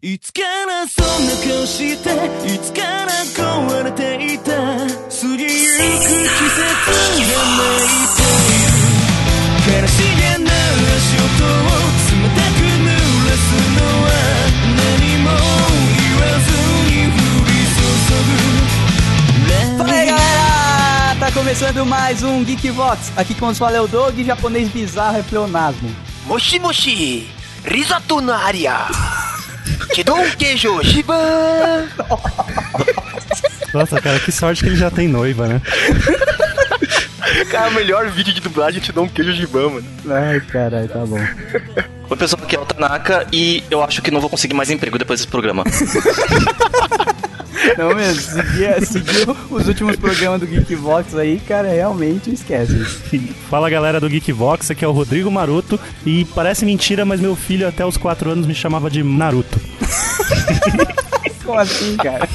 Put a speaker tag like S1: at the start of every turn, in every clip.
S1: いつからそんな顔していつから壊れていた過ぎゆく季節が泣いている悲しげな足音を冷たく濡らすのは何も言わずに降り注ぐ
S2: Fala aí, galera! Tá começando mais um Geekbox. Aqui que nos fala é o Doug, japonês bizarro é pleonasmo.
S3: もしもし、リザットのアリ ア。けどんけいじょうしばー。
S4: Nossa, cara, que sorte que ele já tem noiva, né?
S3: Cara, é o melhor vídeo de dublagem te dá um queijo gibã, mano.
S2: Ai, caralho, tá bom.
S5: Oi, pessoal, aqui é o Tanaka e eu acho que não vou conseguir mais emprego depois desse programa.
S2: Não mesmo, seguia, seguiu os últimos programas do Geekbox aí, cara, realmente esquece.
S4: Fala galera do Geekbox, aqui é o Rodrigo Maroto e parece mentira, mas meu filho até os 4 anos me chamava de Naruto.
S2: Como assim, cara?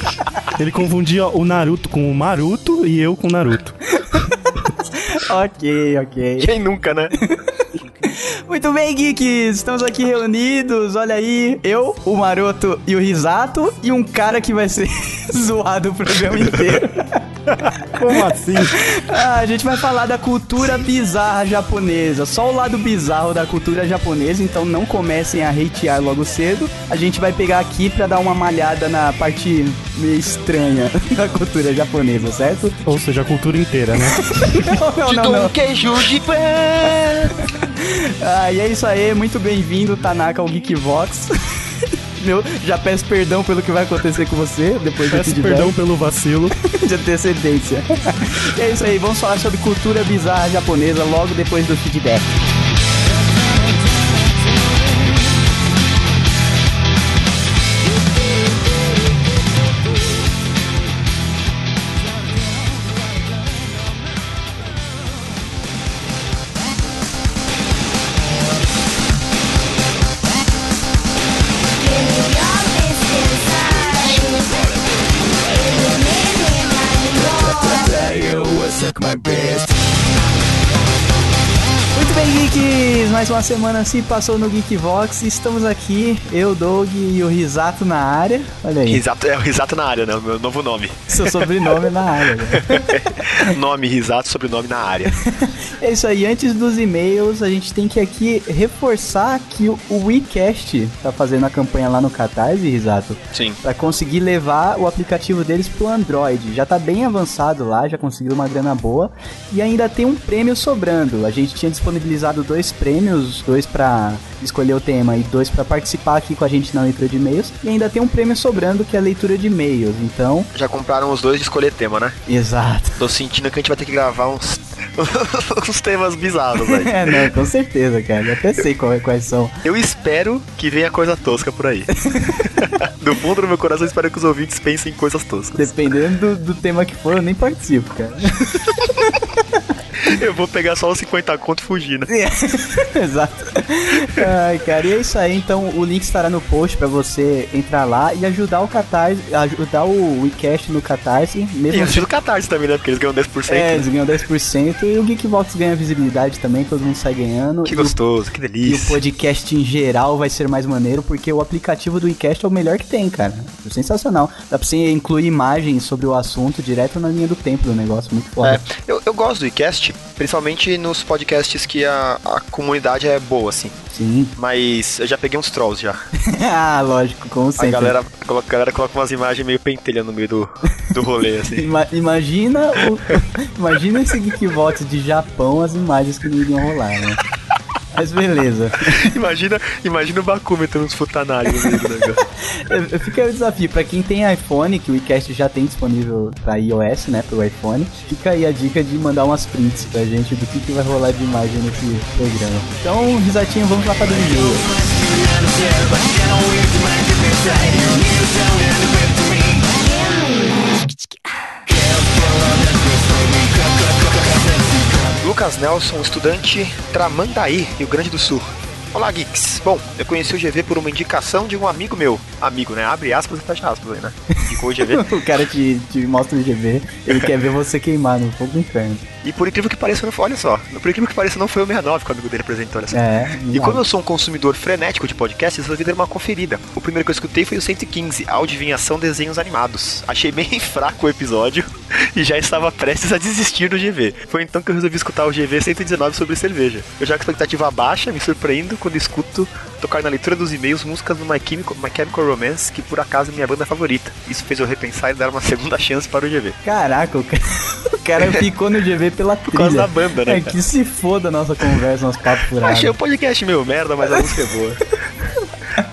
S4: Ele confundia o Naruto com o Maruto e eu com o Naruto.
S2: ok, ok.
S3: Quem nunca, né?
S2: Muito bem, geeks! Estamos aqui reunidos. Olha aí, eu, o Maroto e o Risato e um cara que vai ser zoado o programa inteiro.
S4: Como assim?
S2: Ah, a gente vai falar da cultura bizarra japonesa. Só o lado bizarro da cultura japonesa, então não comecem a hatear logo cedo. A gente vai pegar aqui pra dar uma malhada na parte meio estranha da cultura japonesa, certo?
S4: Ou seja, a cultura inteira, né?
S2: Não,
S3: Te dou um queijo gibã.
S2: Ah, e é isso aí, muito bem-vindo, Tanaka, ao Geekvox. Meu, já peço perdão pelo que vai acontecer com você depois do
S4: Peço
S2: feedback
S4: perdão pelo vacilo.
S2: de antecedência. E é isso aí, vamos falar sobre cultura bizarra japonesa logo depois do feedback. Muito bem, geeks! Mais uma semana se passou no Geekvox e estamos aqui, eu, Doug e o Risato na área. Olha aí,
S3: Risato, é o Risato na área, né? O meu novo nome.
S2: seu sobrenome é na área. né?
S3: Nome Risato, sobrenome na área.
S2: É isso aí, antes dos e-mails, a gente tem que aqui reforçar que o WeCast tá fazendo a campanha lá no Catarse, Risato,
S3: Sim.
S2: para conseguir levar o aplicativo deles pro Android. Já tá bem avançado lá, já conseguiu uma grana boa e ainda tem um prêmio sobrando. A gente tinha disponibilizado dois prêmios, dois para escolher o tema e dois para participar aqui com a gente na leitura de e-mails, e ainda tem um prêmio sobrando que é a leitura de e-mails. Então,
S3: Já compraram os dois de escolher tema, né?
S2: exato.
S3: Tô sentindo que a gente vai ter que gravar uns, uns temas bizarros aí.
S2: É, não, com certeza, cara. Eu até sei qual é- quais são.
S3: Eu espero que venha coisa tosca por aí. do fundo do meu coração, eu espero que os ouvintes pensem em coisas toscas.
S2: Dependendo do, do tema que for, eu nem participo, cara.
S3: Eu vou pegar só os 50 conto e fugir, né?
S2: Exato. Ai, cara, e é isso aí. Então, o link estará no post pra você entrar lá e ajudar o Catarse, ajudar o WeCast no Catarse,
S3: E
S2: mesmo
S3: ajuda o Catarse também, né? Porque eles ganham 10%.
S2: É,
S3: né?
S2: eles ganham 10% e o Geekbox ganha visibilidade também, todo mundo sai ganhando.
S3: Que
S2: E o-
S3: gostoso, que
S2: E o
S3: delícia.
S2: podcast em geral vai ser mais maneiro, porque o aplicativo do iCast é o melhor que tem, cara. Sensacional. Dá pra você incluir imagens sobre o assunto direto na linha do tempo do negócio, muito
S3: É,
S2: foda.
S3: eu, eu gosto do iCast, principalmente nos podcasts que a, a comunidade é boa, assim.
S2: Sim.
S3: Mas eu já peguei uns trolls já.
S2: ah, lógico, como sempre.
S3: A galera, coloca, a galera coloca umas imagens meio pentelha no meio do, do rolê, assim.
S2: Ima- imagina o, imagina esse Geekbox de Japão, as imagens que não iriam rolar, né? Mas beleza.
S3: imagina, imagina o Baku metendo uns futanários no meio do negócio.
S2: Eu- Fica o desafio pra quem tem iPhone, que o iCast já tem disponível pra iOS, né, pro iPhone. Fica aí a dica de mandar umas prints pra gente do que, que vai rolar de imagem nesse programa. Então, risatinho, vamos lá pra dormir.
S3: Lucas Nelson, estudante Tramandaí, Rio Grande do Sul. Olá, geeks. Bom, eu conheci o GV por uma indicação de um amigo meu. Amigo, né? Abre aspas e fecha aspas aí, né? Indicou o GV.
S2: O cara te, te mostra o GV, ele quer ver você queimar no fogo do inferno.
S3: E por incrível que pareça, não foi, olha só. Por incrível que pareça, não foi o 69 que o amigo dele apresentou, olha só.
S2: É.
S3: E como eu sou um consumidor frenético de podcasts, resolvi dar uma conferida. O primeiro que eu escutei foi o 115, Audivinhação Desenhos Animados. Achei bem fraco o episódio e já estava prestes a desistir do GV. Foi então que eu resolvi escutar o GV 119 sobre cerveja. Eu já com expectativa baixa, me surpreendo quando escuto tocar na leitura dos e-mails músicas do My Chemical, My Chemical Romance, que por acaso é minha banda favorita. Isso fez eu repensar e dar uma segunda chance para o GV.
S2: Caraca, o cara, o cara ficou no GV pela trilha. Por
S3: causa da banda, né,
S2: É,
S3: cara?
S2: que se foda a nossa conversa, nosso papo furado.
S3: Achei o podcast meio merda, mas a música é boa.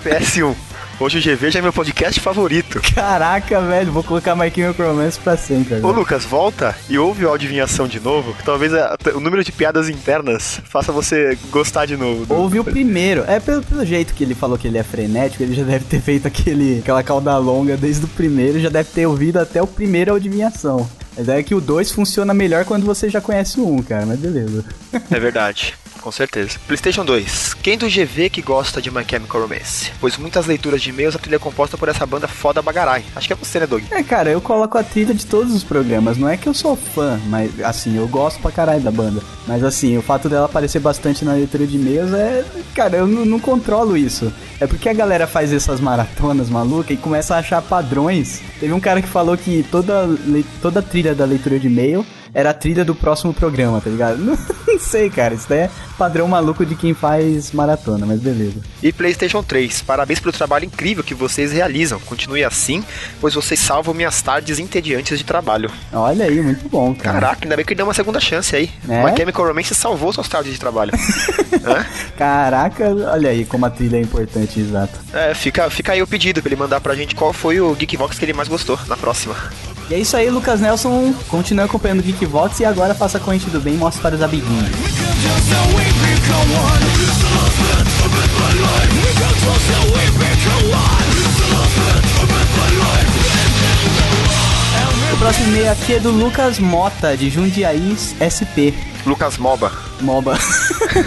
S3: PS1. Hoje o GV já é meu podcast favorito.
S2: Caraca, velho, vou colocar My Chemical Romance pra sempre.
S3: Ô
S2: velho.
S3: Lucas, volta e ouve o adivinhação de novo, que talvez a- o número de piadas internas faça você gostar de novo. né? do-
S2: Ouve o primeiro. É pelo, pelo jeito que ele falou que ele é frenético, ele já deve ter feito aquele, aquela cauda longa desde o primeiro, já deve ter ouvido até o primeiro adivinhação. Mas é que o 2 funciona melhor quando você já conhece o 1, um, cara, mas beleza.
S3: É verdade. Com certeza. PlayStation 2. Quem do GV que gosta de My Chemical Romance? Pois muitas leituras de e-mails a trilha é composta por essa banda foda bagarai. Acho que é você, né, Doug?
S2: É, cara, eu coloco a trilha de todos os programas. Não é que eu sou fã, mas assim, eu gosto pra caralho da banda. Mas assim, o fato dela aparecer bastante na leitura de e-mails é. Cara, eu não, não controlo isso. É porque a galera faz essas maratonas malucas e começa a achar padrões. Teve um cara que falou que toda, le- toda a trilha da leitura de e-mail era a trilha do próximo programa, tá ligado? Não, sei, cara. Isso daí é padrão maluco de quem faz maratona, mas beleza.
S3: E PlayStation 3. Parabéns pelo trabalho incrível que vocês realizam. Continue assim, pois vocês salvam minhas tardes entediantes de trabalho.
S2: Olha aí, muito bom, cara.
S3: Caraca, ainda bem que ele deu uma segunda chance aí.
S2: Tá. É?
S3: My Chemical Romance salvou suas tardes de trabalho.
S2: Caraca, olha aí como a trilha é importante, exato.
S3: É, fica, fica aí o pedido pra ele mandar pra gente qual foi o Geekbox que ele mais gostou na próxima.
S2: E é isso aí, Lucas Nelson. Continue acompanhando o Geekvox e agora faça a corrente do bem e mostre para os amiguinhos. O próximo e-mail aqui é do Lucas Mota, de Jundiaí SP.
S3: Lucas Moba.
S2: MOBA.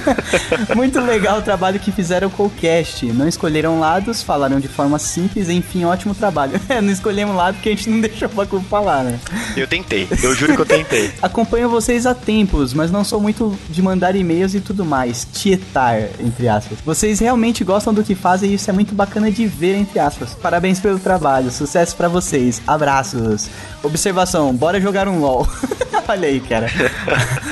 S2: Muito legal o trabalho que fizeram com o cast. Não escolheram lados, falaram de forma simples, enfim, ótimo trabalho. É, não escolhemos lado porque a gente não deixou o Baku falar, né?
S3: Eu tentei, eu juro que eu tentei.
S2: Acompanho vocês há tempos, mas não sou muito de mandar e-mails e tudo mais. Tietar, entre aspas. Vocês realmente gostam do que fazem e isso é muito bacana de ver, entre aspas. Parabéns pelo trabalho, sucesso pra vocês. Abraços. Observação, bora jogar um LOL. Olha aí, cara.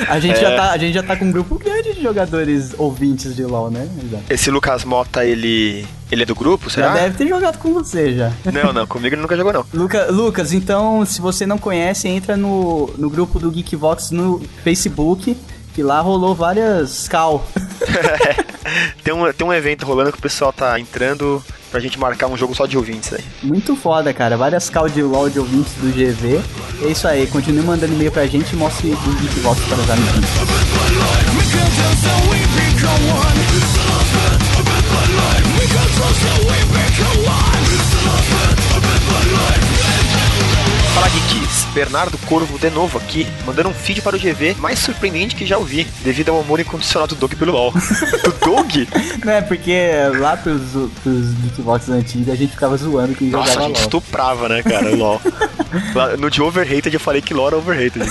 S2: A gente, já tá, a gente já tá com um grupo grande de jogadores ouvintes de LOL, né? Exato.
S3: Esse Lucas Mota, ele. ele é do grupo,
S2: Já
S3: será?
S2: deve ter jogado com você já.
S3: Não, não, comigo ele nunca jogou, não.
S2: Luca- Lucas, então, se você não conhece, entra no, no grupo do Geekvox no Facebook, que lá rolou várias cal.
S3: Tem um, tem um evento rolando que o pessoal tá entrando pra gente marcar um jogo só de ouvintes aí.
S2: Muito foda, cara. Várias cal de LOL de ouvintes do GV. É isso aí, continue mandando e-mail pra gente e mostre o Geekvox para os amiguinhos.
S3: Fala Geeks, Bernardo Corvo de novo aqui, mandando um feed para o GV mais surpreendente que já ouvi, devido ao amor incondicional do Doug pelo LOL. do Doug?
S2: Não é, porque lá pros, pros Geekvox antigos a gente ficava zoando que
S3: Nossa, a
S2: jogava
S3: gente
S2: LOL.
S3: estuprava, né, cara, o LOL. Lá, no de Overrated eu falei que LOL era Overrated.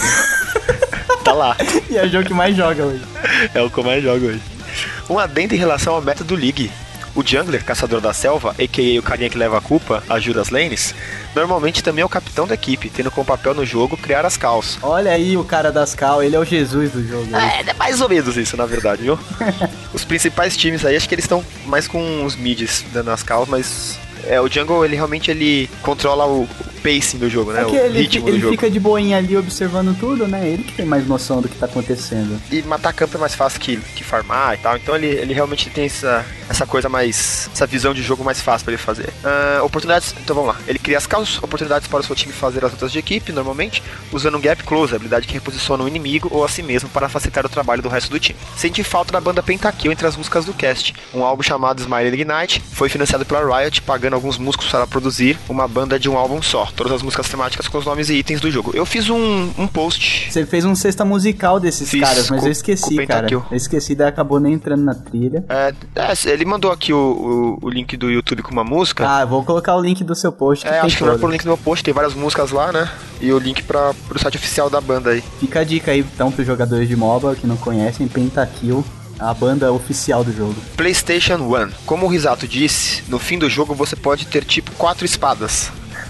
S3: tá lá.
S2: E é o jogo que mais joga hoje.
S3: É o que eu mais jogo hoje. Um adendo em relação ao meta do League. O Jungler, Caçador da Selva, a.k.a. o carinha que leva a culpa, ajuda as lanes, normalmente também é o capitão da equipe, tendo como papel no jogo criar as calls.
S2: Olha aí o cara das cal, ele é o Jesus do jogo. né? aí.
S3: É, é mais ou menos isso, na verdade, viu? Os principais times aí, acho que eles estão mais com os mids dando as calls, mas... É, o jungle, ele realmente, ele controla o o pacing do jogo, né?
S2: É que
S3: o
S2: ele,
S3: ritmo do
S2: ele
S3: jogo.
S2: fica de boinha ali observando tudo, né? Ele que tem mais noção do que tá acontecendo.
S3: E matar campo é mais fácil que, que farmar e tal. Então ele, ele realmente tem essa, essa coisa mais. essa visão de jogo mais fácil pra ele fazer. Ah, oportunidades. Então vamos lá. Ele cria as causas, oportunidades para o seu time fazer as outras de equipe, normalmente, usando um gap close, a habilidade que reposiciona o inimigo ou a si mesmo para facilitar o trabalho do resto do time. Senti falta da banda Pentakill entre as músicas do cast. Um álbum chamado Smile Ignite foi financiado pela Riot, pagando alguns músicos para produzir uma banda de um álbum só. Todas as músicas temáticas com os nomes e itens do jogo. Eu fiz um, um post
S2: Você fez um cesta musical desses
S3: Fiz
S2: caras, mas
S3: com-
S2: eu
S3: com o
S2: esqueci, cara.
S3: Pentakill.
S2: Eu esqueci, daí acabou nem entrando na trilha.
S3: É, é, ele mandou aqui o, o, o link do YouTube com uma música.
S2: Ah, eu vou colocar o link do seu post.
S3: Tá. é,
S2: tem
S3: acho que vai
S2: todo.
S3: pôr o link no meu post, tem várias músicas lá, né? E o link pra, pro site oficial da banda aí.
S2: Fica a dica aí, então, pros jogadores de MOBA que não conhecem, Pentakill, a banda oficial do jogo.
S3: PlayStation One. Como o Risato disse, no fim do jogo você pode ter tipo quatro espadas.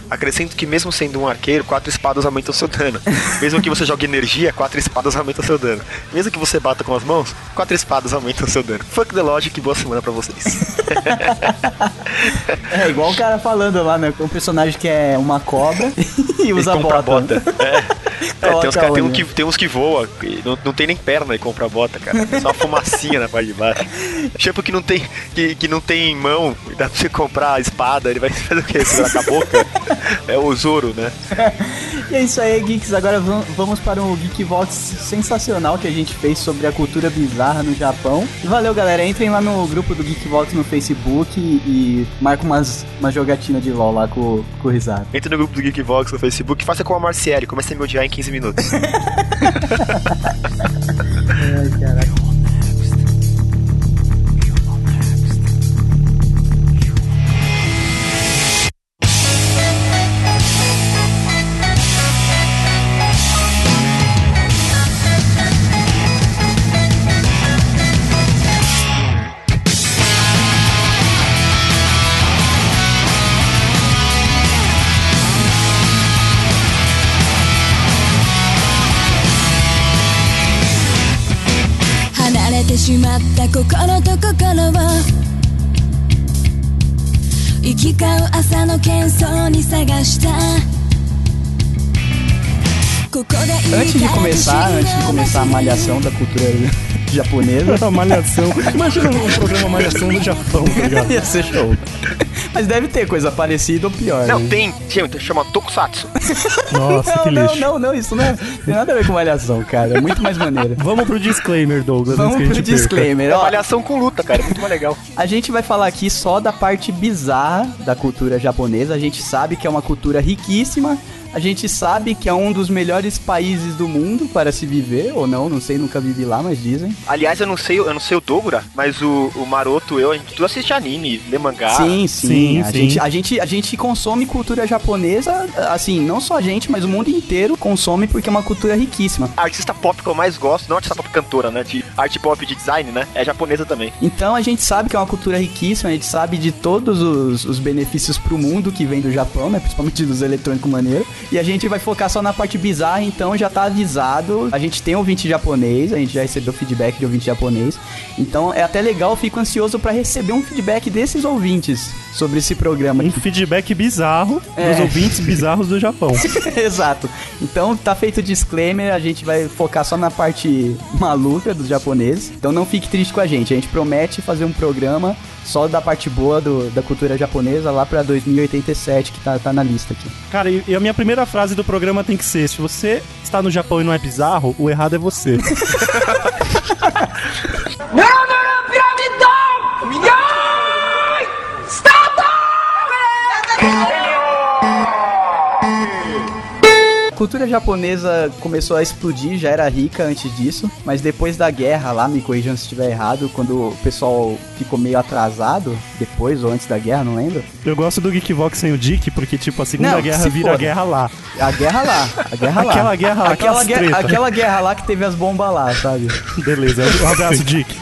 S3: Acrescento que mesmo sendo um arqueiro, quatro espadas aumentam seu dano. Mesmo que você jogue energia, quatro espadas aumentam seu dano. Mesmo que você bata com as mãos, quatro espadas aumentam seu dano. Fuck the logic, boa semana pra vocês.
S2: É igual o cara falando lá, né? Um personagem que é uma cobra e usa
S3: compra
S2: bota. né?
S3: bota. É, tem, uns
S2: Coloca
S3: cara- tem
S2: a
S3: um
S2: unha.
S3: que, tem uns que voa, e não, não tem nem perna e compra bota, cara. É Só uma fumacinha na parte de baixo. Tipo que não tem, que, que não tem mão, e dá pra você comprar a espada, ele vai fazer o quê? Segurar com a boca? É o Zoro, né?
S2: E é isso aí, Geeks. Agora vam- vamos para um Geekbox sensacional que a gente fez sobre a cultura bizarra no Japão. E valeu, galera. Entrem lá no grupo do Geekbox no Facebook e, e marca umas, uma jogatina de LOL lá com, com o Rizar.
S3: Entre no grupo do Geekbox no Facebook, faça como a Marciele, comece a me odiar em 15 minutos.
S6: 離れてしまった心と心を行き交う朝の喧騒に探したここで
S2: Antes
S6: いい
S2: de
S6: から
S2: começar, antes de começar a malhação da cultura japonesa,
S4: A malhação. Imagina um programa malhação no Japão, tá ligado?
S2: ia ser show. Mas deve ter coisa parecida ou pior.
S3: Não,
S2: né?
S3: tem, gente, chama Tokusatsu.
S4: Nossa, que
S2: não,
S4: lixo.
S2: não, não, isso não é, tem nada a ver com malhação, cara. É muito mais maneiro.
S4: Vamos pro disclaimer, Douglas.
S2: Vamos
S4: antes que a
S2: pro
S4: gente perca.
S2: disclaimer. É, Ó,
S3: Malhação com luta, cara, é muito mais legal.
S2: A gente vai falar aqui só da parte bizarra da cultura japonesa. A gente sabe que é uma cultura riquíssima. A gente sabe que é um dos melhores países do mundo para se viver, ou não, não sei, nunca vivi lá, mas dizem.
S3: Aliás, eu não sei, eu não sei o Dogura, mas o, o Maroto, eu, a gente tudo assiste anime, lê mangá.
S2: sim, sim.
S4: sim,
S2: a,
S4: sim.
S2: Gente, a, gente, a gente consome cultura japonesa, assim, não só a gente, mas o mundo inteiro consome porque é uma cultura riquíssima.
S3: A artista pop que eu mais gosto, não artista pop cantora, né? De arte pop de design, né? É japonesa também.
S2: Então a gente sabe que é uma cultura riquíssima, a gente sabe de todos os, os benefícios pro mundo que vem do Japão, né? Principalmente dos eletrônicos maneiro. E a gente vai focar só na parte bizarra, então já tá avisado. A gente tem ouvinte japonês, a gente já recebeu feedback de ouvinte japonês. Então é até legal, eu fico ansioso pra receber um feedback desses ouvintes sobre esse programa.
S4: Um feedback bizarro
S2: É.
S4: dos ouvintes bizarros do Japão.
S2: Exato. Então tá feito o disclaimer, a gente vai focar só na parte maluca dos japoneses. Então não fique triste com a gente, a gente promete fazer um programa só da parte boa do- da cultura japonesa lá pra 2087, que tá, tá na lista aqui.
S4: Cara, e e a minha primeira frase do programa tem que ser: se você está no Japão e não é bizarro, o errado é você.
S2: A cultura japonesa começou a explodir, já era rica antes disso, mas depois da guerra lá, me corrijam se estiver errado, quando o pessoal ficou meio atrasado, depois ou antes da guerra, não lembro.
S4: Eu gosto do Geekvox sem o Dick, porque, tipo, a Segunda
S2: Não,
S4: Guerra
S2: se
S4: vira a
S2: foda.
S4: guerra lá.
S2: A guerra lá, a guerra lá.
S4: Aquela guerra lá,
S2: aquela,
S4: aquelas
S2: guerra,
S4: treta.
S2: aquela guerra lá que teve as bombas lá, sabe?
S4: Beleza, um abraço, Dick.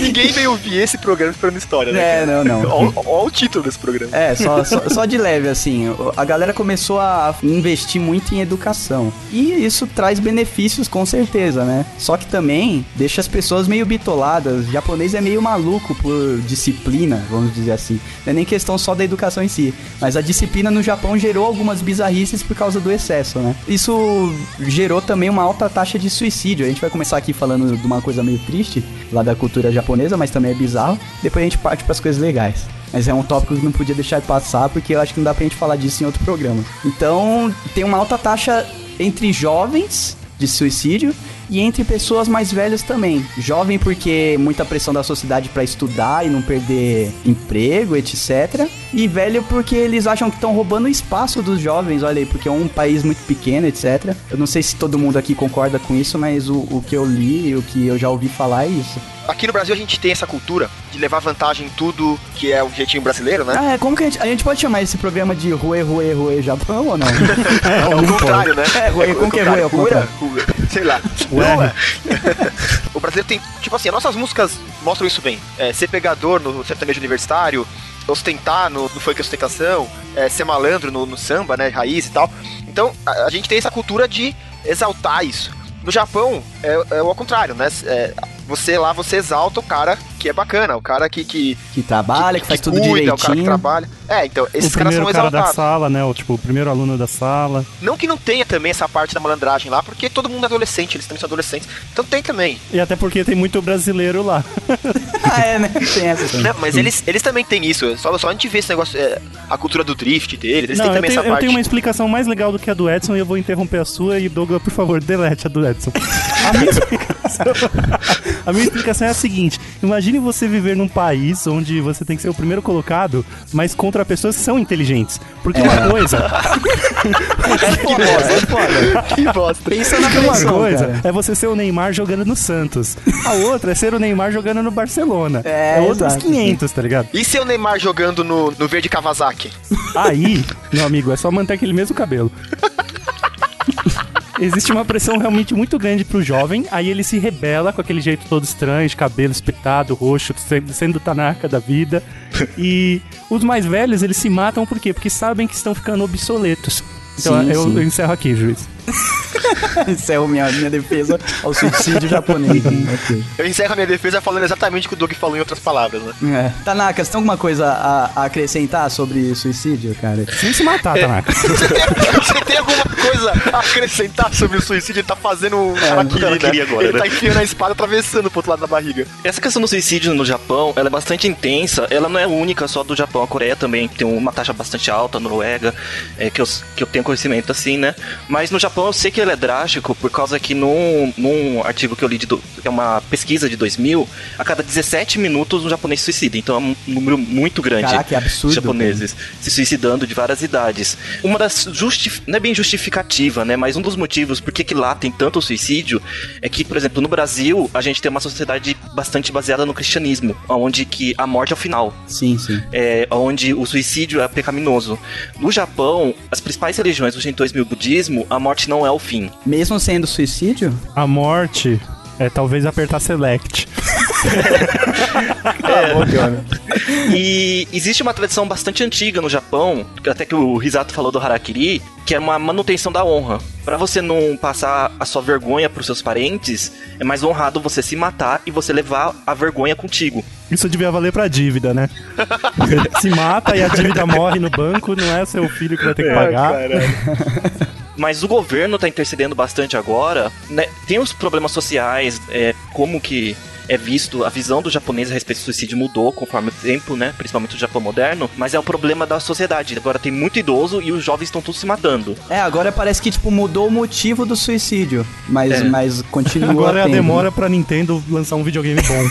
S3: Ninguém veio ouvir esse programa esperando história, né?
S2: É, não, não.
S3: Olha o título desse programa.
S2: É, só, só, só de leve, assim. O- A galera começou a investir muito em educação. E isso traz benefícios com certeza, né? Só que também deixa as pessoas meio bitoladas. O japonês é meio maluco por disciplina, vamos dizer assim. Não é nem questão só da educação em si, mas a disciplina no Japão gerou algumas bizarrices por causa do excesso, né? Isso gerou também uma alta taxa de suicídio. A gente vai começar aqui falando de uma coisa meio triste lá da cultura japonesa, mas também é bizarro. Depois a gente parte para as coisas legais. Mas é um tópico que não podia deixar de passar, porque eu acho que não dá pra gente falar disso em outro programa. Então, tem uma alta taxa entre jovens de suicídio e entre pessoas mais velhas também. Jovem porque muita pressão da sociedade pra estudar e não perder emprego, etc. E velho porque eles acham que estão roubando o espaço dos jovens, olha aí, porque é um país muito pequeno, etc. Eu não sei se todo mundo aqui concorda com isso, mas o, o que eu li e o que eu já ouvi falar é isso.
S3: Aqui no Brasil a gente tem essa cultura de levar vantagem em tudo que é o jeitinho brasileiro, né?
S2: Ah, é, como que a gente, a gente pode chamar esse programa de Rue, Rue, Rue Japão ou não?
S3: É, o contrário, né?
S2: É, Rui, como que é Rui? É o é.
S3: Rua? Rua, Sei lá.
S4: Ué.
S3: Rua. o brasileiro tem, tipo assim, as nossas músicas mostram isso bem. É, ser pegador no sertanejo universitário, ostentar no, no funk ostentação, é, ser malandro no, no samba, né, raiz e tal. Então, a, a gente tem essa cultura de exaltar isso. No Japão, é, é o contrário, né? É, você lá, você exalta o cara que é bacana, o cara que... que
S2: Que trabalha, que, faz tudo
S3: cuida,
S2: direitinho.
S3: o cara que trabalha. É, então,
S4: O
S3: esses caras
S4: primeiro
S3: são
S4: cara
S3: exaltados.
S4: da sala, né? O, tipo, o primeiro aluno da sala.
S3: Não que não tenha também essa parte da malandragem lá, porque todo mundo é adolescente, eles também são adolescentes. Então tem também.
S4: E até porque tem muito brasileiro lá.
S2: Ah, é, né? Tem essa também.
S3: Não, mas eles, eles também têm isso. Só, só a gente vê esse negócio, é, a cultura do drift deles, eles têm
S4: eu,
S3: também
S4: tenho,
S3: essa
S4: eu
S3: parte.
S4: tenho uma explicação mais legal do que a do Edson e eu vou interromper a sua. E Douglas, por favor, delete a do Edson. A minha explicação, a minha explicação é a seguinte: imagine você viver num país onde você tem que ser o primeiro colocado, mas contra pessoas que são inteligentes. Porque
S3: É.
S4: uma coisa,
S3: que bosta.
S2: Pensa na
S4: uma
S2: pressão,
S4: coisa
S2: cara.
S4: é você ser o Neymar jogando no Santos, a outra é ser o Neymar jogando no Barcelona.
S2: É,
S4: outros
S2: exato.
S4: 500, tá ligado?
S3: E seu Neymar jogando no, no verde Kawasaki?
S4: Aí, meu amigo, é só manter aquele mesmo cabelo. Existe uma pressão realmente muito grande pro jovem, aí ele se rebela com aquele jeito todo estranho, de cabelo espetado, roxo, se- sendo tanarca da vida. E os mais velhos, eles se matam por quê? Porque sabem que estão ficando obsoletos. Então
S2: Sim,
S4: eu,
S2: sim.
S4: eu encerro aqui, juiz.
S2: Encerro é minha, minha defesa ao suicídio japonês. né? Ok.
S3: Eu encerro a minha defesa falando exatamente o que o Doug falou em outras palavras, né?
S2: É. Tanaka, você tem alguma coisa a, a acrescentar sobre suicídio, cara?
S4: Sem se matar, Tanaka.
S3: Você tem, você tem alguma coisa a acrescentar sobre o suicídio? Ele tá fazendo
S4: É,
S3: um harakiri,
S5: harakiri
S3: né?
S5: agora,
S3: Ele
S5: né?
S3: tá enfiando a espada atravessando pro outro lado da barriga.
S5: Essa questão do suicídio no Japão, ela é bastante intensa. Ela não é única só do Japão. A Coreia também tem uma taxa bastante alta, a Noruega, é, que, eu, que eu tenho conhecimento assim, né? Mas no Japão eu sei que ele é drástico, por causa que num, num artigo que eu li, de do- que é uma pesquisa de 2000, a cada 17 minutos um japonês se suicida. Então é um número muito grande
S2: Caraca, que absurdo,
S5: de japoneses se suicidando de várias idades. Uma das... Justi não é bem justificativa, né? Mas um dos motivos por que que lá tem tanto suicídio é que, por exemplo, no Brasil, a gente tem uma sociedade bastante baseada no cristianismo, onde que a morte é o final,
S2: Sim, sim.
S5: é, onde o suicídio é pecaminoso. No Japão, as principais religiões, o shintoísmo e o budismo, a morte não é o fim.
S2: Mesmo sendo suicídio?
S4: A morte é talvez apertar select.
S2: Ah,
S5: E existe uma tradição bastante antiga no Japão, até que o Risato falou do harakiri, que é uma manutenção da honra. Pra você não passar a sua vergonha pros seus parentes, é mais honrado você se matar e você levar a vergonha contigo.
S4: Isso devia valer pra dívida, né? Você se mata e a dívida morre no banco, não é seu filho que vai ter que pagar.
S5: Mas o governo tá intercedendo bastante agora, né? Tem os problemas sociais, é, como que é visto, a visão do japonês a respeito do suicídio mudou conforme o tempo, né? Principalmente o Japão moderno, mas é o problema da sociedade. Agora tem muito idoso e os jovens estão todos se matando.
S2: É, agora parece que, tipo, mudou o motivo do suicídio. Mas,
S5: É.
S2: mas continua.
S4: Agora é a
S2: tendo.
S4: demora pra Nintendo lançar um videogame bom.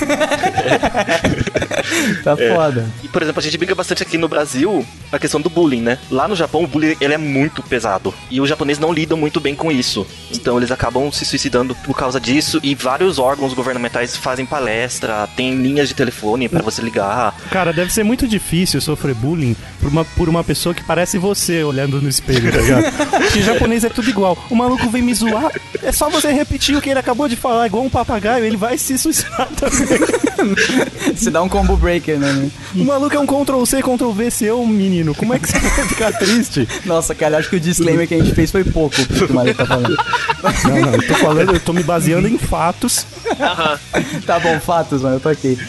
S2: Tá foda.
S5: E, por exemplo, a gente briga bastante aqui no Brasil a questão do bullying, né? Lá no Japão, o bullying ele é muito pesado. E os japoneses não lidam muito bem com isso. Então, eles acabam se suicidando por causa disso. E vários órgãos governamentais fazem palestra, tem linhas de telefone pra você ligar.
S4: Cara, deve ser muito difícil sofrer bullying por uma, por uma pessoa que parece você olhando no espelho, tá ligado? Porque japonês é tudo igual. O maluco vem me zoar, é só você repetir o que ele acabou de falar, igual um papagaio, ele vai se suicidar também.
S2: Você dá um combo breaker, né? né?
S7: O maluco é um Ctrl C, Ctrl V seu, menino. Como é que você vai ficar triste?
S2: Nossa, cara, acho que o disclaimer que a gente fez foi pouco pro que o Mario tá falando.
S4: Não, não, eu tô falando, eu tô me baseando em fatos.
S2: Tá bom, fatos, mano, eu tô aqui.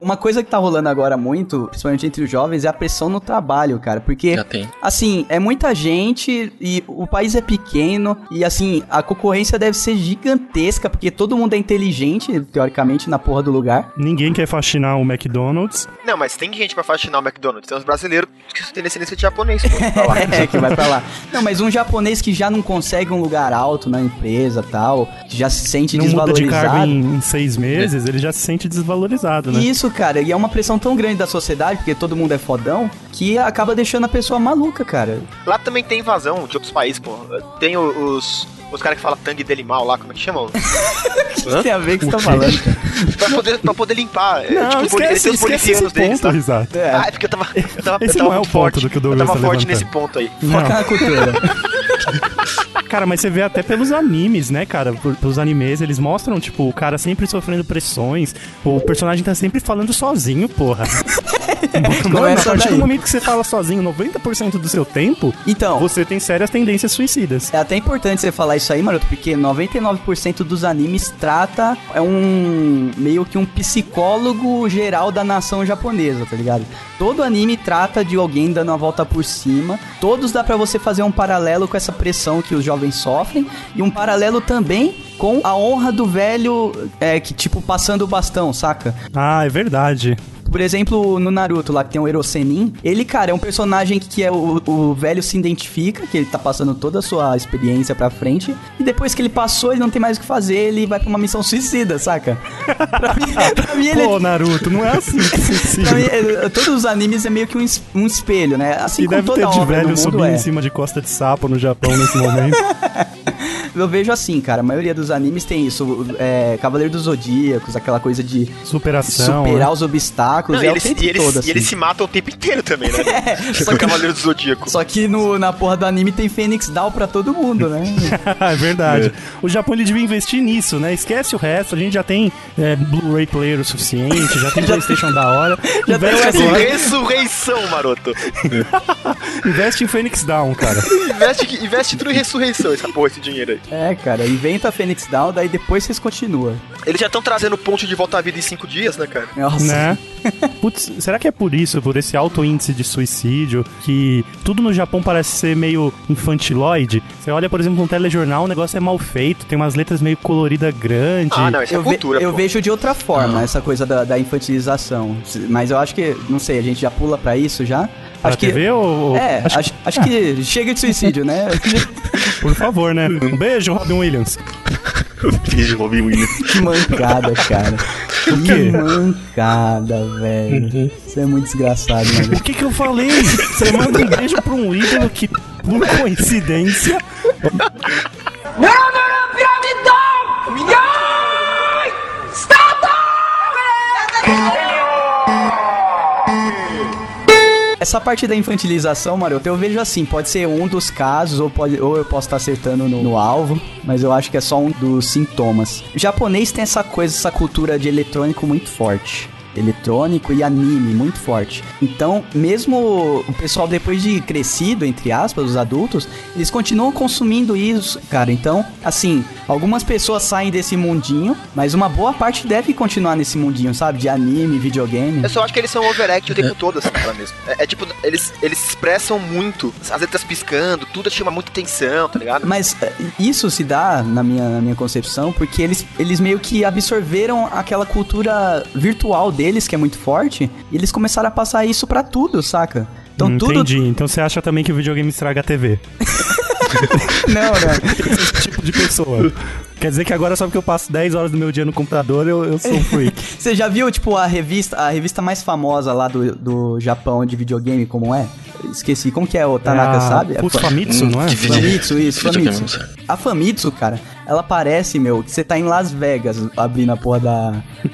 S2: Uma coisa que tá rolando agora muito, principalmente entre os jovens, é a pressão no trabalho, cara. Porque,
S5: Já tem.
S2: assim, é muita gente e o país é pequeno e, assim, a concorrência deve ser gigantesca, porque todo mundo é inteligente, teoricamente, na porra do lugar.
S4: Ninguém quer faxinar o McDonald's.
S3: Não, mas tem gente pra faxinar o McDonald's. Tem uns brasileiros que têm descendência de japonês. Pô, Tá pra lá.
S2: É, que vai pra lá. Não, mas um japonês que já não consegue um lugar alto na empresa tal, que já se sente
S4: Não muda de cargo
S2: desvalorizado.
S4: em, em seis meses, ele já se sente desvalorizado, né?
S2: Isso, cara, e é uma pressão tão grande da sociedade, porque todo mundo é fodão, que acaba deixando a pessoa maluca, cara.
S3: Lá também tem invasão de outros países, pô. Tem o- os. Os caras que falam tangue dele mal lá, como é que chamam?
S2: O que tem a ver que você tá falando?
S3: pra, poder, pra poder limpar. É,
S4: Não,
S3: tipo, eles
S4: esquece,
S3: têm os
S4: esquece esse
S3: bolivianos deles,
S4: ponto,
S3: tá?
S4: Risato.
S2: É,
S3: Ah, é porque eu tava. Eu tava
S4: Esse
S3: eu tava
S4: não é o
S3: muito
S4: ponto
S3: forte.
S4: do que o Douglas
S3: Eu tava
S4: tá
S3: forte
S4: levantando.
S3: nesse ponto aí.
S2: foca na cultura.
S4: Cara, mas você vê até pelos animes, né, cara? Por- Pelos animes, eles mostram, tipo, o cara sempre sofrendo pressões, o personagem tá sempre falando sozinho, porra. Mano, a
S2: Começa
S4: partir do
S2: é daí.
S4: momento que você fala sozinho 90% do seu tempo,
S2: Então,
S4: você tem sérias tendências suicidas.
S2: É até importante você falar isso aí, Maroto, porque 99% dos animes trata é um meio que um psicólogo geral da nação japonesa, tá ligado? Todo anime trata de alguém dando a volta por cima. Todos dá pra você fazer um paralelo com essa pressão que os jovens sofrem e um paralelo também com a honra do velho é, que tipo passando o bastão, saca?
S4: Ah, é verdade.
S2: Por exemplo, no Naruto lá que tem o Erosenin, ele, cara, é um personagem que é o, o velho se identifica, que ele tá passando toda a sua experiência pra frente, e depois que ele passou, ele não tem mais o que fazer, ele vai pra uma missão suicida, saca? pra mim, pra mim ele é-
S4: Pô, Naruto, não é assim que se
S2: pra mim,
S4: suicida.
S2: é, todos os animes é meio que um, es- um espelho, né? Assim
S4: E
S2: como
S4: deve
S2: toda
S4: ter de
S2: obra do
S4: velho
S2: mundo
S4: subindo
S2: é.
S4: em cima de costa de sapo no Japão nesse momento.
S2: Eu vejo assim, cara, a maioria dos animes tem isso. É, Cavaleiro dos Zodíacos, aquela coisa de
S4: Superação.
S2: superar
S4: né?
S2: os obstáculos,
S3: Não,
S2: é
S3: e,
S2: o
S3: eles,
S2: tempo
S3: e, eles,
S2: todo,
S3: e
S2: assim.
S3: eles se matam o tempo inteiro também, né?
S4: É.
S2: Só
S3: Só
S2: que-
S3: Cavaleiro do Zodíaco.
S2: Só que no, na porra do anime tem Fênix Down pra todo mundo, né?
S4: é verdade. O Japão ele devia investir nisso, né? Esquece o resto. A gente já tem é, Blu-ray player o suficiente, já tem PlayStation da hora.
S2: Já
S4: Investe
S2: tem
S4: agora.
S3: Ressurreição, maroto.
S4: Investe em Phoenix Down, cara.
S3: Investe, investe tudo em ressurreição, essa porra, esse dinheiro aí.
S2: é, cara, inventa a Fênix Down, daí depois vocês continuam.
S3: Eles já estão trazendo o ponte de volta à vida em cinco dias, né, cara?
S2: Nossa.
S4: né? Putz, será que é por isso, por esse alto índice de suicídio, que tudo no Japão parece ser meio infantiloide? Você olha, por exemplo, um telejornal, o negócio é mal feito, tem umas letras meio colorida grande.
S3: Ah, não, isso
S2: Eu,
S3: é
S2: ve-
S3: cultura,
S2: eu
S3: pô.
S2: vejo de outra forma essa coisa da, da infantilização. Mas eu acho que, não sei, a gente já pula pra isso já?
S4: Pra
S2: acho
S4: TV
S2: que.
S4: ou...
S2: É,
S4: acho-
S2: acho, acho que chega de suicídio, né?
S4: Por favor, né? Um beijo, Robin Williams.
S5: Beijo, Robin Williams.
S2: que mancada, cara. Que
S4: quê? Uhum.
S2: mancada, velho. Isso é muito desgraçado, mano.
S4: O que que eu falei? Você manda um beijo pra um ídolo que, por coincidência...
S2: Essa parte da infantilização, Maroto, eu vejo assim, pode ser um dos casos, ou, pode, ou eu posso estar acertando no, no alvo, mas eu acho que é só um dos sintomas. O japonês tem essa coisa, essa cultura de eletrônico muito forte. Eletrônico e anime, muito forte. Então, mesmo o pessoal, depois de crescido, entre aspas, os adultos, eles continuam consumindo isso, cara. Então, assim, algumas pessoas saem desse mundinho, mas uma boa parte deve continuar nesse mundinho, sabe? De anime, videogame.
S3: Eu só acho que eles são overact o tempo todo, assim, cara mesmo. É, é tipo, eles, eles se expressam muito, as letras piscando, tudo chama muita atenção, tá ligado?
S2: Mas eh, isso se dá, na minha, na minha concepção, porque eles, eles meio que absorveram aquela cultura virtual deles, que é muito forte, e eles começaram a passar isso pra tudo, saca? Então
S4: Hum,
S2: tudo.
S4: Entendi. Então você acha também que o videogame estraga a TV?
S2: Não, né? não.
S4: Esse tipo de pessoa. Quer dizer que agora só porque eu passo 10 horas do meu dia no computador, eu, eu sou um freak.
S2: Você já viu, tipo, a revista, a revista mais famosa lá do, do Japão de videogame, como é? Esqueci, como que é o Tanaka,
S4: Ah,
S2: sabe?
S4: Putz,
S2: é, fa-
S4: Famitsu, não é?
S5: Que vídeo.
S2: Famitsu, isso,
S5: Videogame,
S2: Famitsu.
S5: não sei.
S2: A Famitsu, cara, ela parece, meu, que você tá em Las Vegas abrindo a porra da,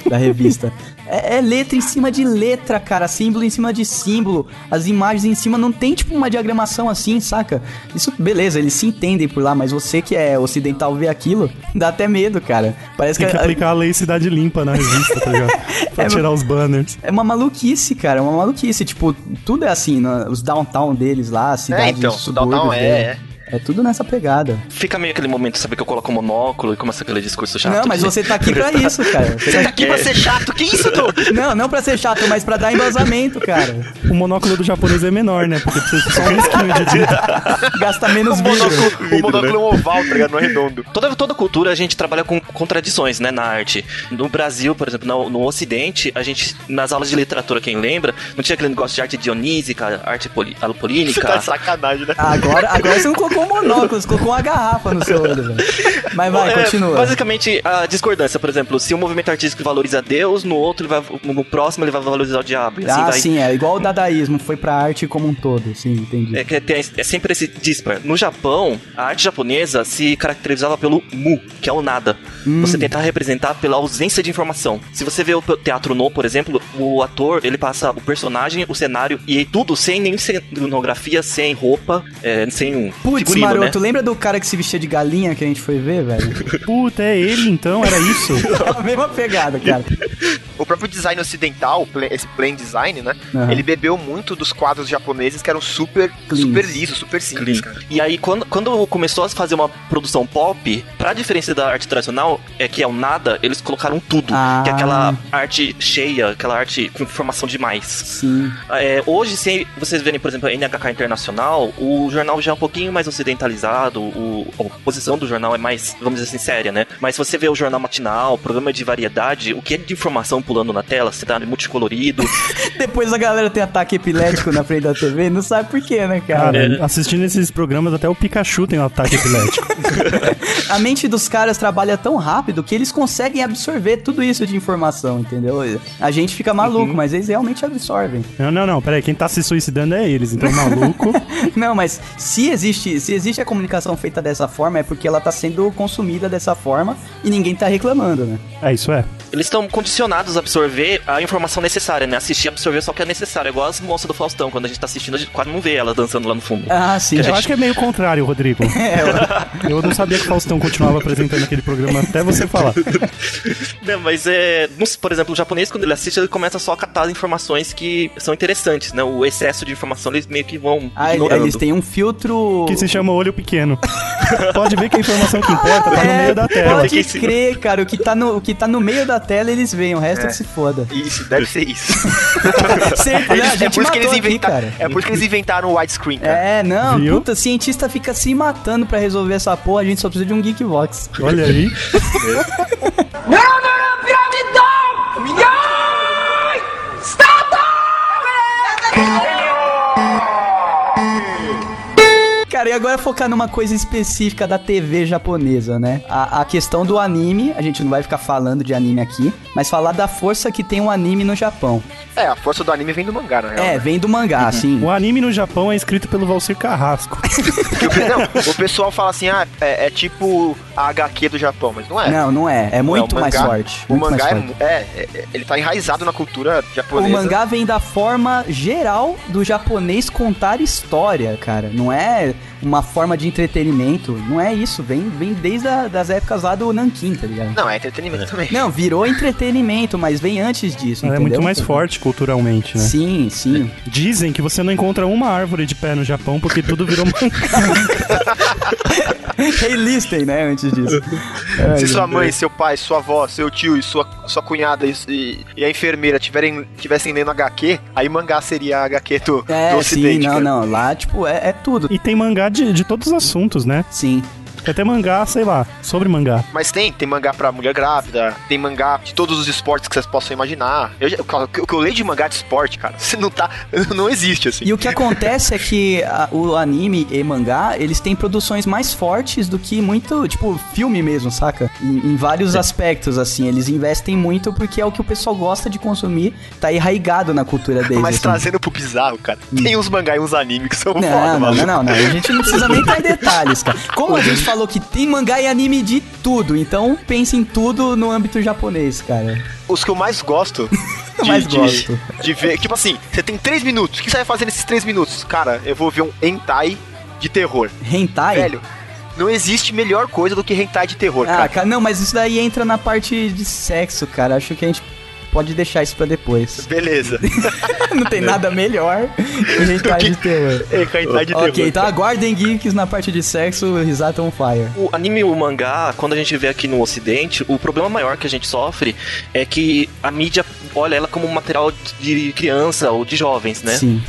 S2: da revista. É, é letra em cima de letra, cara, símbolo em cima de símbolo, as imagens em cima, não tem tipo uma diagramação assim, saca? Isso, beleza, eles se entendem por lá, mas você que é ocidental vê aquilo, dá até medo, cara. Parece é,
S4: Tem que
S2: a-
S4: aplicar a lei Cidade Limpa na revista, tá ligado? Pra
S2: É,
S4: tirar os banners.
S2: É uma maluquice, cara, é uma maluquice. Tipo, tudo é assim, né? os downtown deles lá, as cidades,
S3: É, então,
S2: os subúrbios
S3: downtown é,
S2: dele. É tudo nessa pegada.
S5: Fica meio aquele momento, sabe, que eu coloco o monóculo e começa aquele discurso chato.
S2: não, mas
S5: de-
S2: você tá aqui pra isso, cara. Você tá-
S3: Tá aqui pra ser chato, que isso, Doug?
S2: Não, não pra ser chato, mas pra dar embasamento, cara.
S4: O monóculo do japonês é menor, né? Porque precisa só um risquinho de dito.
S2: Gasta menos
S3: O
S2: vidro.
S3: monóculo, o
S2: né?
S3: monóculo é um oval, tá ligado? Não é redondo.
S5: Toda, toda cultura a gente trabalha com contradições, né, na arte. No Brasil, por exemplo, no, no Ocidente, a gente, nas aulas de literatura, quem lembra, não tinha aquele negócio de arte dionísica, arte poli,
S3: Você tá
S5: apolínica.
S3: de sacanagem, né?
S2: Agora, agora você não colocou um monóculo, você colocou uma garrafa no seu olho, velho. Mas vai,
S5: É,
S2: continua.
S5: Basicamente, a discordância, por exemplo, se um movimento artístico valoriza Deus, no outro, ele vai, no próximo, ele vai valorizar o diabo. E assim
S2: ah,
S5: vai.
S2: sim, é igual o dadaísmo, foi pra arte como um todo, sim, entendi.
S5: É, que tem- é sempre esse dispar. No Japão, a arte japonesa se caracterizava pelo mu, que é o nada.
S2: Hum.
S5: Você tentar representar pela ausência de informação. Se você vê o pe- teatro no, por exemplo, o ator, ele passa o personagem, o cenário e tudo sem nenhum cenografia, sem roupa, é, sem um
S2: Putz,
S5: figurino,
S2: maroto,
S5: né?
S2: lembra do cara que se vestia de galinha que a gente foi ver, velho?
S4: Puta, é ele então? Era isso?
S2: É a mesma pegada, cara.
S3: O próprio design ocidental, o pla- esse plain design, né?
S2: Aham.
S3: Ele bebeu muito dos quadros japoneses que eram super,
S2: Clean.
S3: super lisos, super simples, cara.
S5: E aí, quando, quando começou a fazer uma produção pop, pra diferença da arte tradicional, é que é o nada, eles colocaram tudo.
S2: Ah.
S5: Que é aquela arte cheia, aquela arte com informação demais.
S2: Sim.
S5: É, hoje, se vocês verem, por exemplo, a NHK Internacional, o jornal já é um pouquinho mais ocidentalizado, o- a posição do jornal é mais, vamos dizer assim, séria, né? Mas se você vê o jornal matinal, o programa de variedade, o que é de informação pulando na tela, cenário multicolorido,
S2: Depois a galera tem ataque epilético na frente da TV, não sabe por quê, né, cara?
S4: Cara, assistindo esses programas, até o Pikachu tem um ataque epilético.
S2: A mente dos caras trabalha tão rápido que eles conseguem absorver tudo isso de informação, entendeu? A gente fica
S4: Uhum.
S2: maluco, mas eles realmente absorvem.
S4: Não, não, não, peraí, quem tá se suicidando é eles, então maluco.
S2: Não, mas se existe, se existe a comunicação feita dessa forma, é porque ela tá sendo consumida dessa forma e ninguém tá reclamando, né?
S4: É, isso é.
S5: eles estão condicionados a absorver a informação necessária, né? Assistir e absorver só o que é necessário. É igual as moças do Faustão, quando a gente tá assistindo, a gente quase não vê ela dançando lá no fundo.
S2: Ah, sim. É,
S4: Eu acho que é meio contrário, Rodrigo. Eu não sabia que o Faustão continuava apresentando aquele programa até você falar.
S5: Não, mas é. não sei, por exemplo, o japonês, quando ele assiste, ele começa só a catar informações que são interessantes, né? O excesso de informação, eles meio que vão.
S2: Ah, ele-
S5: ignorando.
S2: eles têm um filtro.
S4: Que se chama Olho Pequeno. Pode ver que a informação que importa tá no meio da tela.
S2: Pode
S5: Fica em cima.
S2: crer, cara. O que, tá no, o que tá no meio da tela, eles veem. O resto é que se foda.
S3: Isso, deve ser isso.
S2: Certo, né? A
S3: é
S2: gente
S3: por isso que eles
S2: matou aqui,
S3: inventaram.
S2: cara.
S3: é por isso que eles inventaram o widescreen, cara.
S2: É, não,
S4: Viu?
S2: puta, cientista fica se matando pra resolver essa porra, a gente só precisa de um Geekvox.
S4: Olha aí.
S2: Cara, e agora focar numa coisa específica da TV japonesa, né? A, a questão do anime, a gente não vai ficar falando de anime aqui, mas falar da força que tem o anime no Japão.
S3: É. a força do anime vem do mangá, na real. né?
S2: É, vem do mangá,
S3: Uhum.
S2: assim.
S4: O anime no Japão é escrito pelo Valcir Carrasco. É
S3: Porque o, pe- não, o pessoal fala assim, ah, é, é tipo a HQ do Japão, mas não é.
S2: Não, não é. É
S3: Não é,
S2: muito
S3: o
S2: mais
S3: mangá-
S2: forte.
S3: O
S2: muito mais
S3: mangá é,
S2: forte.
S3: mu- é, é- ele tá enraizado na cultura
S2: O
S3: japonesa.
S2: mangá vem da forma geral do japonês contar história, cara. Não é uma forma de entretenimento. Não é isso. Vem, vem desde a, das épocas lá do Nankin, tá ligado?
S3: Não, é entretenimento também.
S2: Não, virou entretenimento, mas vem antes disso.
S4: Ela é
S2: entendeu?
S4: muito mais forte culturalmente, né?
S2: Sim, sim.
S4: Dizem que você não encontra uma árvore de pé no Japão porque tudo virou mangá.
S2: Hey, listem, né? Antes disso.
S3: Se
S2: é
S3: sua mãe, seu pai, sua avó, seu tio e sua, sua cunhada e, e- e a enfermeira tiverem, tivessem lendo HQ, aí mangá seria a HQ do, do
S2: É, sim,
S3: ocidente.
S2: não,
S3: cara.
S2: não. Lá, tipo, é, é tudo.
S4: E tem mangá de, de todos os assuntos, né?
S2: Sim.
S4: Tem até mangá, sei lá, sobre mangá.
S3: Mas tem, tem mangá pra mulher grávida, tem mangá de todos os esportes que vocês possam imaginar. Eu já- o que- o que eu leio de mangá de esporte, cara, você não tá. Não existe, assim.
S2: E o que acontece é que a- o anime e mangá, eles têm produções mais fortes do que muito, tipo, filme mesmo, saca? Em, em vários
S3: É.
S2: aspectos, assim, eles investem muito porque é o que o pessoal gosta de consumir, tá enraigado na cultura deles.
S3: Mas
S2: assim.
S3: trazendo pro bizarro, cara, tem uns mangá e uns animes que são
S2: Não,
S3: foda,
S2: não,
S3: mano.
S2: não, não, não. A gente não precisa nem dar detalhes, cara. Como a gente falou que tem mangá e anime de tudo, então pense em tudo no âmbito japonês, cara.
S3: Os que eu mais gosto. De,
S2: Mais
S3: de-
S2: gosto.
S3: de ver. Tipo assim, você tem três minutos. O que você vai fazer nesses três minutos? Cara, eu vou ver um hentai de terror.
S2: Hentai?
S3: Velho, não existe melhor coisa do que hentai de terror,
S2: Ah,
S3: cara.
S2: cara, não, mas isso daí entra na parte de sexo, cara. Acho que a gente pode deixar isso pra depois.
S3: Beleza.
S2: não tem nada melhor que um hentai de terror.
S3: É, hentai de
S2: Ok,
S3: terror.
S2: então aguardem geeks na parte de sexo, risada on fire.
S5: O anime e o mangá, quando a gente vê aqui no ocidente, o problema maior que a gente sofre é que a mídia olha ela como um material de criança ou de jovens, né?
S2: Sim.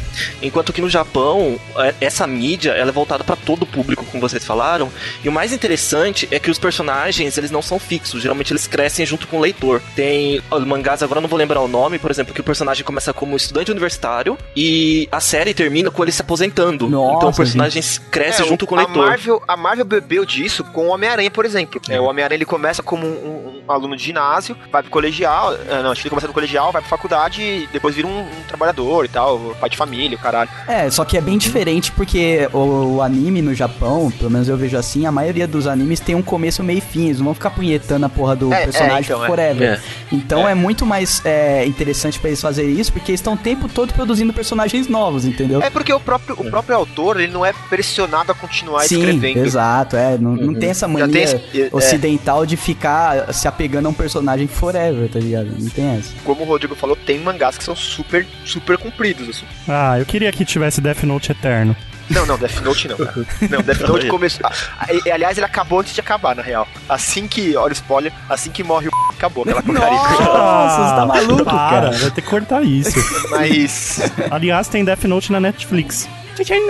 S5: Enquanto que no Japão, é- essa mídia ela é voltada para todo o público, como vocês falaram. E o mais interessante é que os personagens, eles não são fixos. Geralmente eles crescem junto com o leitor. Tem ó, mangás, agora eu não vou lembrar o nome, por exemplo, que o personagem começa como estudante universitário e a série termina com ele se aposentando.
S2: Nossa,
S5: então o personagem cresce
S3: É,
S5: junto com o
S3: a
S5: leitor.
S3: Marvel, a Marvel bebeu disso com o Homem-Aranha, por exemplo. É, o Homem-Aranha ele começa como um, um- um aluno de ginásio, vai pro colegial, ah, não, acho que ele começa no colegial, vai pra faculdade e depois vira um, um trabalhador e tal, pai de família, o caralho.
S2: É, só que é bem diferente porque o, o anime no Japão, pelo menos eu vejo assim, a maioria dos animes tem um começo, meio e fim. Eles não vão ficar punhetando a porra do
S3: É, é,
S2: personagem
S3: então, é.
S2: forever.
S5: É.
S2: Então é, muito mais é, interessante pra eles fazerem isso porque eles estão o tempo todo produzindo personagens novos, entendeu?
S3: É porque o próprio, o próprio autor, ele não é pressionado a continuar
S2: Sim,
S3: escrevendo.
S2: exato, é. Não, não tem essa mania
S3: tem esse- é.
S2: ocidental de ficar se apegando a um personagem forever, tá ligado? Não tem essa.
S3: Como o Rodrigo falou, tem mangás que são super, super compridos, assim.
S4: Ah, eu queria que tivesse Death Note Eterno.
S3: Não, não, Death Note não, cara. Não, Death Note começou... ah, e- e, aliás, ele acabou antes de acabar, na real. Assim que, olha o spoiler, assim que morre o... Acabou aquela porcaria.
S2: Nossa, você tá maluco,
S4: Ah, para,
S2: cara.
S4: Vai ter que cortar isso.
S3: Mas...
S4: Aliás, tem Death Note na Netflix.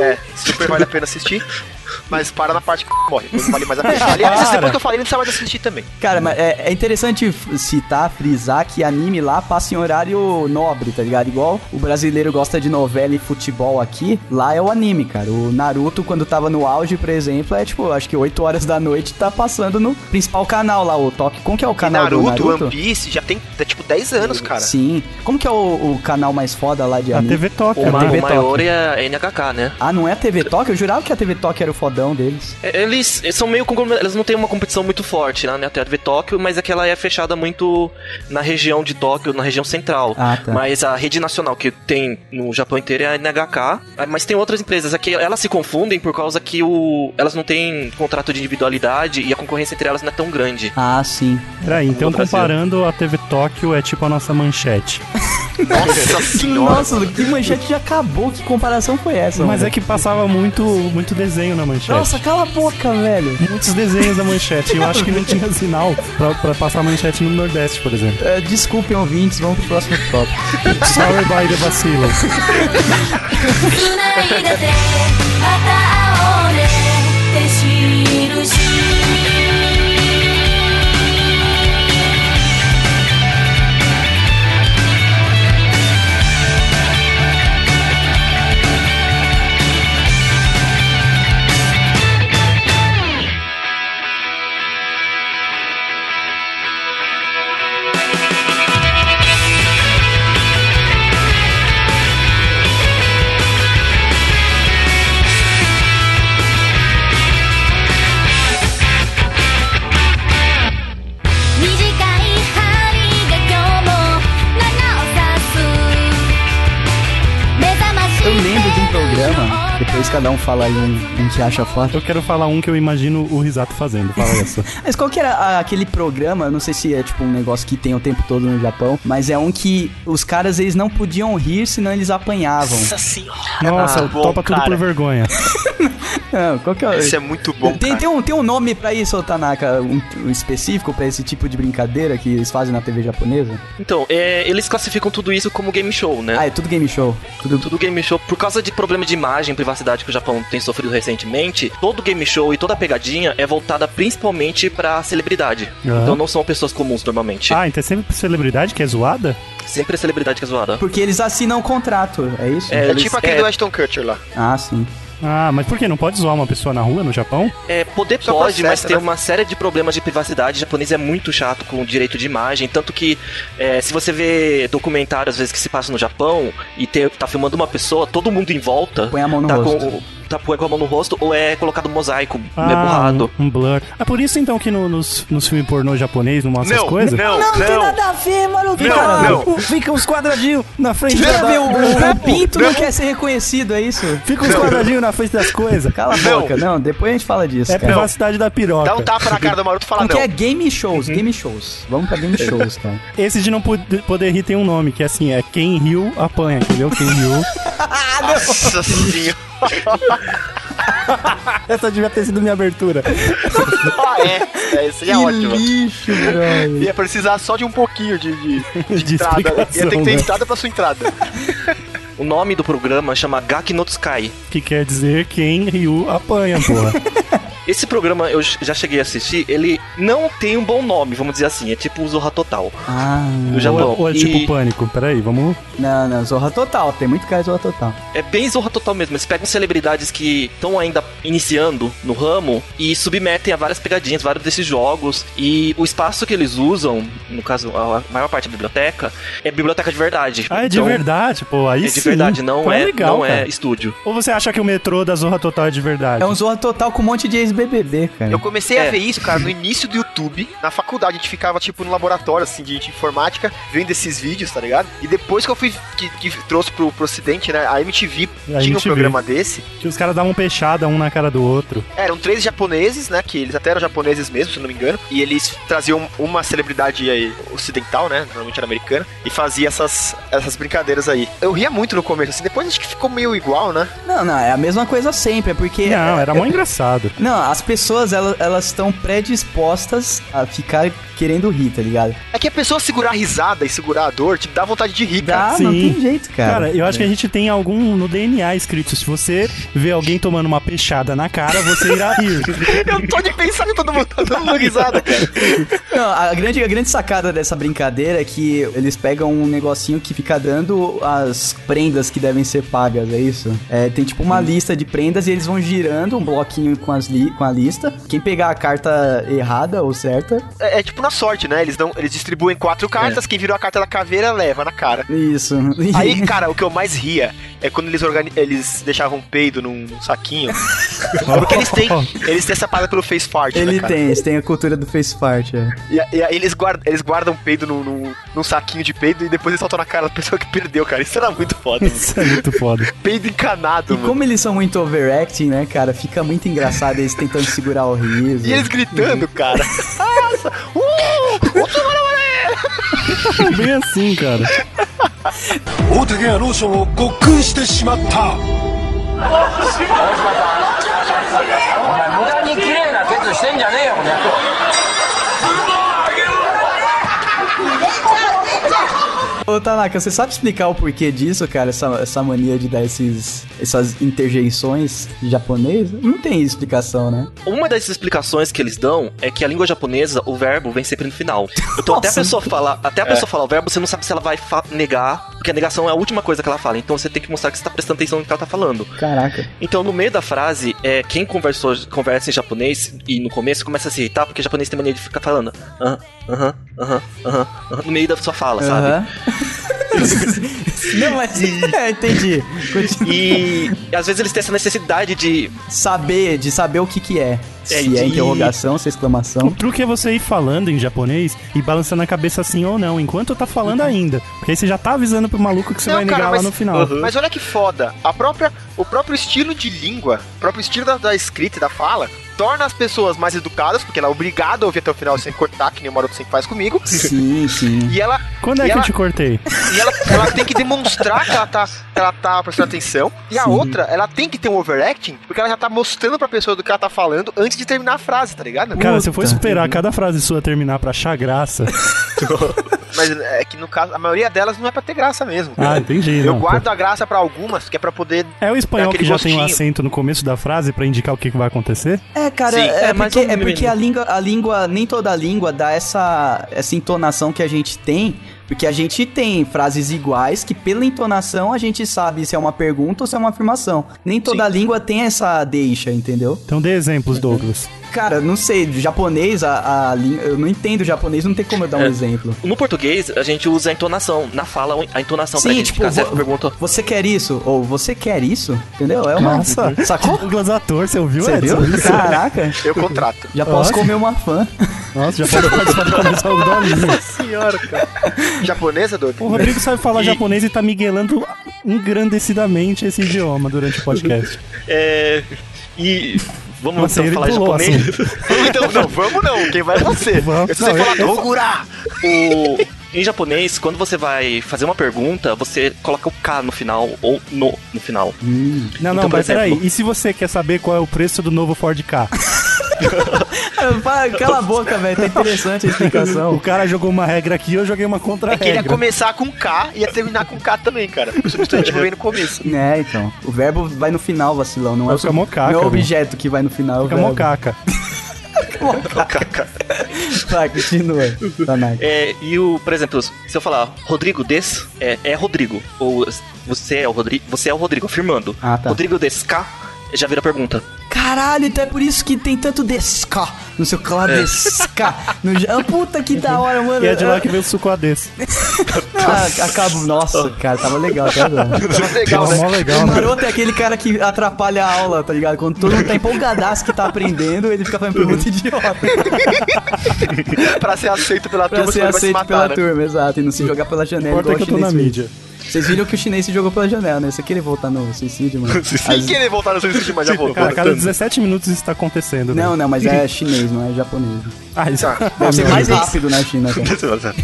S3: É, super vale a pena assistir. Mas para na parte que morre, não vale mais a pena. Aliás,
S4: Para.
S3: depois que eu falei, não precisa mais assistir também.
S2: Cara, mas é, é interessante f- citar, frisar que anime lá passa em horário nobre, tá ligado? Igual o brasileiro gosta de novela e futebol aqui, lá é o anime, cara. O Naruto, quando tava no auge, por exemplo, é tipo, acho que 8 horas da noite tá passando no principal canal lá, o Toque. Como que é o
S3: E
S2: canal
S3: Naruto,
S2: do Naruto?
S3: One Piece, já tem é, tipo 10 anos, cara.
S2: Sim. Como que é o, o canal mais foda lá de
S4: A
S2: anime?
S4: TV toca.
S5: O,
S3: né?
S2: Cara,
S5: Ma
S2: TV
S5: o maior é a NHK, né?
S2: Ah, não é a TV Toque? Eu jurava que a TV Toque era o fodão deles.
S5: É, Eles, eles são meio conglomer- eles não têm uma competição muito forte, né? Até a TV Tóquio, mas é que ela é fechada muito na região de Tóquio, na região central.
S2: Ah, tá.
S5: Mas a rede nacional que tem no Japão inteiro é a NHK, ah, mas tem outras empresas aqui, elas se confundem por causa que o, elas não têm contrato de individualidade e a concorrência entre elas não é tão grande.
S2: Ah, sim.
S4: Peraí, então
S5: No Brasil.
S4: comparando a TV Tóquio é tipo a nossa manchete.
S3: Nossa senhora.
S2: Nossa, que manchete de acabou, que comparação foi essa?
S4: Mas
S3: né?
S2: mano?
S4: é que passava muito, muito desenho na manchete.
S2: Nossa, cala a boca, velho.
S4: Muitos desenhos da manchete. Eu acho que não tinha sinal pra, pra passar manchete no Nordeste, por exemplo.
S2: É, Desculpem, ouvintes, vamos pro próximo tópico.
S4: Sorry by the vacilo.
S6: 繋いだ手また会おうねって印短い針が今日も長を刺す目覚まし
S2: Eu lembro de um programa, depois cada um fala aí um, um que acha foda.
S4: Eu quero falar um que eu imagino o Risato fazendo. Fala essa.
S2: Mas qual que era a- aquele programa, não sei se é tipo um negócio que tem o tempo todo no Japão, mas é um que os caras eles não podiam rir, senão eles apanhavam.
S3: Nossa senhora.
S4: Nossa,
S3: Ah, bom,
S4: topa tudo
S3: cara.
S4: por vergonha.
S2: Não, qual que é?
S3: Isso é muito bom,
S2: tem,
S3: cara.
S2: tem um, tem um nome pra isso, ô Tanaka, um, um específico pra esse tipo de brincadeira que eles fazem na TV japonesa?
S5: Então, é, eles classificam tudo isso como game show, né?
S2: Ah, é tudo game show. Tudo
S5: Tudo game show, por causa de problema de imagem e privacidade que o Japão tem sofrido recentemente, todo game show e toda pegadinha é voltada principalmente pra celebridade.
S4: Aham.
S5: Então não são pessoas comuns normalmente.
S4: Ah, então é sempre celebridade que é zoada?
S5: Sempre é celebridade que é zoada.
S2: porque eles assinam o contrato, é isso?
S5: É.
S3: É
S5: eles-
S3: tipo aquele
S5: é.
S3: do Ashton Kutcher lá.
S2: Ah, sim.
S4: Ah, mas por que? Não pode zoar uma pessoa na rua no Japão?
S5: É, poder
S3: Só
S5: pode,
S3: processa,
S5: mas tem
S3: né?
S5: uma série de problemas de privacidade. O japonês é muito chato com o direito de imagem. Tanto que, é, se você vê documentários, às vezes, que se passa no Japão e te- tá filmando uma pessoa, todo mundo em volta.
S2: Põe a mão no
S5: tá
S2: rosto.
S5: com. tapua com a mão no rosto ou é colocado mosaico, né,
S3: é
S4: Ah,
S5: borrado.
S4: Um blur. É por isso então que no, nos, nos filmes pornô japonês não mostra
S3: Não,
S4: essas coisas?
S3: não,
S7: Não, tem
S3: não.
S7: nada a ver, mano.
S3: Não,
S7: cara,
S3: não.
S7: Fica uns quadradinhos na frente
S2: Nada a ver, o, o- o pinto não
S3: Não.
S2: quer ser reconhecido, é isso?
S4: Fica uns quadradinhos na frente das coisas.
S2: Cala a
S3: Não.
S2: boca, não, depois a gente fala disso,
S4: É
S2: cara.
S4: privacidade da piroca.
S3: Dá um tapa na cara do Maroto e fala
S2: Como que
S3: não.
S2: é game shows, game shows. Vamos pra game shows, cara.
S4: Esse de não pod- poder rir tem um nome, que é assim, é quem riu apanha, entendeu? Quem riu.
S3: Nossa senhora.
S4: Essa devia ter sido minha abertura.
S3: Ah, é. é seria ótimo.
S2: lixo, brother.
S3: Ia precisar só de um pouquinho de, de, de
S4: De
S3: entrada. Ia ter que
S4: explicação,
S3: ter
S4: né?
S3: entrada pra sua entrada.
S5: O nome do programa chama Gaki no Tsukai.
S4: Que quer dizer quem riu apanha, porra.
S5: Esse programa eu já cheguei a assistir, ele não tem um bom nome, vamos dizer assim, é tipo o Zorra Total.
S2: Ah,
S5: Do Japão.
S4: Ou, ou é
S5: E
S4: tipo pânico. Peraí, vamos.
S2: não, não, Zorra Total, tem muito cara de Zorra Total.
S5: É bem Zorra Total mesmo. Eles pegam celebridades que estão ainda iniciando no ramo e submetem a várias pegadinhas, vários desses jogos. E o espaço que eles usam, no caso, a maior parte da biblioteca, é biblioteca de verdade.
S4: Ah, é de
S5: Então,
S4: verdade, pô. Aí
S5: É de
S4: sim.
S5: verdade, não
S4: Pô,
S5: é,
S4: legal,
S5: não
S4: cara.
S5: é estúdio.
S4: Ou você acha que o metrô da Zorra Total é de verdade?
S2: É um Zorra Total com um monte de ex-BBB, cara.
S3: Eu comecei a
S5: É.
S3: ver isso, cara, no início do YouTube. Na faculdade, a gente ficava, tipo, no laboratório, assim, de, de informática, vendo esses vídeos, tá ligado? E depois que eu fui, que, que trouxe pro, pro ocidente, né, a MTV
S4: A
S3: tinha um
S4: MTV.
S3: programa desse.
S4: Que os caras davam peixada um na cara do outro.
S3: Eram três japoneses, né, que eles até eram japoneses mesmo, se eu não me engano. E eles traziam uma celebridade aí, ocidental, né, normalmente era americana, e fazia essas, essas brincadeiras aí. Eu ria muito no começo, assim, depois acho que ficou meio igual, né?
S2: Não, não, é a mesma coisa sempre, é porque...
S4: Não, era mó engraçado.
S2: Não, as pessoas, ela- elas estão predispostas a ficar querendo rir, tá ligado?
S3: É que a pessoa segurar a risada e segurar a dor, tipo, dá vontade de rir, cara.
S2: Dá, não
S4: Sim.
S2: tem jeito, cara. É.
S4: Cara, eu acho que a gente tem algum no DNA escrito. Se você vê alguém tomando uma peixada na cara, você irá rir.
S3: Eu tô de pensar que todo mundo tá dando risada, cara.
S2: Não, a grande, a grande sacada dessa brincadeira é que eles pegam um negocinho que fica dando as prendas que devem ser pagas, é isso? É, tem tipo
S3: Uhum.
S2: uma lista de prendas e eles vão girando um bloquinho com, as li- com a lista. Quem pegar a carta errada ou certa,
S3: É, é tipo na sorte, né? Eles, dão, eles distribuem quatro cartas, quem virou a carta da caveira leva na cara.
S2: isso.
S3: Aí, cara, o que eu mais ria é quando eles, organi- eles deixavam um peido num, num saquinho. Porque eles têm, eles têm essa parada pelo face fart, né,
S2: Ele
S3: cara?
S2: tem, eles têm a cultura do face part, é.
S3: E, a- e aí eles guardam, eles guardam peido num, num- num saquinho de peido e depois eles soltam na cara da pessoa que perdeu, cara. Isso era muito foda.
S4: Isso é muito foda.
S3: peido
S2: E
S3: encanado, mano.
S2: como eles são muito overacting, né, cara, fica muito engraçado eles tentando segurar o riso.
S3: E eles gritando,
S4: Uhum.
S3: cara.
S4: Bem assim, cara.
S1: 大竹やローションをごっくんしてしまった
S8: 無駄に綺麗なケツしてんじゃねえよこの野郎
S2: Ô, Tanaka, você sabe explicar o porquê disso, cara? Essa, essa mania de dar esses, essas interjeições japonês? Não tem explicação, né?
S5: Uma das explicações que eles dão é que a língua japonesa, o verbo vem sempre no final. Então até a
S2: Nossa. É.
S5: pessoa falar, até a pessoa falar o verbo, você não sabe se ela vai fa- negar, porque a negação é a última coisa que ela fala. Então você tem que mostrar que você tá prestando atenção no que ela tá falando.
S2: Caraca.
S5: Então, no meio da frase, é, quem conversou, conversa em japonês e no começo começa a se irritar, porque o japonês tem mania de ficar falando aham, aham, aham, aham, aham", no meio da sua fala, sabe?
S2: Aham. Não, mas. é, entendi. Continua.
S5: E às vezes eles têm essa necessidade de.
S2: Saber, de saber o que que é. Se
S5: de-
S2: é interrogação, se é
S4: O
S2: exclamação.
S4: truque é você ir falando em japonês e balançando a cabeça assim ou não, enquanto tá falando ainda. Porque aí você já tá avisando pro maluco que você vai negar lá no final.
S3: Uhum. mas olha que foda. A própria, o próprio estilo de língua, o próprio estilo da, da escrita e da fala, torna as pessoas mais educadas, porque ela é obrigada a ouvir até o final sem cortar, que nem o Maroto sempre faz comigo.
S2: Sim, sim.
S3: E ela,
S4: Quando é
S3: E
S4: que
S3: ela-
S4: eu te cortei?
S3: e ela, ela tem que demonstrar que ela tá, que ela tá prestando atenção. E a outra, ela tem que ter um overacting, porque ela já tá mostrando pra pessoa do que ela tá falando antes de terminar a frase, tá ligado?
S4: Cara, se eu for esperar cada frase sua terminar pra achar graça.
S3: Mas é que no caso, a maioria delas não é pra ter graça mesmo.
S4: Ah, entendi.
S3: Eu
S4: não, pô.
S3: guardo a graça pra algumas, que é pra poder.
S4: É o espanhol que
S3: aquele
S4: já tem um
S3: gostinho.
S4: acento no começo da frase pra indicar o que que vai acontecer?
S2: É, cara,
S5: Sim,
S2: é,
S5: é mais
S2: porque,
S5: ou
S2: é
S5: menos.
S2: porque a língua, a língua, nem toda a língua dá essa, essa entonação que a gente tem Porque a gente tem frases iguais que, pela entonação, a gente sabe se é uma pergunta ou se é uma afirmação. Nem toda língua tem essa deixa, entendeu?
S4: Então dê exemplos,
S3: Uhum.
S4: Douglas.
S2: Cara, não sei, do japonês, a, a lin- eu não entendo japonês, não tem como eu dar um
S5: É.
S2: exemplo.
S5: No português, a gente usa a entonação. Na fala, a entonação pra
S2: Sim,
S5: gente
S2: tipo,
S5: ficar certo.
S2: vo-
S5: Pergunta.
S2: você quer isso? Ou você quer isso? Entendeu? É uma.
S4: Nossa.
S2: Sacou?
S4: Douglas ator, você ouviu,
S2: Você
S4: Edson?
S2: viu? Caraca,
S3: Eu contrato.
S2: já posso
S4: Nossa.
S2: comer uma fã.
S4: Nossa, já pode participar do comercial do Dolinho.
S3: Japonesa, Doug?
S4: O Rodrigo sabe falar japonês e tá miguelando engrandecidamente esse idioma durante o podcast.
S5: É. E. Vamos
S4: Nossa,
S5: então
S4: ele
S5: falar
S4: pulou o
S5: japonês.
S3: então, não, vamos não. Quem vai é você.
S4: Vamos.
S3: Eu só sei
S4: Não,
S3: falar
S4: eu-
S3: Dogura.
S5: O- Em japonês, quando você vai fazer uma pergunta, você coloca o K no final ou no no final.
S4: Não, não,
S5: Então, por
S4: mas peraí.
S5: exemplo-
S4: E se você quer saber qual é o preço do novo Ford K?
S2: Fala, Cala a boca, velho, tá interessante a
S4: o
S2: explicação.
S4: cara jogou uma regra aqui, eu joguei uma
S3: É que ele ia
S4: contra-regra.
S3: começar com K e ia terminar com K também, cara. Porque o substantivo vem no começo.
S2: É, então. O verbo vai no final, vacilão, não é
S4: Vai
S2: o
S4: ficar
S2: sub- não
S4: mocaca,
S2: é o
S4: velho.
S2: objeto que vai no final. é
S4: Fica
S2: o verbo.
S4: mocaca.
S2: Tá, continua. Tanaka.
S5: É, e o, por exemplo, se eu falar Rodrigo des, é, é Rodrigo. Ou você é o Rodrigo, você é o Rodrigo, afirmando.
S2: Ah, tá.
S5: Rodrigo des K, já vira pergunta.
S2: Caralho, então é por isso que tem tanto desca no seu clavesca. No... ja- Ah, puta que da hora, mano.
S4: E é de lá que veio o sucoadês.
S2: Ah, acabo. Nossa, cara, tava legal, tá vendo?
S3: Legal,
S4: Tava
S3: né?
S4: mó legal,
S2: O
S4: né?
S2: maroto é aquele cara que atrapalha a aula, tá ligado? Quando todo mundo tá empolgadaço que tá aprendendo, ele fica fazendo pergunta idiota
S3: pra ser aceito pela
S2: pra
S3: turma,
S2: ser
S3: senão ele vai se
S2: aceito pela
S3: matar, né?
S2: turma, exato, e não se jogar pela janela
S4: Importa
S2: igual
S4: é que
S2: o
S4: eu tô na
S2: chinês fez.
S4: mídia.
S2: Vocês viram que o chinês se jogou pela janela, né? Você queria voltar no suicídio, mano?
S3: Sem querer voltar no suicídio, mas já voltou.
S4: Cara, a cada 17 minutos isso tá acontecendo. né?
S2: Não, não, mas é chinês, não é japonês.
S4: Ah, isso.
S2: Deve ser
S4: meu
S2: mais
S4: Deus.
S2: rápido na China, assim. cara.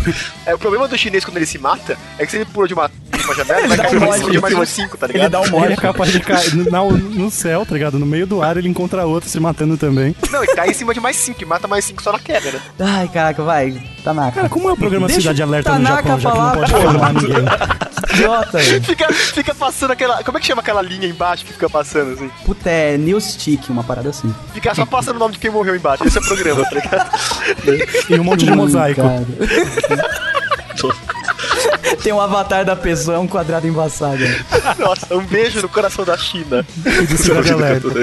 S3: É, o problema do chinês quando ele se mata é que se ele pula de uma, de uma janela, ele vai
S2: dá
S3: cair
S2: um
S3: mais
S2: monte.
S3: cinco, de mais umas 5, tá ligado?
S2: Ele dá um
S4: Ele é
S2: morte.
S4: capaz de cair no, na- no céu, tá ligado? No meio do ar ele encontra outro se matando também.
S3: Não, ele cai em cima de mais 5 e mata mais 5 só na queda, né?
S2: Ai, caraca, vai. Tanaka.
S4: Cara, como é o programa
S2: Deixa
S4: Cidade
S2: o
S4: Alerta
S2: Tanaka
S4: no Japão, já que não pode
S2: falar,
S4: filmar ninguém?
S2: Idiota, velho.
S3: Fica, fica passando aquela. Como é que chama aquela linha embaixo que fica passando assim?
S2: Puta, é New Stick, uma parada assim.
S3: Fica só passando o nome de quem morreu embaixo. Esse é o programa, tá ligado?
S4: E um monte de
S2: Ai,
S4: mosaico.
S2: cara. Tem um avatar da pessoa, é um quadrado embaçado. né?
S3: Nossa, um beijo no coração da China.
S4: E de Cidade Alerta.
S1: 大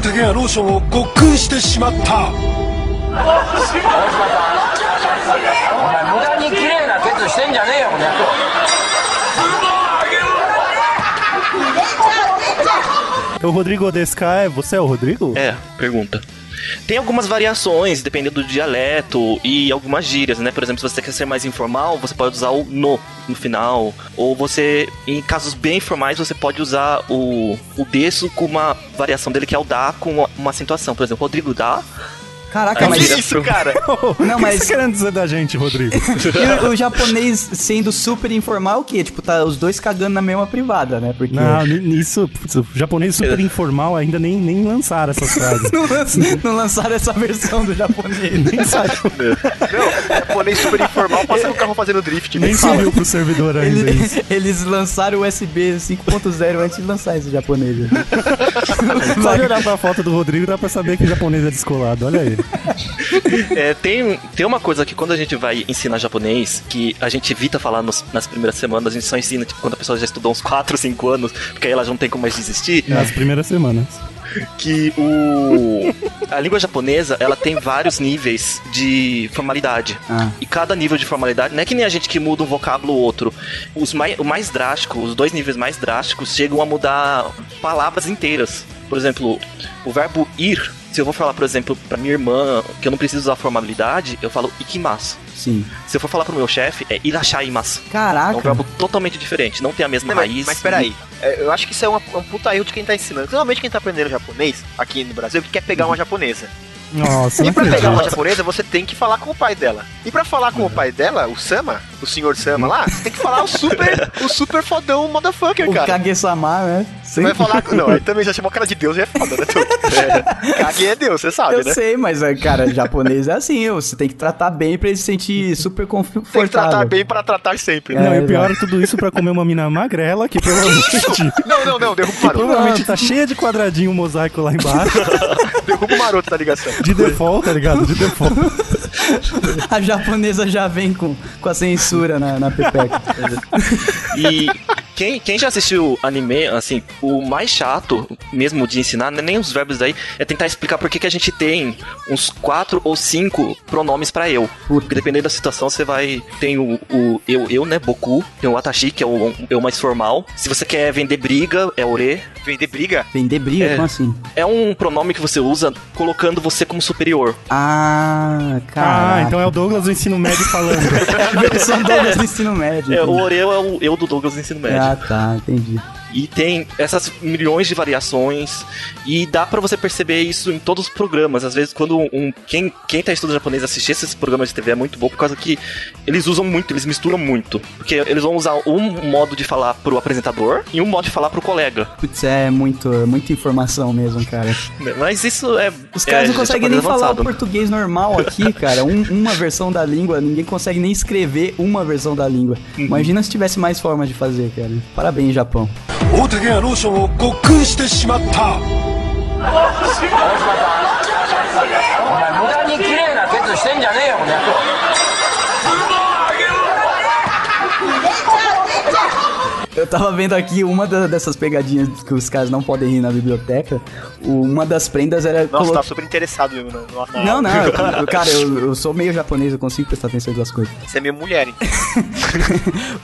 S1: 手芸能賞をごっくんしてしまった
S8: お前無駄に綺麗なケツしてんじゃねえよこの野郎
S4: Então, o Rodrigo Odesca é. Você é o Rodrigo?
S5: É, pergunta. Tem algumas variações, dependendo do dialeto e algumas gírias, né? Por exemplo, se você quer ser mais informal, você pode usar o no no final. Ou você, em casos bem informais, você pode usar o, o desso com uma variação dele, que é o dá com uma, uma acentuação. Por exemplo, Rodrigo dá.
S2: Caraca,
S5: É
S3: Que
S2: mas
S5: mentira.
S3: isso, cara?
S2: Não,
S4: Não, mas... O que
S2: mas-
S4: você tá querendo dizer da gente, Rodrigo?
S2: e o, o japonês sendo super informal, o quê? Tipo, tá os dois cagando na mesma privada, né? Porque.
S4: Não, ni- isso, putz, o japonês super informal ainda nem, nem lançaram essas frases.
S2: Não, lan- não lançaram essa versão do japonês.
S4: nem sabe,
S3: Não, japonês É, super informal, passando o carro fazendo drift. né?
S4: nem subiu pro servidor ainda
S2: Ele-
S4: isso.
S2: eles lançaram o USB 5.0 antes de lançar esse japonês.
S4: Só de olhar pra foto do Rodrigo dá pra saber que o japonês é descolado, olha aí.
S5: É, tem, tem uma coisa que quando a gente vai ensinar japonês, que a gente evita falar nos- nas primeiras semanas, a gente só ensina tipo, quando a pessoa já estudou uns 4, 5 anos, porque aí ela já não tem como mais desistir.
S4: Nas primeiras semanas.
S5: que o a língua japonesa ela tem vários níveis de formalidade
S2: Ah.
S5: e cada nível de formalidade não é que nem a gente que muda um vocábulo ou outro os mais o mais drástico os dois níveis mais drásticos chegam a mudar palavras inteiras por exemplo o verbo ir se eu vou falar por exemplo pra minha irmã que eu não preciso usar formalidade eu falo ikimasu
S2: Sim.
S5: se eu for falar pro meu chefe é irashaimasu é um
S3: Então
S2: Caraca.
S5: verbo totalmente diferente não tem a mesma
S3: Não, mas,
S5: raiz
S3: mas peraí, é, eu acho que isso é uma- um puta erro de quem tá ensinando. Normalmente quem tá aprendendo japonês aqui no Brasil quer pegar uma japonesa.
S4: Nossa,
S3: E
S4: não
S3: pra pegar uma
S4: acredito.
S3: japonesa, você tem que falar com o pai dela. E pra falar com o pai dela, o Sama, o senhor Sama lá, você tem que falar o super, o super fodão motherfucker,
S2: O
S3: cara.
S2: Kage-sama, né?
S3: Você vai falar com. Não, ele também já chamou o cara de Deus, já é foda, né? Tu? É, Kage é Deus, você sabe,
S2: Eu
S3: né?
S2: sei, mas, é, cara, japonês é assim, você tem que tratar bem pra ele se sentir super confortável.
S3: Tem que tratar bem pra tratar sempre.
S4: Não,
S3: Né?
S4: e o pior é tudo isso pra comer uma mina magrela que provavelmente.
S2: É.
S3: Não, não, não,
S2: Tipo,
S3: derruba o maroto.
S4: Provavelmente tá cheia de quadradinho mosaico lá embaixo,
S3: Derruba o maroto da ligação.
S4: de default, tá ligado? De default.
S2: A japonesa já vem com, com a censura na, na pepeca.
S5: E quem, quem já assistiu anime, assim, o mais chato mesmo de ensinar, não é nem os verbos daí, é tentar explicar por que, que a gente tem uns quatro ou cinco pronomes pra eu. Porque dependendo da situação, você vai. Tem o, o eu, eu, né? Boku. Tem o Atashi, que é o eu mais formal. Se você quer vender briga, é ore.
S3: Vender briga?
S2: Vender briga?
S5: É.
S2: Como assim?
S5: É um pronome que você usa colocando você como superior.
S2: Ah,
S4: Ah,
S2: cara.
S4: então é o Douglas do ensino médio falando.
S2: é a versão Douglas do ensino médio.
S5: É, o oreu é o eu do Douglas do ensino médio.
S2: Ah, tá, entendi.
S5: E tem essas milhões de variações. E dá pra você perceber isso em todos os programas. Às vezes, quando um. Quem, quem tá estudando japonês assistir esses programas de TV é muito bom, por causa que eles usam muito, eles misturam muito. Porque eles vão usar um modo de falar pro apresentador e um modo de falar pro colega.
S2: Putz, é muito, é muita informação mesmo, cara.
S5: né? Mas isso é.
S2: Os caras
S5: é,
S2: não conseguem nem
S5: japonês
S2: falar
S5: avançado.
S2: o português normal aqui, cara. Um- uma versão da língua, ninguém consegue nem escrever uma versão da língua. Imagina se tivesse mais formas de fazer, cara. Parabéns, Japão.
S1: 大竹やローションをごっくんしてしまった
S8: お前無駄に綺麗なケツしてんじゃねえよこの野郎
S2: Eu tava vendo aqui uma da- dessas pegadinhas que os caras não podem rir na biblioteca. O- uma das prendas era.
S3: Nossa,
S2: colo-
S3: tá super interessado mesmo. na- na- na-
S2: Não, não, eu- eu- cara, eu, eu sou meio japonês, eu consigo prestar atenção em duas coisas.
S3: Você é minha mulher, hein?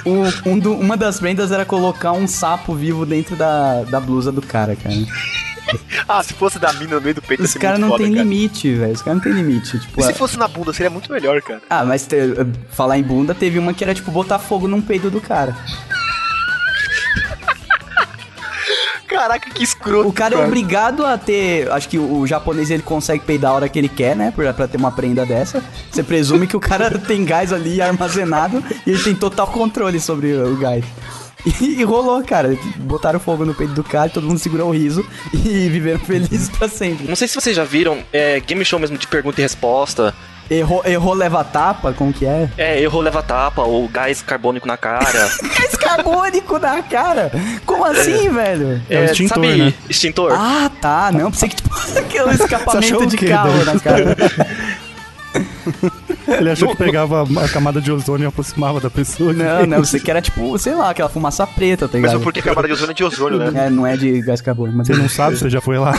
S2: O- um do- uma das prendas era colocar um sapo vivo dentro da, da blusa do cara, cara.
S3: Ah, se fosse da mina no meio do peito, ia
S2: Os
S3: ser
S2: caras
S3: É muito
S2: não
S3: foda,
S2: têm
S3: cara.
S2: limite, velho. Os caras não têm limite. Tipo,
S3: E se
S2: a-
S3: fosse na bunda, seria muito melhor, cara.
S2: Ah, mas te- falar em bunda, teve uma que era tipo botar fogo num peido do cara.
S3: Caraca, que escroto.
S2: O cara é obrigado a ter. Acho que o, o japonês ele consegue peidar a hora que ele quer, né? Pra, pra ter uma prenda dessa. Você presume que o cara tem gás ali armazenado e ele tem total controle sobre o, o gás. E, e rolou, cara. Botaram fogo no peito do cara, todo mundo segurou o riso e viveram felizes pra sempre.
S5: Não sei se vocês já viram, é game show mesmo de pergunta e resposta.
S2: Errou, errou leva tapa, como que é?
S5: É, erro leva tapa, ou gás carbônico na cara.
S2: Gás carbônico na cara! Como assim, velho?
S4: É o extintor,
S5: sabe,
S4: né?
S5: extintor?
S2: Ah, tá. Não, pensei que tipo, aquele
S7: Você achou
S2: escapamento
S7: o
S2: de
S7: quê,
S2: carro
S7: Dani?
S2: na cara.
S4: Ele achou que pegava a camada de ozônio e aproximava da pessoa.
S2: Não, não, você que era tipo, sei lá, aquela fumaça preta, tá
S3: Mas
S2: ligado?
S3: porque camada de ozônio é de ozônio, né?
S2: É, não é de gás carbônico, mas
S4: Você não sabe, você já foi lá.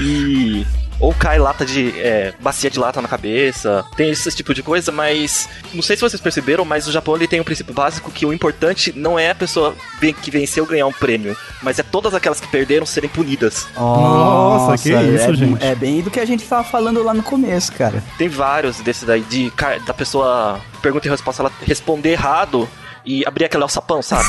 S5: e ou cai lata de é, bacia de lata na cabeça, tem esse tipo de coisa, mas não sei se vocês perceberam, mas o Japão ele tem um princípio básico que o importante não é a pessoa ven- que venceu ganhar um prêmio, mas é todas aquelas que perderam serem punidas.
S4: Nossa, que
S2: é,
S4: isso,
S2: é,
S4: gente.
S2: É bem do que a gente tava falando lá no começo, cara.
S5: Tem vários desses daí de ca- da pessoa pergunta e resposta ela responder errado e abrir aquele alçapão, sabe?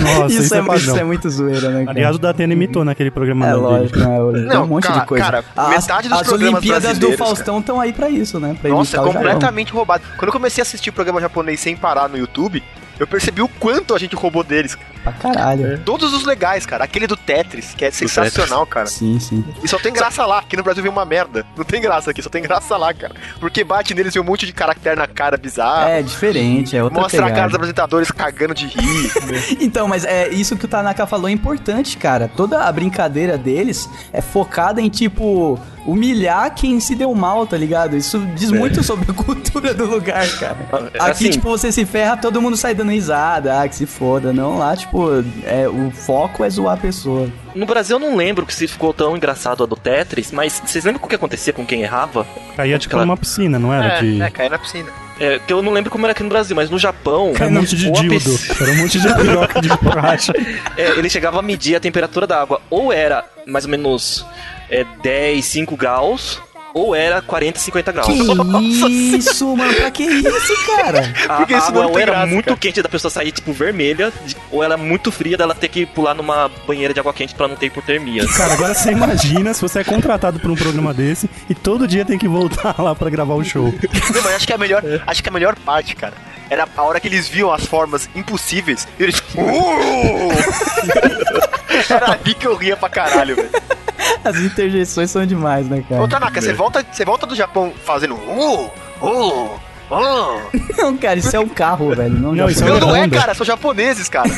S4: Nossa, isso, é,
S2: é,
S4: padrão.
S2: isso é muito zoeira, né, cara?
S4: Aliás, o Datena imitou naquele programa
S2: é
S4: dele.
S2: lógico, né? Tem um
S3: Não,
S2: monte
S3: cara-
S2: de coisa.
S3: cara,
S2: as,
S3: metade dos
S2: as
S3: programas
S2: Olimpíadas do
S3: brasileiros,
S2: Faustão estão aí pra isso, né? Pra
S3: Nossa,
S2: imitar o Japão.
S3: completamente roubado. Quando eu comecei a assistir programa japonês sem parar no YouTube, eu percebi o quanto a gente roubou deles.
S2: Pra caralho.
S3: Todos os legais, cara. Aquele do Tetris, que é sensacional, cara.
S2: Sim, sim.
S3: E só tem graça lá. Aqui no Brasil vem uma merda. Não tem graça aqui, só tem graça lá, cara. Porque bate neles e um monte de caractere na cara bizarro.
S2: É diferente, é outra
S3: Ah. Mostra a cara
S2: pegada.
S3: dos apresentadores cagando de rir.
S2: Então, mas é isso que o Tanaka falou é importante, cara. Toda a brincadeira deles é focada em tipo humilhar quem se deu mal, tá ligado? Isso diz muito sobre a cultura do lugar, cara. Aqui,
S5: Assim-
S2: tipo, você se ferra, todo mundo sai dando risada, ah, que se foda. Não, lá, tipo, é, o foco é zoar a pessoa.
S5: No Brasil eu não lembro que se ficou tão engraçado a do Tetris, mas vocês lembram o que acontecia com quem errava?
S4: Caía tipo
S5: Claro.
S4: numa piscina, não era? de...
S3: é, cair na piscina.
S5: É, que eu não lembro como era aqui no Brasil, mas no Japão.
S4: Era um monte de
S5: ou a
S4: dildo.
S5: pessoa-
S4: Era um monte de piroca de borracha.
S5: É, ele chegava a medir a temperatura da água. Ou era mais ou menos é, 10, 5 graus, ou era 40, 50 graus.
S2: Que isso, mano? Pra que isso, cara?
S5: A
S3: Porque isso
S5: água
S3: não
S5: ou
S3: tem
S5: era
S3: graça,
S5: muito
S3: cara.
S5: quente da pessoa sair, tipo, vermelha, de- ou era muito fria dela ter que pular numa banheira de água quente pra não ter hipotermia.
S4: Cara, agora você imagina se você é contratado por um programa desse e todo dia tem que voltar lá pra gravar o show.
S3: Não, mas acho que, é a melhor, acho que a melhor parte, cara, era a hora que eles viam as formas impossíveis e eles. "Uh!" era ali que eu ria pra caralho, velho.
S2: As interjeições são demais, né,
S4: É.
S3: Ô,
S2: cara?
S3: Tanaka, você volta, você volta do Japão fazendo. Uh, uh, uh.
S2: Não, cara, isso é um carro, velho. Não,
S4: Não,
S2: já
S4: isso
S2: foi.
S4: é
S3: Meu,
S4: uma
S3: não é,
S4: Honda.
S3: cara, são japoneses, cara.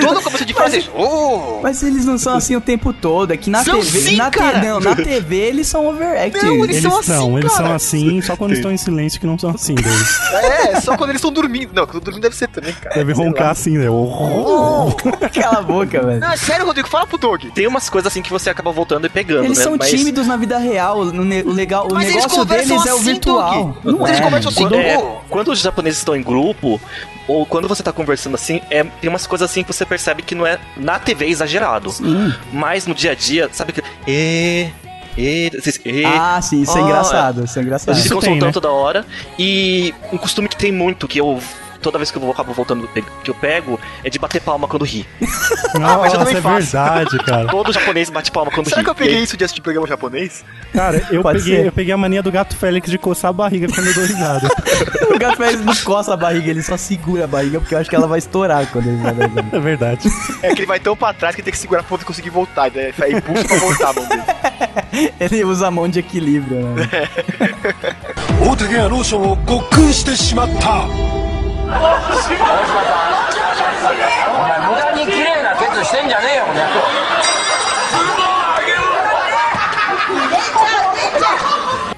S3: Todo começo de frase é. Oh!
S2: Mas eles não são assim o tempo todo. É que na
S3: São
S2: TV.
S3: sim,
S2: na te-
S3: cara!
S2: não, na TV eles são overacting.
S3: Não, eles-
S4: Eles
S3: são
S4: são,
S3: assim,
S4: eles
S3: cara.
S4: são assim, só quando estão em silêncio que não são assim. Deles.
S3: É, só quando eles estão dormindo. Não, quando dormindo deve ser também, cara.
S4: Deve
S3: Sei
S4: roncar
S3: lá.
S4: assim,
S2: Ah,
S4: né?
S2: Cala a boca, velho.
S3: Não, é sério, Rodrigo, fala pro Doug.
S5: Tem umas coisas assim que você acaba voltando e pegando,
S2: Eles
S5: né?
S2: são
S5: Mas-
S2: tímidos na vida real. no ne- o legal, o
S3: Mas eles
S2: negócio deles
S3: conversam
S2: é o
S3: assim,
S2: virtual.
S3: Doug.
S2: Não
S3: Eles
S2: é.
S3: conversam assim,
S5: Quando,
S3: Doug.
S5: é,
S3: Oh.
S5: quando os japoneses estão em grupo, ou quando você tá conversando assim, é, tem umas coisas assim que você percebe que não é na TV exagerado. Mas no dia a dia, sabe que. E, e, esses
S3: assim.
S5: e,
S2: Ah, sim, isso é
S5: Ah,
S2: engraçado. Isso é engraçado.
S5: Eles
S4: Isso
S5: ficam
S4: tem,
S5: soltando
S4: né?
S5: toda hora. E um costume que tem muito, que eu. Toda vez que eu vou acabo voltando pe- que eu pego, é de bater palma quando ri.
S4: Nossa,
S3: mas eu também
S4: é
S3: faço.
S4: verdade, cara.
S5: Todo japonês bate palma quando
S3: Será
S5: ri.
S3: que eu peguei isso de assistir programa japonês?
S4: Cara, eu
S2: Pode ser.
S4: peguei, eu peguei a mania do gato Félix de coçar a barriga quando eu dou risada.
S2: O café ele não coça a barriga, ele só segura a barriga porque eu acho que ela vai estourar quando ele vai dar
S4: É verdade.
S3: É que ele vai tão pra trás que ele tem que segurar pra poder conseguir voltar. Né? É impulso pra voltar, mano.
S2: Ele usa a mão de equilíbrio, né?
S3: É.
S1: 大竹やローションをごっくんしてしまった
S8: お前無駄に綺麗なケツしてんじゃねえよこの野郎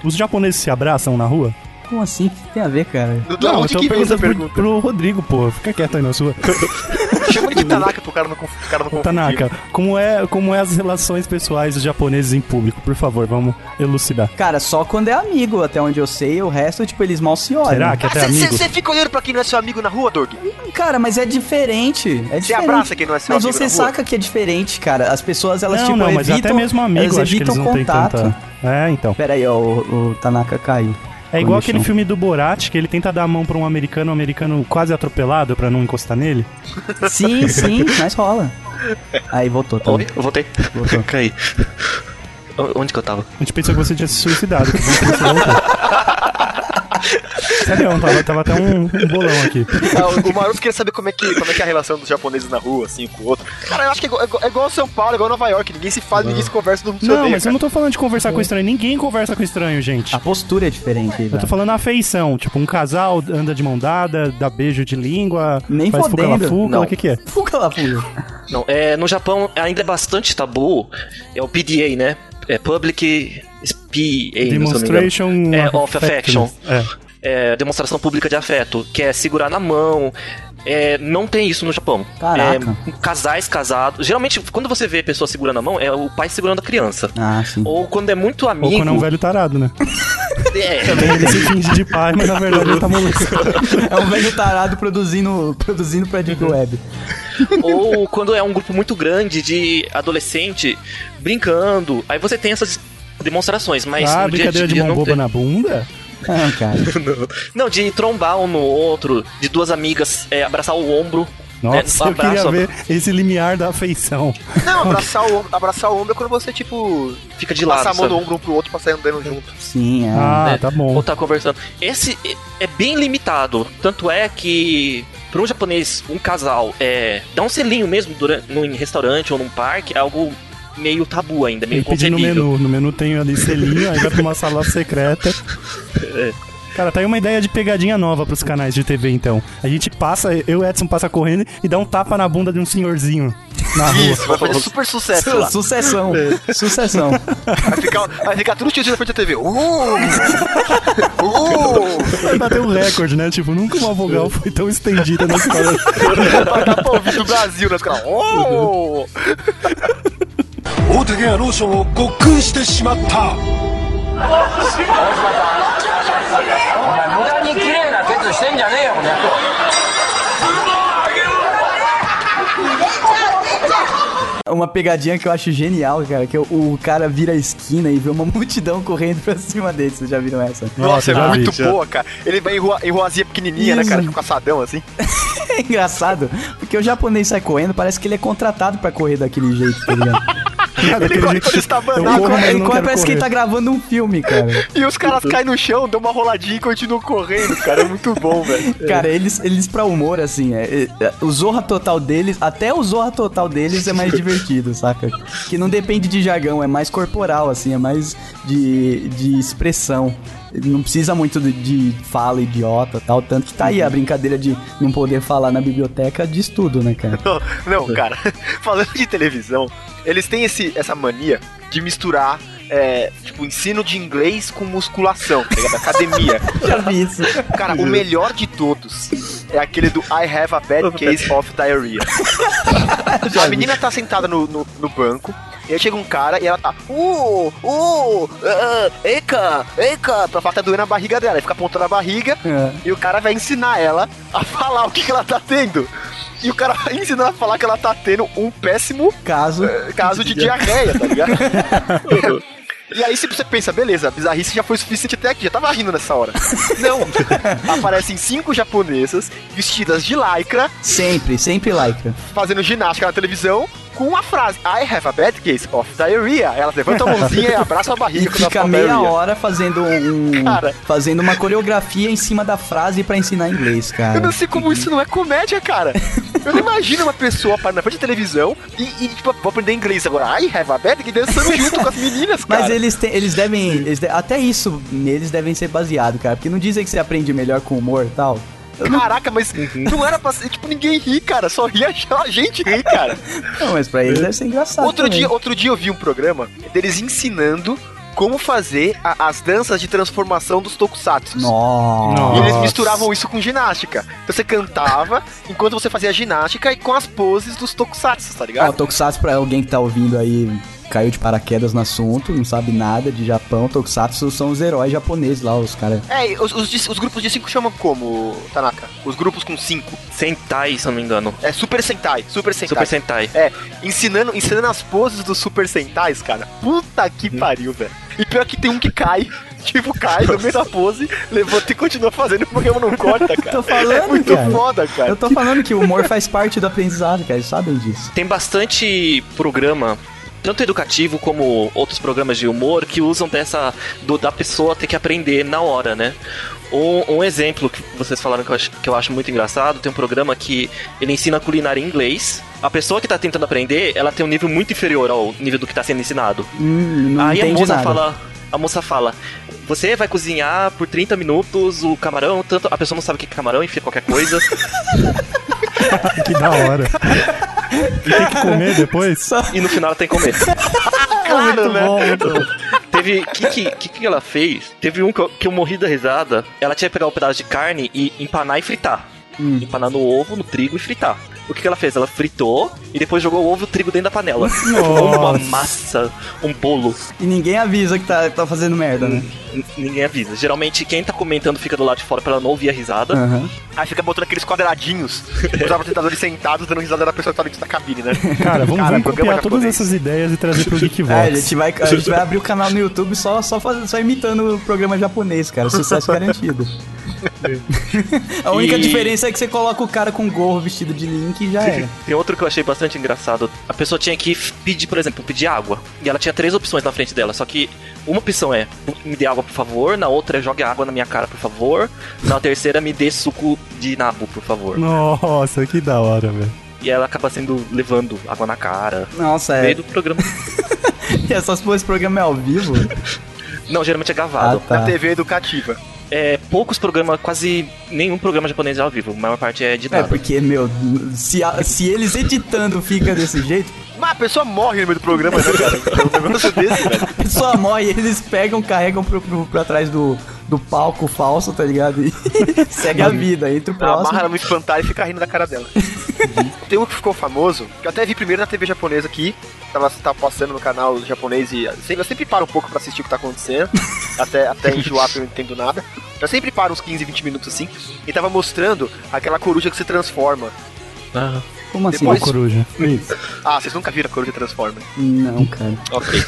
S4: Os japoneses se abraçam na rua? Então
S2: Como assim? O que tem a ver, cara?
S3: Da onde que veio essa
S4: pro,
S3: pergunta?
S4: pro Rodrigo, pô. Fica quieto aí na sua.
S3: Chama ele de Tanaka pro cara não, conf- pro cara não confundir.
S4: Tanaka, como é, como é as relações pessoais dos japoneses em público? Por favor, vamos elucidar.
S2: Cara, só quando é amigo, até onde eu sei, o resto, tipo, eles mal se olham.
S4: Será que até amigo?
S3: Você fica olhando pra quem não é seu amigo na rua, Doug?
S2: Cara, mas é diferente. É
S3: Você
S2: diferente.
S3: abraça quem não é seu
S2: Mas
S3: amigo
S2: você
S3: na rua?
S2: saca que é diferente, cara. As pessoas, elas,
S4: tipo, não,
S2: tipo,
S4: não, mas
S2: evitam...
S4: até mesmo amigo,
S2: elas
S4: acho que eles
S2: evitam
S4: não
S2: contato.
S4: têm tanta. É, então.
S2: Pera aí, ó, o, o Tanaka caiu.
S4: É igual
S2: no
S4: aquele
S2: chão.
S4: filme do Borat, que ele tenta dar a mão pra um americano, o americano quase atropelado pra não encostar nele.
S2: Sim, sim, mas rola. Aí voltou, tá?
S5: Oi? Eu voltei.
S2: Voltou.
S5: Caí. O- Onde que eu tava?
S4: A gente pensou que você tinha se suicidado. que bom que você voltou. Sério, tava, tava até um, um bolão aqui.
S3: Ah, o- o Maroto queria saber como é, que, como é que é a relação dos japoneses na rua, assim, com o outro. Cara, eu acho que é igual, é igual- é igual São Paulo, é igual Nova York. Ninguém se fala, ninguém se conversa, todo mundo se
S4: Não,
S3: odeia,
S4: mas eu
S3: cara.
S4: não tô falando de conversar com estranho. Ninguém conversa com estranho, gente.
S2: A postura é diferente.
S4: Eu tô
S2: velho.
S4: falando a afeição, tipo, um casal anda de mão dada, dá beijo de língua,
S2: Nem
S4: faz
S2: fodendo.
S4: fuca
S5: Não.
S4: o que que é?
S2: Fuga lá, fuga.
S5: Não, é, no Japão ainda é bastante tabu. É o PDA, né? É Public SPA, não se eu não me engano.
S4: Demonstration
S5: É, of affection.
S4: É.
S5: É, demonstração pública de afeto, que é segurar na mão. É, não tem isso no Japão.
S2: Caraca.
S5: É, casais casados. Geralmente, quando você vê a pessoa segurando a mão, é o pai segurando a criança.
S2: Ah, sim.
S5: Ou quando é muito
S4: Ou
S5: amigo.
S4: quando é um velho tarado, né?
S5: É,
S4: Ele se finge de pai, mas na verdade ele tá maluco.
S2: É um velho tarado produzindo, produzindo pra Deep Web.
S5: ou quando é um grupo muito grande de adolescente brincando. Aí você tem essas demonstrações, mas
S4: ah,
S5: no dia a
S4: brincadeira de
S5: dia
S4: mão
S5: não
S4: boba
S5: tem.
S4: na bunda?
S2: Ah, cara.
S5: Não, de trombar um no outro, de duas amigas é, abraçar o ombro.
S4: Nossa,
S3: um
S5: né?
S4: eu queria ver esse limiar da afeição.
S3: Não, abraçar o, ombro- abraçar o ombro é quando você, tipo,
S5: Fica de lado.
S3: passar a mão
S5: sabe?
S3: no ombro um pro outro pra sair andando junto.
S2: Sim, é.
S4: Ah,
S5: É.
S4: tá
S5: ou
S4: bom.
S5: tá conversando. Esse é- é bem limitado. Tanto é que para um japonês, um casal, é, dar um selinho mesmo durante, num restaurante ou num parque é algo meio tabu ainda, meio
S4: Ele pediu no
S5: concebível.
S4: menu. No menu tem ali selinho, aí vai pra uma sala secreta.
S3: É.
S4: Cara, tá aí uma ideia de pegadinha nova pros canais de TV, então. A gente passa, eu e o Edson passa correndo e dá um tapa na bunda de um senhorzinho na rua.
S3: Isso, vai fazer super sucesso
S2: Su-
S3: lá.
S2: Sucessão. Sucessão.
S3: Vai ficar, vai ficar tudo tiozinho na frente da TV. Uh! Uh!
S4: Vai bater um recorde, né? Tipo, nunca uma vogal foi tão estendida na história.
S3: Vai dar pra ouvir do Brasil, né? Fica lá, "Oh!"
S1: 大竹やローションをごっくんしてしまっ
S8: お
S1: た
S8: 前無駄に綺麗なケツしてんじゃねえよこの野郎
S2: É Uma pegadinha que eu acho genial, cara, que o, o cara vira a esquina e vê uma multidão correndo pra cima dele. Vocês já viram essa?
S3: Nossa,
S4: já
S3: é muito
S4: vi, já.
S3: boa, cara. Ele vai em, rua, em ruazinha pequenininha, né, cara? Com caçadão, assim.
S2: É engraçado, porque o japonês sai correndo, parece que ele é contratado pra correr daquele jeito, tá ligado?
S3: Ele corre quando está
S4: Eu
S2: Ele
S3: banado.
S4: corro,
S2: corre,
S4: mas
S2: ele
S4: não
S2: corre
S4: quero
S2: parece que ele tá
S4: correr.
S2: gravando um filme, cara.
S3: E os caras caem no chão, dão uma roladinha e continuam correndo, cara. É muito bom, velho.
S2: Cara, eles, eles pra humor, assim, é, é, é, o Zorra Total deles, até o Zorra Total deles é mais divertido, saca? Que não depende de jargão, é mais corporal, assim, é mais de, de expressão. Não precisa muito de, de fala idiota tal. Tanto que tá aí a brincadeira de não poder falar na biblioteca diz tudo, né, cara?
S3: Não, não, cara, falando de televisão, eles têm esse, essa mania de misturar. é, tipo, ensino de inglês com musculação, tá ligado? Academia.
S2: Já vi isso.
S3: Cara, o melhor de todos é aquele do I have a bad case of diarrhea. a menina tá sentada no, no, no banco, e aí chega um cara e ela tá. Uh, uh, uh, eca, eca. Pra falar que tá doendo a barriga dela. Aí fica apontando a barriga
S2: É.
S3: e o cara vai ensinar ela a falar o que, que ela tá tendo. E o cara vai ensinar ela a falar que ela tá tendo um péssimo
S2: Caso.
S3: eh, caso de diarreia, tá ligado? E aí se você pensa, beleza, a bizarrice já foi suficiente até aqui, já tava rindo nessa hora. Não! Aparecem cinco japonesas vestidas de lycra,
S2: Sempre, sempre lycra.
S3: fazendo ginástica na televisão, com a frase I have a bad case of diarrhea. Elas levantam a mãozinha e abraçam a
S2: E
S3: barriga quando elas
S2: fica
S3: falam
S2: meia
S3: diarrhea.
S2: hora fazendo um.
S3: Cara.
S2: Fazendo uma coreografia em cima da frase pra ensinar inglês,
S3: Eu não
S2: cara.
S3: sei como isso não é comédia, cara. Eu não imagino uma pessoa parando na frente da televisão e, e, tipo, vou aprender inglês agora. I have a bad case dançando junto com as meninas, cara.
S2: Mas eles, te- eles devem. eles de- até isso neles devem ser baseado, cara. Porque não dizem que você aprende melhor com humor e tal.
S3: Uhum. Caraca, mas não era pra ser, tipo, ninguém ri, cara. Só ria a gente rir, cara.
S2: Não, mas pra eles deve ser engraçado.
S3: outro,
S2: também.
S3: dia, outro dia eu vi um programa deles ensinando como fazer a- as danças de transformação dos tokusatsu.
S2: Nossa.
S3: E eles
S4: Nossa.
S3: misturavam isso com ginástica. Então você cantava enquanto você fazia ginástica e com as poses dos tokusatsu, tá
S2: Ó,
S3: ligado?
S2: Tokusatsu, pra alguém que tá ouvindo aí, caiu de paraquedas no assunto, não sabe nada de Japão. Tokusatsu são os heróis japoneses lá, os caras.
S3: É, e os, os de- os grupos de cinco chamam como, Tanaka? Os grupos com cinco.
S5: Sentai, se eu não me engano.
S3: É Super Sentai, Super Sentai.
S5: Super Sentai.
S3: É, ensinando, ensinando as poses dos Super Sentais, cara. Puta que
S2: Hum.
S3: pariu, velho. E pior que tem um que cai, tipo, cai no meio da pose, levanta e continua fazendo, o Pokémon não corta, cara.
S2: Tô falando,
S3: É muito
S2: cara.
S3: foda, cara.
S2: Eu tô falando que o humor faz parte do aprendizado, cara, eles sabem disso.
S5: Tem bastante programa, tanto educativo como outros programas de humor, que usam dessa. do- da pessoa ter que aprender na hora, né? Um, um exemplo que vocês falaram que eu, acho, que eu acho muito engraçado, tem um programa que ele ensina culinária em inglês. A pessoa que tá tentando aprender, ela tem um nível muito inferior ao nível do que tá sendo ensinado.
S2: Hum, não
S5: Aí a
S2: entende
S5: moça
S2: nada.
S5: fala. A moça fala. Você vai cozinhar por 30 minutos o camarão, tanto. A pessoa não sabe o que é camarão, enfia qualquer coisa.
S4: Que da hora. E tem que comer depois?
S5: e no final ela tem que comer.
S3: Claro, né?
S5: Teve. O que, que, que, que ela fez? Teve um que eu, que eu morri da risada. Ela tinha que pegar um pedaço de carne e empanar e fritar. Empanar no ovo, no trigo e fritar. O que, que ela fez? Ela fritou e depois jogou o ovo e o trigo dentro da panela. Ficou uma massa, um bolo.
S2: E ninguém avisa que tá, tá fazendo merda, né?
S5: N- Ninguém avisa. Geralmente quem tá comentando fica do lado de fora pra ela não ouvir a risada.
S2: Aham.
S3: Aí fica botando aqueles quadradinhos, os apresentadores sentados dando risada da pessoa que tá dentro da cabine, né?
S4: Cara, vamos,
S3: Cara, programa
S4: vamos copiar todas
S3: japonês.
S4: essas ideias e trazer pro
S2: É, a
S4: Geekbox.
S2: gente, vai, a gente vai abrir o canal no YouTube só, só, faz- só imitando o programa japonês, cara. Sucesso garantido. A única
S5: E-
S2: diferença é que você coloca o cara com gorro vestido de Link e já era.
S5: Tem outro que eu achei bastante engraçado. A pessoa tinha que f- pedir, por exemplo, pedir água. E ela tinha três opções na frente dela. Só que uma opção é me dê água, por favor. Na outra é jogue água na minha cara, por favor. Na terceira, me dê suco de nabo, por favor.
S4: Nossa, que da hora, velho.
S5: E ela acaba sendo levando água na cara.
S2: Nossa,
S5: No
S2: é.
S5: meio do programa.
S2: Essas porra, esse programa é ao vivo?
S5: Não, geralmente é
S2: Ah,
S5: gravado.
S2: tá.
S3: Na TV educativa.
S5: É, poucos programas, quase nenhum programa japonês é ao vivo. A maior parte é
S2: É,
S5: editado.
S2: porque, meu, se, a- se eles editando fica desse jeito,
S3: Mas a pessoa morre no meio do programa, né, cara? Um negócio desse, velho.
S2: a pessoa morre e eles pegam, carregam pro, pro- pra trás do, do palco falso, tá ligado? E segue a vida, entra o
S3: Ela
S2: próximo. Uhum.
S3: amarra ela no espantalho e fica rindo da cara dela. Tem um que ficou famoso, que eu até vi primeiro na TV japonesa aqui. Tava, tava passando no canal japonês e eu sempre, eu sempre paro um pouco pra assistir o que tá acontecendo. até, até enjoar porque eu não entendo nada. Eu sempre paro uns 15, 20 minutos assim. E tava mostrando aquela coruja que se transforma.
S2: Como assim?
S3: Depois-
S4: Coruja.
S3: Ah, vocês nunca viram a coruja transforma.
S2: Não, cara.
S3: Ok.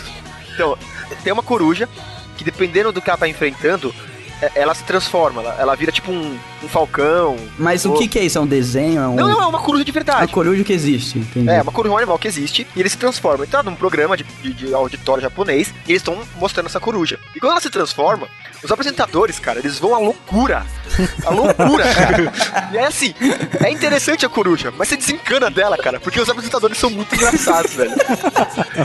S3: Então, tem uma coruja que dependendo do que ela tá enfrentando, é- ela se transforma. Ela, ela vira tipo um, um falcão.
S2: Mas o
S3: Ou-
S2: que que é isso? É um desenho? É um...
S3: Não, não, é uma coruja de verdade.
S2: A coruja que existe, entendi.
S3: É, uma coruja é um animal que existe e ele se transforma. Então, num programa de, de- de auditório japonês, e eles estão mostrando essa coruja. E quando ela se transforma, os apresentadores, cara, eles vão à loucura A loucura, cara. E é assim, é interessante a coruja, mas você desencana dela, cara, porque os apresentadores são muito engraçados, velho.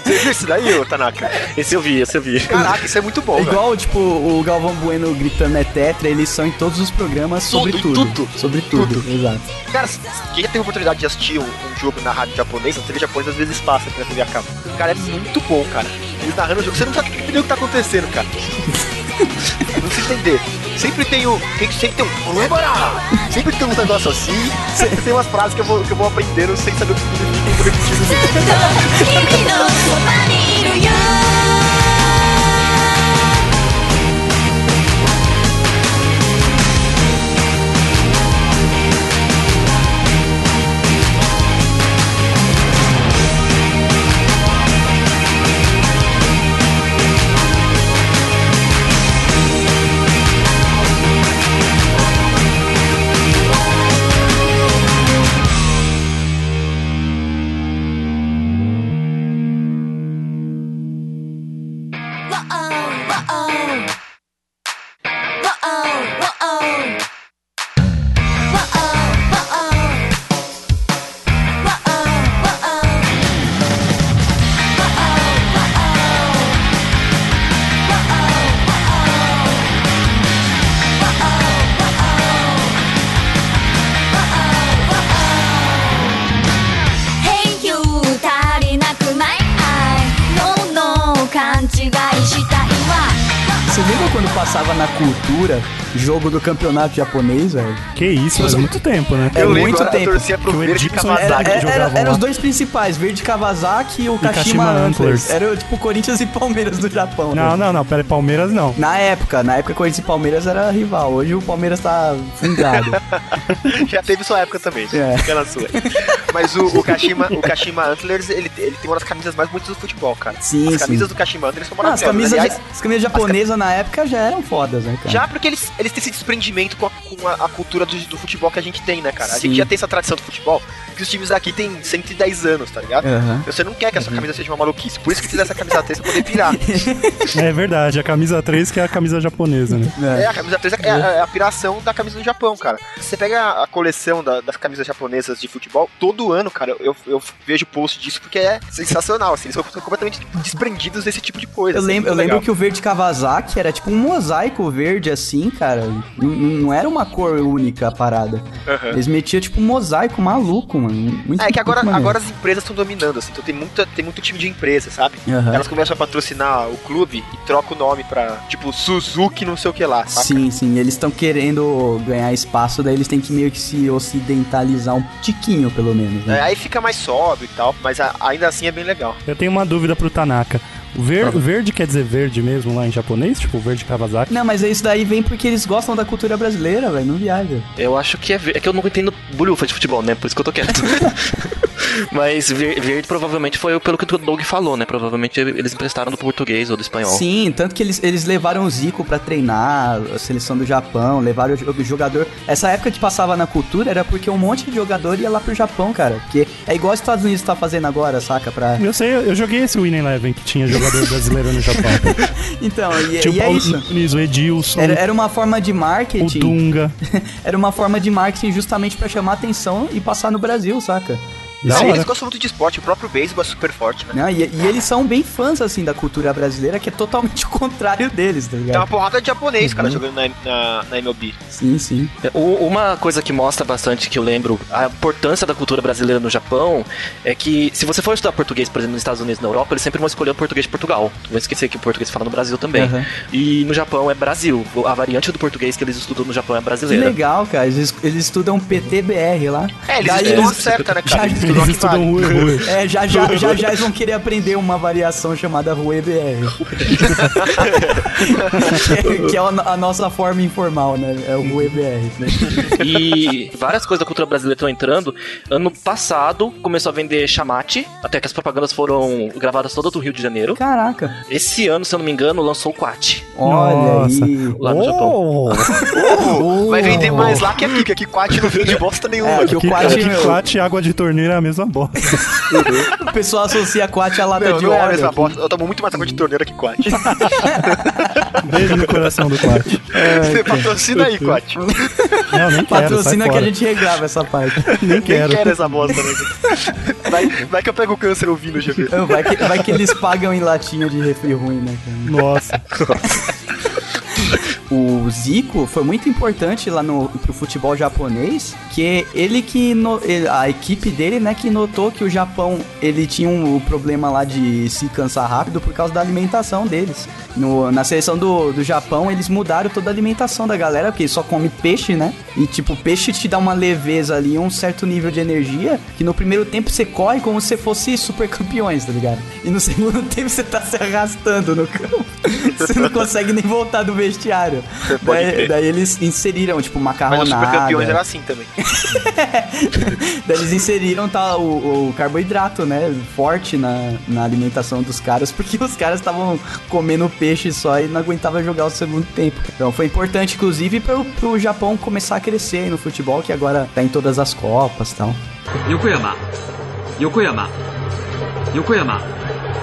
S3: Você viu isso daí, ô Tanaka?
S5: Esse eu vi, esse eu vi.
S3: Caraca, isso é muito bom,
S2: É
S3: velho.
S2: igual, tipo, o Galvão Bueno gritando é tetra, eles são em todos os programas sobre
S3: Tudo,
S2: tudo.
S3: tudo.
S2: Sobre tudo, exato.
S3: Cara, se- se- quem já teve oportunidade de assistir um, um jogo na rádio japonesa, a TV japonesa às vezes passa aqui na TV a cabo. Cara, é muito bom, cara. Eles narrando o jogo, você não sabe entender o que tá acontecendo, cara. não se entender. Sempre tem o. tem- Sempre tem um. "Ora!" Sempre tem um negócio assim. Sempre tem umas frases que eu vou, que eu vou aprendendo sem saber o que significa e vou repetindo.
S6: ずっと君のそばにいるよ「わおわおわおわお」「わおわおわおわお」「わおわおわおわおわおわお」Hey you 足りなくない I No no 勘違いしたいわ
S2: Você lembra quando passava na cultura jogo do campeonato japonês, velho?
S4: Que isso, faz muito tempo, né?
S2: É
S3: Eu lembro,
S2: muito
S3: eu
S2: tempo.
S3: torcia pro
S4: Que o
S3: verde
S4: Edilson
S2: Era,
S3: Kawasaki.
S4: que
S2: era-
S4: jogavam
S2: era-
S4: lá.
S2: era os dois principais, Verde Kawasaki e o Kashima,
S4: Kashima
S2: Antlers.
S4: Antlers.
S2: Era tipo Corinthians e Palmeiras do Japão.
S4: Não,
S2: velho.
S4: não, não, peraí, Palmeiras não.
S2: Na época, na época Corinthians e Palmeiras era rival. Hoje o Palmeiras tá fundado.
S3: Já teve sua época também.
S2: É.
S3: Fica na sua. Mas o, o, Kashima, o Kashima Antlers, ele, ele tem uma das camisas mais bonitas do futebol, cara.
S2: Sim,
S3: As
S2: sim.
S3: camisas do Kashima Antlers são
S2: Ah, as,
S3: maravilhosas.
S2: camisas,
S3: Aliás,
S2: ja- as camisas japonesas na época já eram fodas, né, cara?
S3: Já porque eles, eles têm esse desprendimento com a, com a- a cultura do, do futebol que a gente tem, né, cara? A
S2: Sim.
S3: gente já tem essa tradição do futebol, que os times daqui têm 110 anos, tá ligado?
S2: Aham.
S3: Você não quer que a sua
S2: Uhum.
S3: camisa seja uma maluquice, por isso que você dá essa camisa 3 pra poder pirar.
S4: É verdade, a camisa 3 que é a camisa japonesa, né?
S3: É, a camisa 3 é, a- é a piração da camisa do Japão, cara. Você pega a coleção da- das camisas japonesas de futebol, todo ano, cara, eu, eu vejo post disso porque é sensacional, assim, eles são completamente desprendidos desse tipo de coisa.
S2: Eu
S3: assim,
S2: lembro, eu
S3: muito
S2: lembro
S3: legal.
S2: que o verde Kawasaki era tipo um mosaico verde assim, cara. Não, não era uma cor única a parada.
S3: Aham.
S2: Eles metiam tipo um mosaico maluco, mano. Muito-
S3: É que agora,
S2: muito maneiro.
S3: agora as empresas estão dominando, assim, então tem, muita, tem muito time de empresa, sabe?
S2: Aham.
S3: Elas começam a patrocinar o clube e troca o nome pra, tipo, Suzuki não sei o que lá, saca?
S2: Sim, sim, eles estão querendo ganhar espaço, daí eles têm que meio que se ocidentalizar um tiquinho, pelo menos,
S3: É,
S2: né?
S3: aí fica mais sóbrio e tal, mas a- ainda assim é bem legal.
S4: Eu tenho uma dúvida pro Tanaka. Ver- verde quer dizer verde mesmo lá em japonês? Tipo, verde
S3: É.
S4: Kawasaki?
S2: Não, mas isso daí vem porque eles gostam da cultura brasileira, velho, não viaja.
S5: Eu acho que é verde. É que eu não entendo bolhufa de futebol, né? Por isso que eu tô quieto. Mas ver- verde provavelmente foi pelo que o Doug falou, né? Provavelmente eles emprestaram do português ou do espanhol.
S2: Sim, tanto que eles, eles levaram o Zico pra treinar, a seleção do Japão, levaram o jo- o jogador. Essa época que passava na cultura era porque um monte de jogador ia lá pro Japão, cara. Porque é igual os Estados Unidos tá fazendo agora, saca? Pra...
S4: Eu sei, eu joguei esse Winning Eleven que tinha jogador brasileiro no Japão.
S2: Então, e,
S4: Tinha o
S2: e é
S4: Paulo
S2: isso.
S4: Nunes, o Edilson,
S2: Era, era uma forma de
S4: o
S2: marketing.
S4: Dunga.
S2: Era uma forma de marketing justamente pra chamar atenção e passar no Brasil, saca?
S4: Da
S3: Sim,
S4: hora.
S3: eles gostam muito de esporte, o próprio beisebol é super forte, né?
S2: Né? E, e eles são bem fãs, assim, da cultura brasileira, que é totalmente o contrário deles, tá
S3: Tem uma
S2: ligado?
S3: porrada de japonês, cara, jogando na, na, na MLB.
S2: Sim, sim.
S5: É, u- Uma coisa que mostra bastante que eu lembro a importância da cultura brasileira no Japão é que se você for estudar português, por exemplo, nos Estados Unidos, na Europa, eles sempre vão escolher o português de Portugal. Não vou esquecer que o português fala no Brasil também.
S2: Aham.
S5: E no Japão é Brasil. A variante do português que eles estudam no Japão é
S2: Que
S5: brasileira.
S2: legal, cara. Eles, eles estudam PTBR lá.
S3: É, eles
S2: Daí
S3: estudam a certa, né, cara?
S2: já-
S3: Eles estudam
S4: Eles
S3: a que
S4: estudam
S3: vale.
S4: rua, rua.
S2: É, já já, já já eles vão querer aprender uma variação chamada Rue BR. que, que é a, no- a nossa forma informal, né? É o Rue BR. Né?
S5: E várias coisas da cultura brasileira estão entrando. Ano passado começou a vender chamate, até que as propagandas foram gravadas todas do Rio de Janeiro.
S2: Caraca.
S5: Esse ano, se eu não me engano, lançou o Quat
S2: Olha
S4: Nossa.
S2: aí.
S5: lá no Japão.
S4: Oh,
S3: Vai vender mais lá que aqui, que aqui quase não vende bosta nenhuma.
S2: É, que o
S4: Que,
S2: Quat,
S4: que quate, água de torneira é mesma bosta.
S2: O pessoal associa quate à lata
S3: Não,
S2: de
S3: não é a mesma
S2: óleo.
S3: bosta. Eu tomo muito mais água de torneira que Quat.
S4: Beijo no coração do Quat.
S3: Você patrocina aí, Quat.
S4: Não, nem quero.
S2: Patrocina
S4: sai
S2: que a
S4: fora.
S2: gente regrava essa parte.
S4: Nem
S3: Quem
S4: quero.
S3: quer essa bosta, né? Vai, vai que eu pego câncer ouvindo o GV.
S2: Vai que, vai que eles pagam em latinha de refri ruim, né, cara?
S4: Nossa.
S2: o Zico foi muito importante lá no pro futebol japonês, que ele que no- ele- a equipe dele, né, que notou que o Japão ele tinha um problema lá de se cansar rápido por causa da alimentação deles. No- na seleção do, do Japão eles mudaram toda a alimentação da galera, porque só come peixe, né? E tipo, peixe te dá uma leveza ali, um certo nível de energia, que no primeiro tempo você corre como se fosse super campeões, tá ligado? E no segundo tempo você tá se arrastando no campo. Você não consegue nem voltar do vestiário.
S3: Pode
S2: Daí,
S3: crer.
S2: daí eles inseriram, tipo,
S3: Mas os
S2: macarronada.
S3: supercampeões eram assim também.
S2: Daí eles inseriram tá, o, o carboidrato, né? Forte na, na alimentação dos caras, porque os caras estavam comendo peixe só e não aguentava jogar o segundo tempo. Então foi importante, inclusive, pro, pro Japão começar a crescer aí no futebol, que agora tá em todas as Copas e tal.
S9: 横山横山横山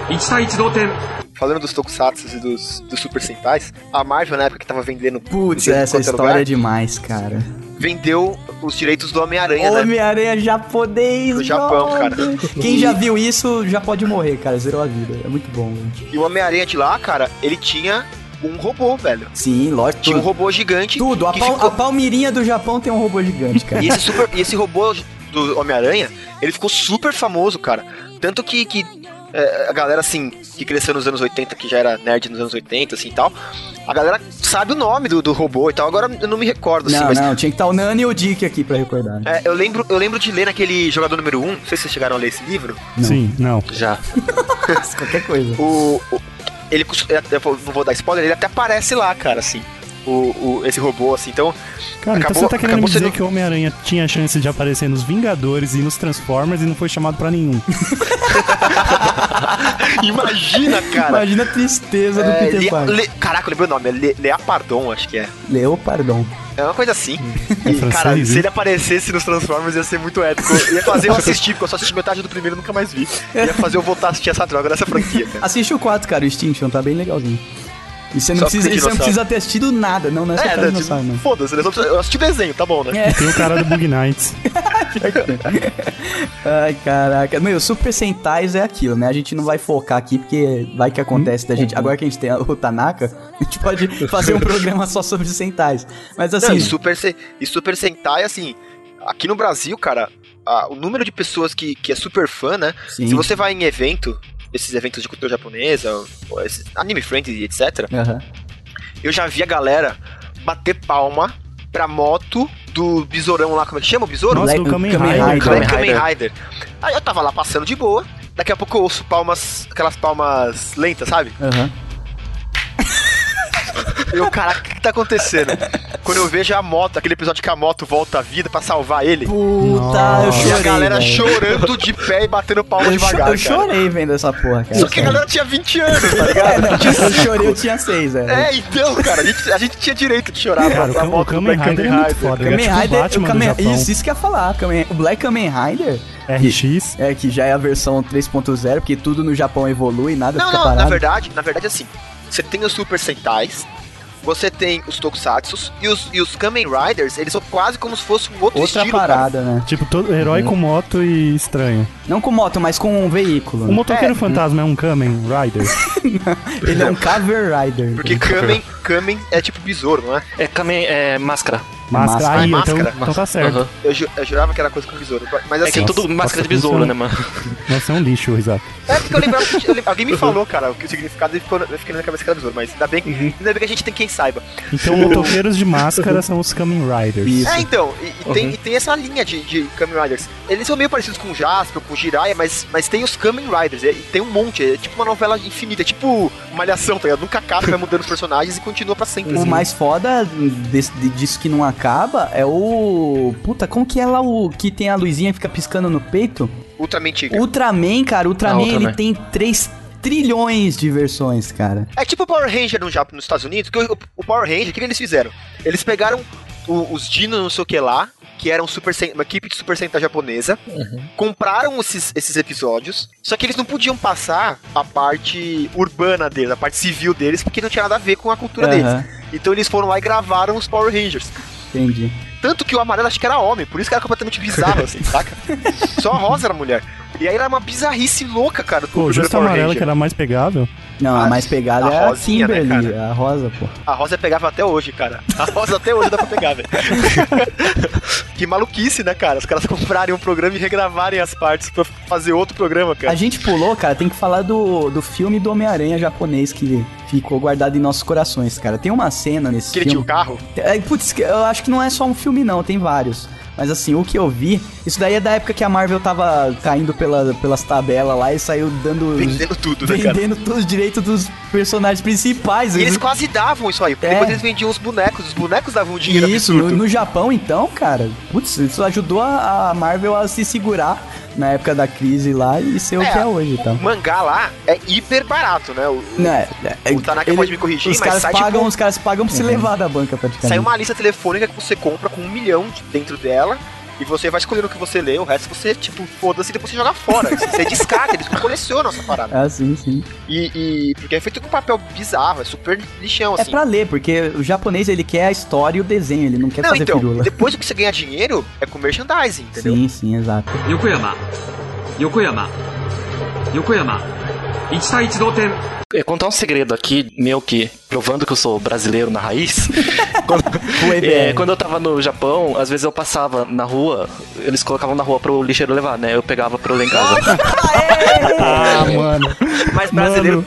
S9: 1対1同点
S3: Falando dos tokusatsu e dos, dos super sentais, a Marvel, na época que tava vendendo...
S2: Putz,
S3: em
S2: essa
S3: quanto
S2: história é demais, cara.
S3: Vendeu os direitos do Homem-Aranha,
S2: é,
S3: né?
S2: Homem-Aranha japonês,
S3: Do Japão, cara.
S2: brother. Quem já viu isso já pode morrer, cara. Zerou a vida. É muito bom, velho.
S3: E o Homem-Aranha de lá, cara, ele tinha um robô, velho.
S2: Sim, lógico.
S3: Tinha um robô gigante.
S2: Tudo, a,
S3: que
S2: pal-
S3: ficou-
S2: a palmeirinha do Japão tem um robô gigante, cara.
S3: E esse, super, e esse robô do Homem-Aranha, ele ficou super famoso, cara. Tanto que, que é, a galera, assim, que cresceu nos anos 80, que já era nerd nos anos 80, assim e tal, a galera sabe o nome do, do robô e tal. Agora eu não me recordo, assim,
S2: não,
S3: mas.
S2: não, tinha que estar o Nani e o Dick aqui pra recordar. né?
S3: é, eu, lembro, eu lembro de ler naquele jogador número 1, não sei se vocês chegaram a ler esse livro.
S4: Sim, não.
S5: Já.
S3: É.
S2: Qualquer coisa.
S3: O. o- ele. cus- é, Eu vou- não vou dar spoiler, ele até aparece lá, cara, assim. O, o- esse robô, assim. Então,
S4: Cara, então
S3: Acabou-
S4: você tá querendo me
S3: acabou
S4: dizer
S3: sendo-
S4: que o Homem-Aranha tinha chance de aparecer nos Vingadores e nos Transformers e não foi chamado pra nenhum.
S3: imagina, cara.
S2: Imagina a tristeza do
S3: É,
S2: Peter
S3: Le-
S2: Parker.
S3: Le- caraca, eu lembrei o nome. É Le- Leapardon, acho que é.
S2: Leopardon.
S3: É uma coisa assim.
S4: É
S3: E, cara,
S4: francês,
S3: se
S4: hein?
S3: ele aparecesse nos Transformers ia ser muito épico. Ia fazer eu assistir, porque eu só assisti metade do primeiro e nunca mais vi. Ia fazer eu voltar a assistir essa droga dessa franquia, cara.
S2: Assiste o 4, cara, o Extinction, tá bem legalzinho. E você não,
S3: Só
S2: precisa,
S3: porque
S2: e você não
S3: dinossauro.
S2: precisa ter assistido nada, não, não é só pra
S3: né,
S2: dinossauro,
S3: tipo,
S2: não.
S3: foda-se, eu só- eu assisti o desenho, tá bom, né?
S2: É.
S4: Tem o cara do Bug Nights.
S2: Ai, caraca. Meu, Super Sentais é aquilo, né? A gente não vai focar aqui, porque vai que acontece da gente. Agora que a gente tem o Tanaka, a gente pode fazer um programa só sobre Sentais. Mas assim.
S3: Não, e, super, Se- e Super Sentai, assim, aqui no Brasil, cara, a- o número de pessoas que, que é super fã, né?
S2: Sim.
S3: Se você vai em evento, esses eventos de cultura japonesa, ou- ou esses anime friends, etc.,
S2: Aham.
S3: eu já vi a galera bater palma pra moto do besourão lá, como é que chama o besouro?
S4: Nossa,
S2: Le-
S4: do Kamen
S2: Kamen
S4: Rider.
S2: Rider.
S3: Kamen
S5: Kamen
S3: Kamen Rider. Aí eu tava lá passando de boa, daqui a pouco eu ouço palmas, aquelas palmas lentas, sabe?
S2: Aham.
S3: Eu, caraca, o que que tá acontecendo? Quando eu vejo a moto, aquele episódio que a moto volta à vida pra salvar ele,
S2: Puta, eu
S4: Nossa.
S2: chorei.
S3: e a galera
S2: velho.
S3: chorando de pé e batendo palma
S2: Eu, cho-
S3: devagar,
S2: eu
S3: cara.
S2: chorei vendo essa porra, cara.
S3: Só que a galera tinha 20 anos, tá ligado?
S2: É, não, eu chorei, eu tinha seis, velho.
S3: É, então, cara, a gente, a gente tinha direito de chorar pra-
S4: Cara, o
S3: pra
S4: Kam- o
S3: moto do
S4: Kamen
S3: Black
S4: Rider é
S3: Kamen
S4: muito
S3: Rider.
S4: foda.
S2: Kamen
S4: ele é tipo
S2: Rider,
S4: Batman
S2: o
S4: do
S2: Kamen,
S4: Japão.
S2: isso, isso que eu ia falar. Kamen, o Black Kamen Rider,
S4: RX.
S2: é, que já é a versão 3.0, porque tudo no Japão evolui, nada
S3: Não,
S2: fica
S3: não,
S2: parado.
S3: na verdade, na verdade assim, você tem os Super Sentais, você tem os Tokusatsu e os, e os Kamen Riders, eles são quase como se fosse um outro
S2: Outra
S3: estilo, cara.
S2: parada, né?
S4: Tipo, todo herói com moto e estranho.
S2: Não com moto, mas com um veículo.
S4: O motoqueiro fantasma é um Kamen Rider.
S2: Ele é um Caver Rider. Né?
S3: Porque Kamen, Kamen é tipo besouro, não é?
S5: É, Kamen, é máscara.
S4: Máscara.
S2: máscara.
S4: Aí,
S3: Ah,
S4: então,
S3: máscara.
S4: então tá certo.
S5: Aham.
S3: Eu, ju- eu jurava que era coisa com besouro, mas
S5: É que
S3: assim...
S5: é tudo
S4: Nossa,
S5: máscara de
S4: nossa,
S5: besouro,
S4: funciona.
S5: né, mano?
S4: Nossa, é um lixo, Isaac.
S3: É porque eu lembrava que eu lem- alguém me falou, cara, o que o significado e ficou- eu fiquei na minha cabeça que era besouro, mas ainda bem,
S2: Uhum.
S3: ainda bem que a gente tem quem saiba.
S4: Então, motoqueiros de máscara são os Kamen Riders.
S2: Isso.
S3: É, então, e, e tem, e tem essa linha de, de Kamen Riders. Eles são meio parecidos com o Jasper, com o Jiraiya, mas, mas tem os Kamen Riders, e, e tem um monte, é tipo uma novela infinita, é tipo Malhação, tá ligado? Nunca acaba, vai mudando os personagens e continua pra sempre.
S2: O
S3: assim.
S2: mais foda desse, disso que não acaba é o. Puta, como que é lá o que tem a luzinha que fica piscando no peito?
S3: Ultraman Tigre.
S2: Ultraman, cara, Ultraman,
S5: Ah, Ultraman.
S2: ele tem 3 trilhões de versões, cara.
S3: É tipo o Power Ranger no Japão, nos Estados Unidos, que o, o Power Ranger, o que que eles fizeram? Eles pegaram o- os dinos não sei o que lá, que era um super sen- uma equipe de Super Sentai japonesa,
S4: Uhum.
S3: compraram esses, esses episódios, só que eles não podiam passar a parte urbana deles, a parte civil deles, porque não tinha nada a ver com a cultura
S4: Uhum.
S2: Aham,
S3: deles. Então eles foram lá e gravaram os Power Rangers.
S2: entendi.
S3: Tanto que o amarelo acho que era homem, por isso que era completamente bizarro, assim, saca? Só a rosa era mulher. E aí era uma bizarrice louca, cara, do
S4: Pô,
S3: primeiro
S4: justo a
S3: Power
S4: amarela
S3: Ranger.
S4: que era mais pegável.
S2: Não, a,
S3: A-
S2: mais pegada
S3: Ah, a
S2: é a
S3: rosinha, né,
S2: Kimberly,
S3: cara?
S2: a rosa, pô.
S3: A rosa pegava até hoje, cara. A rosa até hoje dá pra pegar, velho. que maluquice, né, cara? Os caras comprarem um programa e regravarem as partes pra fazer outro programa,
S2: A
S3: cara.
S2: gente pulou, cara, tem que falar do, do filme do Homem-Aranha japonês que ficou guardado em nossos corações, cara. Tem uma cena nesse
S3: Que ele tinha
S2: filme.
S3: o carro.
S2: É, putz, eu acho que não é só um filme, não, tem vários. Mas assim, o que eu vi, isso daí é da época que a Marvel tava caindo pela, pelas tabelas lá e saiu dando.
S3: Vendendo tudo, né, cara?
S2: vendendo todos os direitos dos personagens principais.
S3: E eles quase davam isso aí, porque
S2: É.
S3: depois eles vendiam os bonecos. Os bonecos davam um dinheiro
S2: Isso, no,
S3: absurdo.
S2: no Japão então, cara, putz, isso ajudou a, a Marvel a se segurar na época da crise lá e ser o
S3: É,
S2: que é hoje, então.
S3: O mangá lá é hiper barato, né? O-
S2: Né, é,
S3: o Tanaka pode me corrigir,
S2: os
S3: mas
S2: caras
S3: sai
S2: pagam,
S3: tipo-
S2: Os caras pagam pra se levar da banca praticamente.
S3: Sai uma lista telefônica que você compra com um milhão de- dentro dela. E você vai escolhendo o que você lê, o resto você, tipo, foda-se e depois você joga fora. Você descarta, eles colecionam essa parada.
S2: Ah, sim, sim.
S3: Tipo E, e- Porque é feito com papel bizarro, é super lixão,
S2: É
S3: assim.
S2: pra ler, porque o japonês ele quer a história e o desenho, ele não quer
S3: Não,
S2: fazer
S3: então,
S2: pirula.
S3: depois que você ganha dinheiro, é com merchandising, entendeu?
S2: Sim, sim, exato.
S9: 横山横山横山1対1同点
S5: Eu ia contar um segredo aqui, meu que, provando que eu sou brasileiro na raiz. quando, é, quando eu tava no Japão, às vezes eu passava na rua, eles colocavam na rua pro lixeiro levar, né? Eu pegava pra eu ler em casa.
S4: Ah, mano.
S3: Mas brasileiro.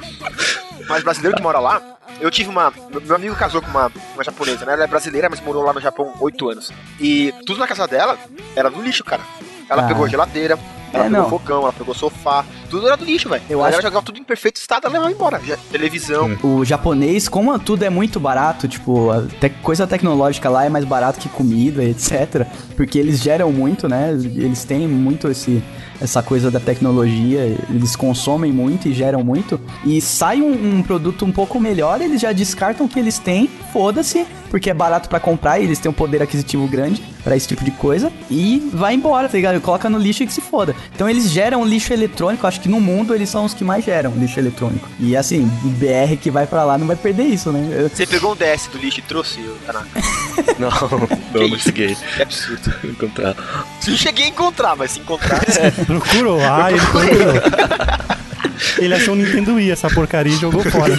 S3: Mas brasileiro que mora lá, eu tive uma. Meu amigo casou com uma, uma japonesa, né? Ela é brasileira, mas morou lá no Japão oito anos. E tudo na casa dela era do lixo, cara. Ela
S2: Ah.
S3: pegou geladeira, ela
S2: É,
S3: pegou
S2: não.
S3: fogão, ela pegou sofá, tudo era do lixo, velho.
S2: Eu
S3: Ela
S2: acho-
S3: jogava tudo em perfeito estado, ela levava embora. Já- Televisão.
S2: O japonês, como tudo é muito barato, tipo, até coisa tecnológica lá é mais barato que comida, etc. Porque eles geram muito, né? Eles têm muito esse, essa coisa da tecnologia, eles consomem muito e geram muito. E sai um, um produto um pouco melhor, eles já descartam o que eles têm, foda-se, porque é barato pra comprar e eles têm um poder aquisitivo grande pra esse tipo de coisa. E vai embora, tá ligado? Coloca no lixo e que se foda. Então eles geram lixo eletrônico, acho que no mundo eles são os que mais geram lixo eletrônico. E assim, BR que vai pra lá não vai perder isso, né? Eu-
S3: Você pegou um DS do lixo e trouxe, ô, Tanaka.
S5: não, não, não cheguei
S3: Que É absurdo.
S5: a encontrar.
S3: Não cheguei a encontrar, mas se encontrar.
S4: Procurou lá, ele procurou. Ele achou um Nintendo Wii, essa porcaria, e jogou fora.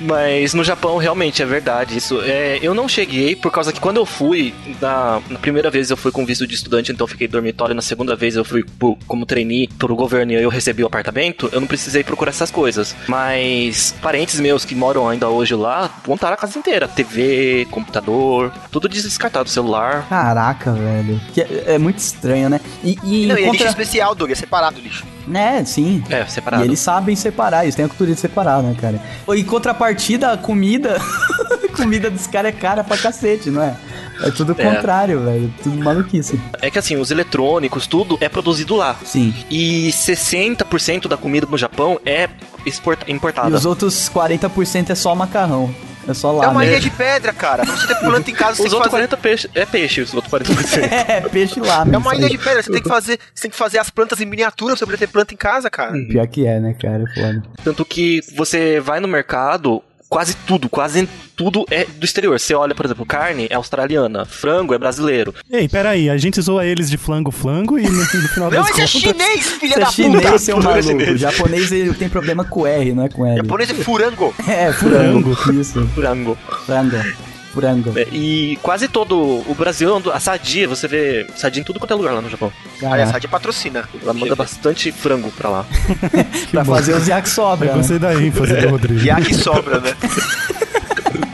S5: Mas no Japão realmente é verdade isso. É, eu não cheguei por causa que quando eu fui, na, na primeira vez eu fui com visto de estudante, então eu fiquei em dormitório. Na segunda vez eu fui pro- como trainee pro governo e eu recebi o apartamento. Eu não precisei procurar essas coisas. Mas parentes meus que moram ainda hoje lá montaram a casa inteira: TV, computador, tudo descartado, celular.
S2: Caraca, velho. Que é, é muito estranho, né? E, e
S3: Não, e é lixo
S2: contra-
S3: especial, Doug, é separado o lixo.
S2: né, sim.
S5: É, separado.
S2: E eles sabem separar, eles têm a cultura de separar, né, cara? Em contrapartida, a comida. a comida dos caras é cara pra cacete, não é? É tudo o
S5: É.
S2: contrário, velho. Tudo maluquice.
S5: É que assim, os eletrônicos, tudo é produzido lá.
S2: Sim.
S5: E 60% da comida no Japão é exporta-
S2: E
S5: importada.
S2: os outros 40% é só macarrão. É só lá.
S3: é uma
S2: né?
S3: ilha de pedra, cara. Pra você ter planta em casa, você tem
S5: Os
S3: que
S5: outros
S3: fazer
S5: 40 peixe, é peixe, os outros 40%.
S2: É, peixe lá, mesmo.
S3: É uma ilha
S2: sabe?
S3: de pedra, você tem que fazer, você tem que fazer as plantas em miniatura pra você poder ter planta em casa, cara.
S2: Pior que é, né, cara? Foda.
S5: Tanto que você vai no mercado, quase tudo, quase tudo é do exterior. Você olha, por exemplo, carne é australiana, frango é brasileiro.
S4: Ei, peraí, a gente zoa eles de flango-flango e no, no final
S3: Não,
S4: das
S3: esse é
S4: contas...
S3: chinês, filha
S2: Você
S3: da
S2: é
S3: puta!
S2: chinês, seu maluco. O japonês ele tem problema com R, não é com L.
S3: Japonês é furango.
S2: É, furango. Isso,
S5: Frango.
S2: furango. Furango.
S5: É, E quase todo o Brasil, a Sadia, você vê Sadia em tudo quanto é lugar lá no Japão.
S3: Aliás,
S2: Caraca,
S3: a patrocina.
S5: Ela manda bastante frango pra lá. tá
S2: pra fazer os yak
S4: Eu
S2: sobra. né?
S4: gostei da ênfase do Rodrigo.
S3: E a que sobra, né?
S2: né?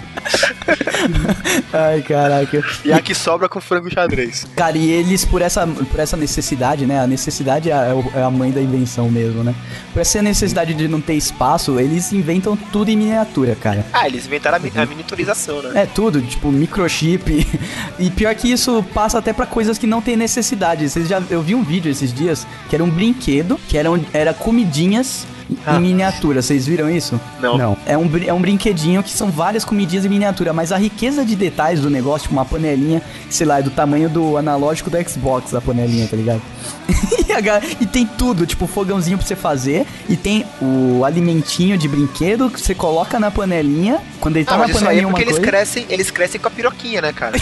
S2: Ai, caraca.
S3: E a que sobra com frango xadrez.
S2: Cara, e eles, por essa, por essa necessidade, né? A necessidade é a, é a mãe da invenção mesmo, né? Por essa necessidade de não ter espaço, eles inventam tudo em miniatura, cara.
S3: Ah, eles inventaram a, mi- a miniaturização, né?
S2: É tudo, tipo microchip. E pior que isso passa até pra coisas que não tem necessidade. Vocês já eu vi um vídeo esses dias que era um brinquedo, que eram era comidinhas em miniatura. Vocês viram isso?
S3: Não.
S4: Não.
S2: É um, brin- é um brinquedinho que são várias comidinhas em miniatura, mas a riqueza de detalhes do negócio, tipo uma panelinha, sei lá, é do tamanho do analógico do Xbox, a panelinha, tá ligado? e, a ga- e tem tudo, tipo, fogãozinho pra você fazer, e tem o alimentinho de brinquedo que você coloca na panelinha, quando ele tá
S3: Ah,
S2: na
S3: mas isso aí é
S2: panelinha uma
S3: porque eles
S2: coisa...
S3: crescem, eles crescem com a piroquinha, né, cara?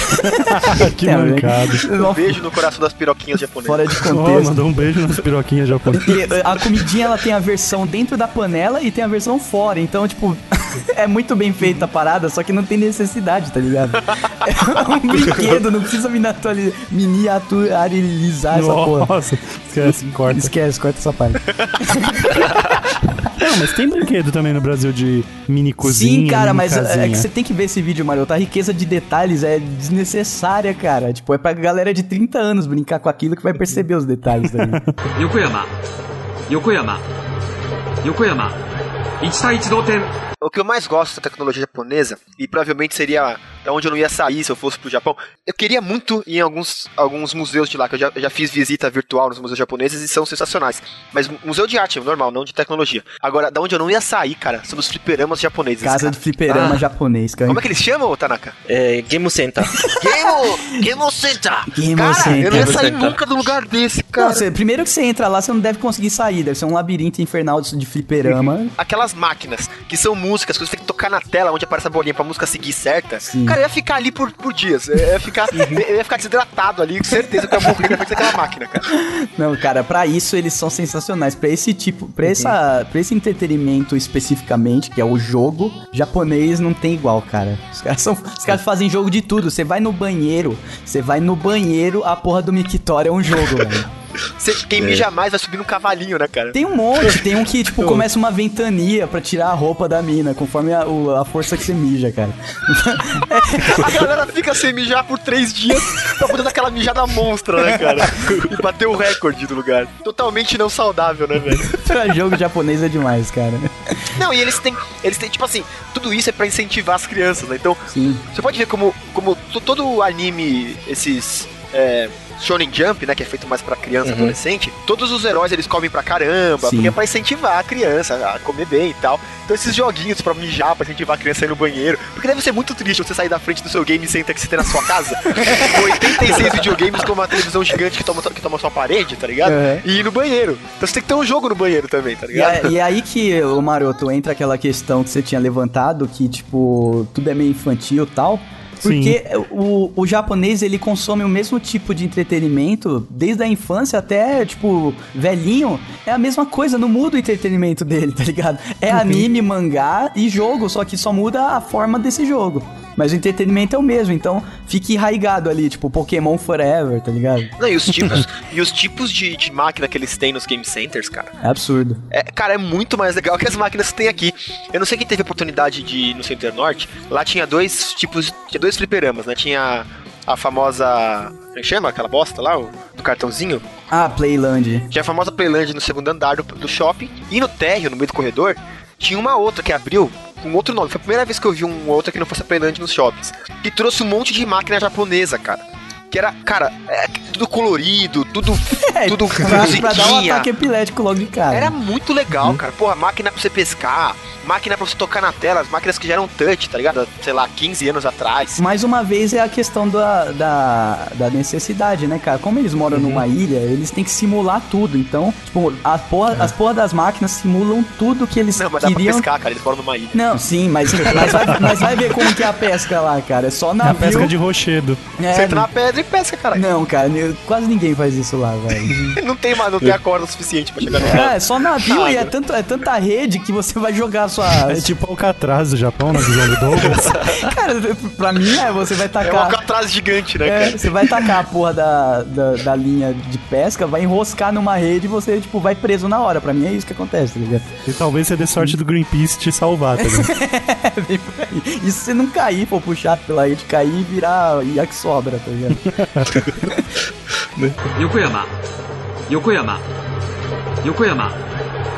S4: Que
S2: É,
S4: mancado.
S3: Um beijo no coração das piroquinhas japonesas.
S2: Fora de
S4: Oh,
S2: contexto.
S4: mandou um beijo nas piroquinhas japonesas.
S2: E eh, a comidinha ela tem a versão dentro da panela e tem a versão fora. Então, tipo, é muito bem feita a parada, só que não tem necessidade, tá ligado? É um brinquedo, não precisa miniatuali- miniaturizar Ah, essa porra.
S4: Nossa, esquece, corta.
S2: Esquece, corta essa parte.
S4: Não, mas tem brinquedo também no Brasil de mini cozinha.
S2: Sim, cara,
S4: mini
S2: mas é
S4: casinha.
S2: que você tem que ver esse vídeo, Mario. A riqueza de detalhes é desnecessária, cara. Tipo, é pra galera de 30 anos brincar com aquilo que vai perceber os detalhes. tá Daí.
S9: 横山横山横山1対1同点
S3: O que eu mais gosto da tecnologia japonesa, e provavelmente seria da onde eu não ia sair se eu fosse pro Japão, eu queria muito ir em alguns, alguns museus de lá, que eu já, eu já fiz visita virtual nos museus japoneses e são sensacionais. Mas mu- museu de arte, normal, não de tecnologia. Agora, da onde eu não ia sair, cara, são os fliperamas japoneses.
S2: Casa
S3: cara.
S2: de fliperama
S3: Ah.
S2: japonês, cara.
S3: Como é que eles chamam, Tanaka?
S5: É, Game Center.
S3: Game, Game Center!
S2: Game
S3: cara, eu não ia
S2: Center.
S3: sair nunca do lugar desse, cara.
S2: Não, você- primeiro que você entra lá, você não deve conseguir sair. Deve ser um labirinto infernal de de fliperama.
S3: aquelas máquinas que são músicas que você tem que tocar na tela onde aparece a bolinha pra música seguir certa, cara, eu ia ficar ali por, por dias. Eu ia ficar, eu ia ficar desidratado ali, com certeza que eu ia morrer na frente daquela máquina, cara.
S2: não, cara, pra isso eles são sensacionais. Pra esse tipo, pra, essa, pra esse entretenimento especificamente, que é o jogo, japonês não tem igual, cara. Os caras, são, os caras fazem jogo de tudo. Você vai no banheiro, você vai no banheiro, a porra do Mictório é um jogo, velho.
S3: Você, quem mija mais vai subir num cavalinho, né, cara?
S2: Tem um monte, tem um que, tipo, começa uma ventania pra tirar a roupa da mina, conforme a, o- a força que você mija, cara.
S3: A galera fica sem mijar por três dias pra poder dar aquela mijada monstra, né, cara? E bater o recorde do lugar. Totalmente não saudável, né, velho?
S2: pra jogo japonês é demais, cara.
S3: Não, e eles têm, eles têm, tipo assim, tudo isso é pra incentivar as crianças, né? Então,
S2: Sim.
S3: Você pode ver como, como to- todo anime, esses. É, Shonen Jump, né, que é feito mais pra criança e adolescente, todos os heróis eles comem pra caramba,
S2: Uhum. Sim.
S3: porque é pra incentivar a criança a comer bem e tal. Então esses joguinhos pra mijar, pra incentivar a criança a ir no banheiro, porque deve ser muito triste você sair da frente do seu game center que você tem na sua casa, com 86 videogames com uma televisão gigante que toma, que toma sua parede, tá ligado?
S2: Uhum.
S3: E ir no banheiro. Então você tem que ter um jogo no banheiro também, tá
S2: E,
S3: ligado?
S2: a- e aí que, o Maroto, entra aquela questão que você tinha levantado, que, tipo, tudo é meio infantil e tal. Porque o, o japonês, ele consome o mesmo tipo de entretenimento, desde a infância até, tipo, velhinho, é a mesma coisa, não muda o entretenimento dele, tá ligado? É anime, mangá e jogo, só que só muda a forma desse jogo. Mas o entretenimento é o mesmo, então fique enraigado ali, tipo, Pokémon Forever, tá ligado?
S3: Não, e os tipos, e os tipos de, de máquina que eles têm nos game centers, cara.
S2: É absurdo.
S3: É, cara, é muito mais legal que as máquinas que tem aqui. Eu não sei quem teve a oportunidade de ir no Center Norte. Lá tinha dois tipos. Tinha dois fliperamas, né? Tinha a famosa. Como é que chama? Aquela bosta lá, o- do cartãozinho.
S2: Ah, Playland.
S3: Tinha a famosa Playland no segundo andar do, do shopping. E no térreo, no meio do corredor, tinha uma outra que abriu com outro nome. Foi a primeira vez que eu vi um outra que não fosse a Playland nos shoppings. Que trouxe um monte de máquina japonesa, cara. Que era, cara, é, tudo colorido, tudo.
S2: É,
S3: tudo com
S2: pra, pra dar um
S3: musiquinha.
S2: ataque Uhum. epilético logo de cara.
S3: Era muito legal, cara. Porra, máquina pra você pescar, máquina pra você tocar na tela, as máquinas que já eram touch, tá ligado? Sei lá, 15 anos atrás.
S2: Mais uma vez é a questão da, da, da necessidade, né, cara? Como eles moram numa
S3: Uhum.
S2: ilha, eles têm que simular tudo. Então, tipo, a porra- as porra das máquinas simulam tudo que eles
S3: Não, mas dá pra
S2: queriam.
S3: pescar, cara. Eles moram numa ilha.
S2: Não, sim, mas, mas, vai, mas vai ver como que é a pesca lá, cara. É só
S4: A
S2: navio.
S4: pesca de rochedo.
S2: É,
S3: Você entra na pedra e pesca, cara.
S2: Não, cara, eu- quase ninguém faz isso lá, velho.
S3: Não tem mais, não tem a corda suficiente pra chegar no
S2: Ah,
S3: cara.
S2: é só navio
S3: Nada.
S2: e é, tanto, é tanta rede que você vai jogar sua.
S4: É tipo Alcatraz do Japão, na visão do Douglas.
S2: Cara, pra mim é, você vai
S3: É um
S2: tacar.
S3: alcatraz gigante, né,
S2: É,
S3: cara?
S2: você vai tacar a porra da, da, da linha de pesca, vai enroscar numa rede e você, tipo, vai preso na hora. Pra mim é isso que acontece, tá ligado?
S4: e talvez você dê sorte do Greenpeace te salvar tá também.
S2: É bem por aí. E se você não cair, pô, puxar pela rede, cair e virar ia que sobra, tá ligado?
S9: 横山横山横山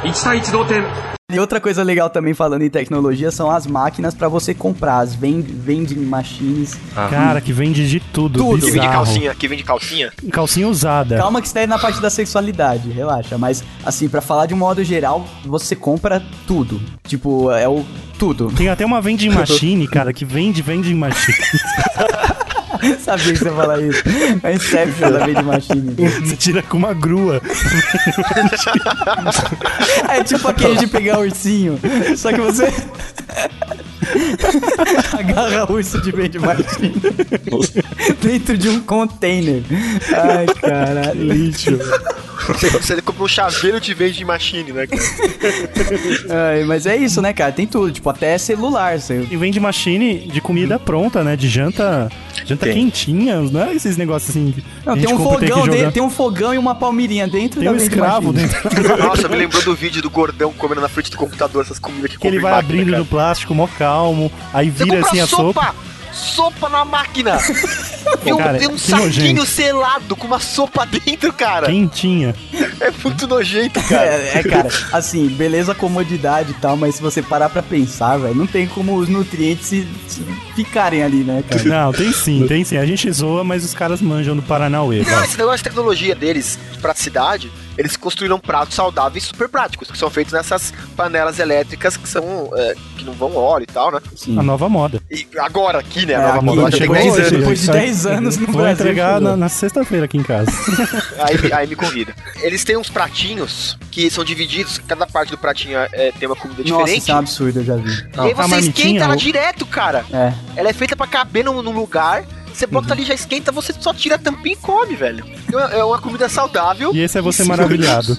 S9: 1対1同点
S2: E outra coisa legal também falando em tecnologia são as máquinas pra você comprar, as vend- vending machines.
S4: Cara, que vende de tudo.
S2: Tudo.
S3: Que vende
S4: bizarro.
S3: calcinha, que vende calcinha.
S4: Calcinha usada.
S2: Calma que isso daí é na parte da sexualidade, relaxa. Mas, assim, pra falar de um modo geral, você compra tudo. Tipo, é o tudo.
S4: Tem até uma vending machine, cara, que vende vending machine.
S2: Sabia que você ia falar isso. É Inception da vending machine.
S4: Você tira com uma grua.
S2: É tipo aquele de pegar ursinho. Só que você. Agarra urso de vez de machine. Dentro de um container. Ai, cara, É lixo.
S3: Você, você compra um chaveiro de vez de machine, né? cara?
S2: Ai, mas é isso, né, cara? Tem tudo. Tipo, até celular. Você...
S4: E vende machine de comida pronta, né? De janta. Janta
S3: Tem.
S4: quentinha, não é esses negócios assim. que a
S2: Não, tem
S4: gente
S2: um,
S4: compra e que
S2: fogão
S4: jogar.
S2: dentro, tem um fogão e uma palmeirinha dentro
S4: Tem
S2: da
S4: um
S2: vending
S4: escravo
S2: machine.
S4: dentro.
S3: Nossa, me lembrou do vídeo do gordão comendo na frente do computador essas comidas que
S4: Que ele
S3: come em
S4: vai
S3: máquina,
S4: abrindo
S3: cara.
S4: no plástico, mó calmo. Aí
S3: Você
S4: vira
S3: compra
S4: assim a sopa.
S3: sopa! Sopa na máquina! Tem um,
S4: Cara,
S3: tem um
S4: que
S3: saquinho
S4: nojento.
S3: selado com uma sopa dentro, cara!
S4: Quentinha.
S3: É muito nojento, cara.
S2: É, é, cara, assim, beleza, comodidade e tal, mas se você parar pra pensar, velho, não tem como os nutrientes se- se ficarem ali, né, cara?
S4: Não, tem sim, tem sim. A gente zoa, mas os caras manjam do Paranauê.
S3: Não,
S4: vai.
S3: esse negócio de tecnologia deles, de praticidade, eles construíram pratos saudáveis super práticos, que são feitos nessas panelas elétricas que são. é, que não vão óleo e tal, né?
S2: Sim.
S4: A nova moda.
S3: E agora aqui, né?
S2: É,
S3: A nova
S2: aqui,
S3: moda já tem
S4: chegou
S3: 10
S4: hoje.
S3: anos.
S2: Depois de
S4: Sabe?
S2: 10 anos no
S4: Vou
S2: Brasil.
S4: entregar
S2: chegou.
S4: na, na sexta-feira aqui em casa.
S3: Aí, aí me convida. Eles têm uns pratinhos que são divididos, cada parte do pratinho é, tem uma comida
S2: Nossa,
S3: diferente.
S2: isso é um absurdo, eu já vi.
S3: E aí
S4: A
S3: você
S4: é marmitinha,
S3: esquenta ela
S4: o-
S3: direto, cara.
S2: É.
S3: Ela é feita pra caber num, num lugar. Você bota
S4: Uhum.
S3: ali, já esquenta, você só tira a tampinha e come, velho. É uma- É uma comida saudável.
S4: E esse é você maravilhado.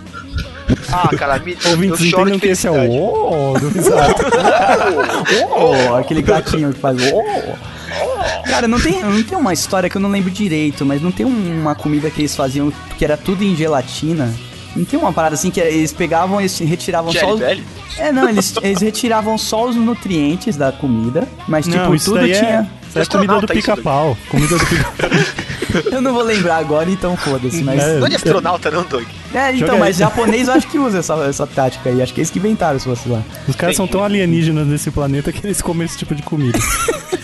S3: Ah, cara, me, eu
S4: Ouvintes,
S3: choro
S4: entendam
S3: de
S4: que esse é
S3: felicidade.
S4: o ó do Risato.
S2: Oh, aquele gatinho que faz. Oh. Cara, não tem, não tem uma história que eu não lembro direito, mas não tem um, uma comida que eles faziam que era tudo em gelatina. Não tem uma parada assim que eles pegavam e retiravam só
S3: Jelly
S2: os...
S3: Belly?
S2: É, não, eles, eles retiravam só os nutrientes da comida, mas
S4: Não,
S2: tipo,
S4: isso
S2: tudo
S4: daí
S2: tinha.
S4: é, isso é comida
S3: Astronauta,
S4: do
S3: isso daí.
S4: pica-pau. Comida do pica-pau.
S2: Eu não vou lembrar agora, então foda-se, mas.
S4: É.
S3: Não é de astronauta, não, Doug.
S2: É, então,
S4: Joga
S2: mas
S4: aí.
S2: japonês eu acho que usa essa, essa tática aí. Acho que eles que inventaram se fosse lá.
S4: Os caras são tão alienígenas nesse planeta que eles comem esse tipo de comida.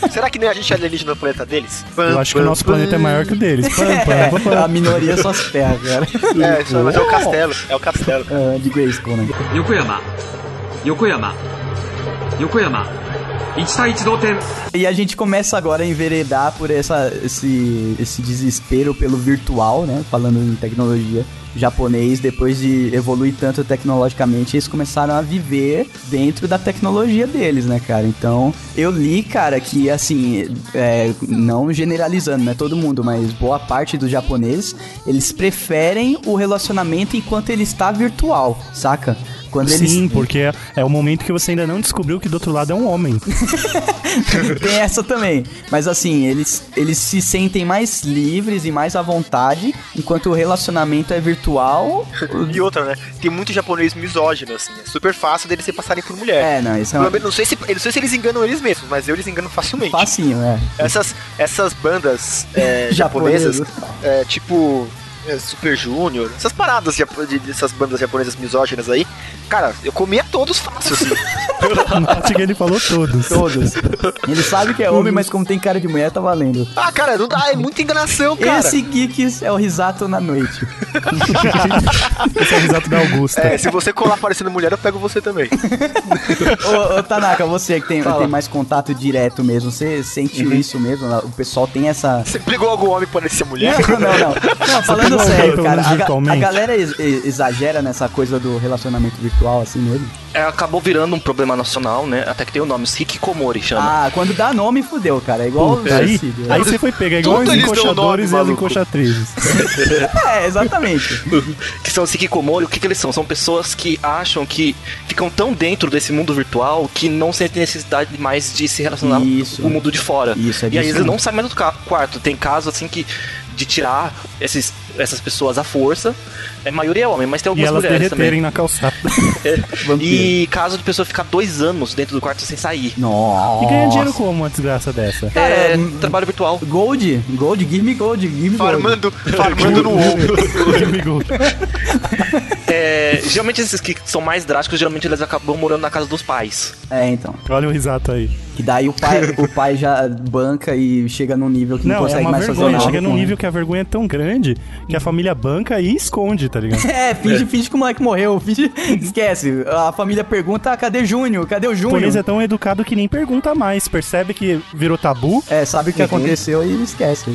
S3: Será que nem a gente é alienígena no planeta deles?
S4: Eu acho que o nosso planeta é maior que o deles. Pam, pam, pam,
S2: É, a minoria só se ferra, cara.
S3: É, isso- mas é o castelo. É o castelo.
S2: Ah, de Grayskull, né?
S9: 横山横山横山1対1同点
S2: E a gente começa agora a enveredar por essa, esse, esse desespero pelo virtual, né? Falando em tecnologia japonês, depois de evoluir tanto tecnologicamente, eles começaram a viver dentro da tecnologia deles, né, cara? Então, eu li, cara, que assim, é, não generalizando, né? Todo mundo, mas boa parte dos japoneses, eles preferem o relacionamento enquanto ele está virtual, saca? Quando
S4: Sim,
S2: eles
S4: porque é, é o momento que você ainda não descobriu que do outro lado é um homem.
S2: Tem essa também. Mas assim, eles, eles se sentem mais livres e mais à vontade, enquanto o relacionamento é virtual.
S3: E outra, né? Tem muito japonês misógino, assim. É super fácil deles se passarem por mulher.
S2: É, não, isso é
S3: Pelo
S2: uma...
S3: menos, não sei, se, eu não sei se eles enganam eles mesmos, mas eu eles engano facilmente.
S2: facinho, é.
S3: Essas, essas bandas é,
S2: Japonesa.
S3: japonesas, é, tipo é, Super Junior, essas paradas japo- de, dessas bandas japonesas misóginas aí, cara, eu comia todos fácil, assim.
S4: Na que ele falou todos.
S2: Todos. Ele sabe que é homem, mas como tem cara de mulher, tá valendo.
S3: ah, cara, não dá, é muita enganação, cara.
S2: Esse Geeks é o risato na noite.
S4: Esse é o risato da Augusta.
S3: É, se você colar parecendo mulher, eu pego você também.
S2: ô, ô, Tanaka, você que tem, tem mais contato direto mesmo, você sentiu isso mesmo? O pessoal tem essa.
S3: Você brigou algum homem pra parecer mulher?
S2: Não, não, não. Não, falando
S4: Você
S2: sério,
S4: pegou
S2: cara,
S4: alguém, pelo menos,
S2: a, ga- a
S4: virtualmente?
S2: galera ex- ex- exagera nessa coisa do relacionamento virtual assim mesmo.
S5: É, acabou virando um problema nacional, né? Até que tem o nome, Hikikomori chama.
S2: Ah, quando dá nome, fudeu, cara. É igual o
S4: Aí,
S2: suicídio, né?
S4: aí você foi pegar igual
S3: Tudo
S4: os
S3: eles dão
S4: encoxadores
S3: nome,
S4: e as
S3: maluco.
S4: encoxatrizes.
S2: É, exatamente.
S5: Que são os Hikikomori, o que, que eles são? São pessoas que acham que ficam tão dentro desse mundo virtual que não sentem necessidade mais de se relacionar
S2: Isso.
S5: com o mundo de fora.
S2: Isso, é
S5: e aí
S2: disso
S5: eles não
S2: mesmo.
S5: saem mais do ca- quarto. Tem casos assim que de tirar esses, essas pessoas à força. A maioria é homem, mas tem
S4: E
S5: algumas
S4: elas
S5: mulheres também.
S4: derreterem na calçada.
S2: Vampiro.
S5: E caso de pessoa ficar dois anos dentro do quarto sem sair.
S2: Nossa.
S4: E ganha dinheiro como uma desgraça dessa?
S2: Cara,
S5: é,
S2: hum,
S5: trabalho virtual.
S2: Gold, Gold, give me Gold, give me Gold.
S3: Farmando, farmando no ombro.
S4: Amigo.
S5: é, geralmente esses que são mais drásticos, geralmente eles acabam morando na casa dos pais.
S2: É, então.
S4: Olha o risato aí.
S2: Que daí o pai, o pai já banca e chega num nível que não,
S4: Não, é
S2: consegue
S4: uma
S2: mais fazer
S4: vergonha.
S2: nada.
S4: Chega num
S2: com-
S4: nível que a vergonha é tão grande que a família banca e esconde, tá ligado?
S2: É, finge, finge que o moleque morreu. Finge... Esquece. A família pergunta: ah, cadê Júnior? Cadê o
S4: O japonês é
S2: Júnior?
S4: tão educado que nem pergunta mais, percebe que virou tabu.
S2: É, sabe o
S4: Uhum.
S2: que aconteceu e esquece.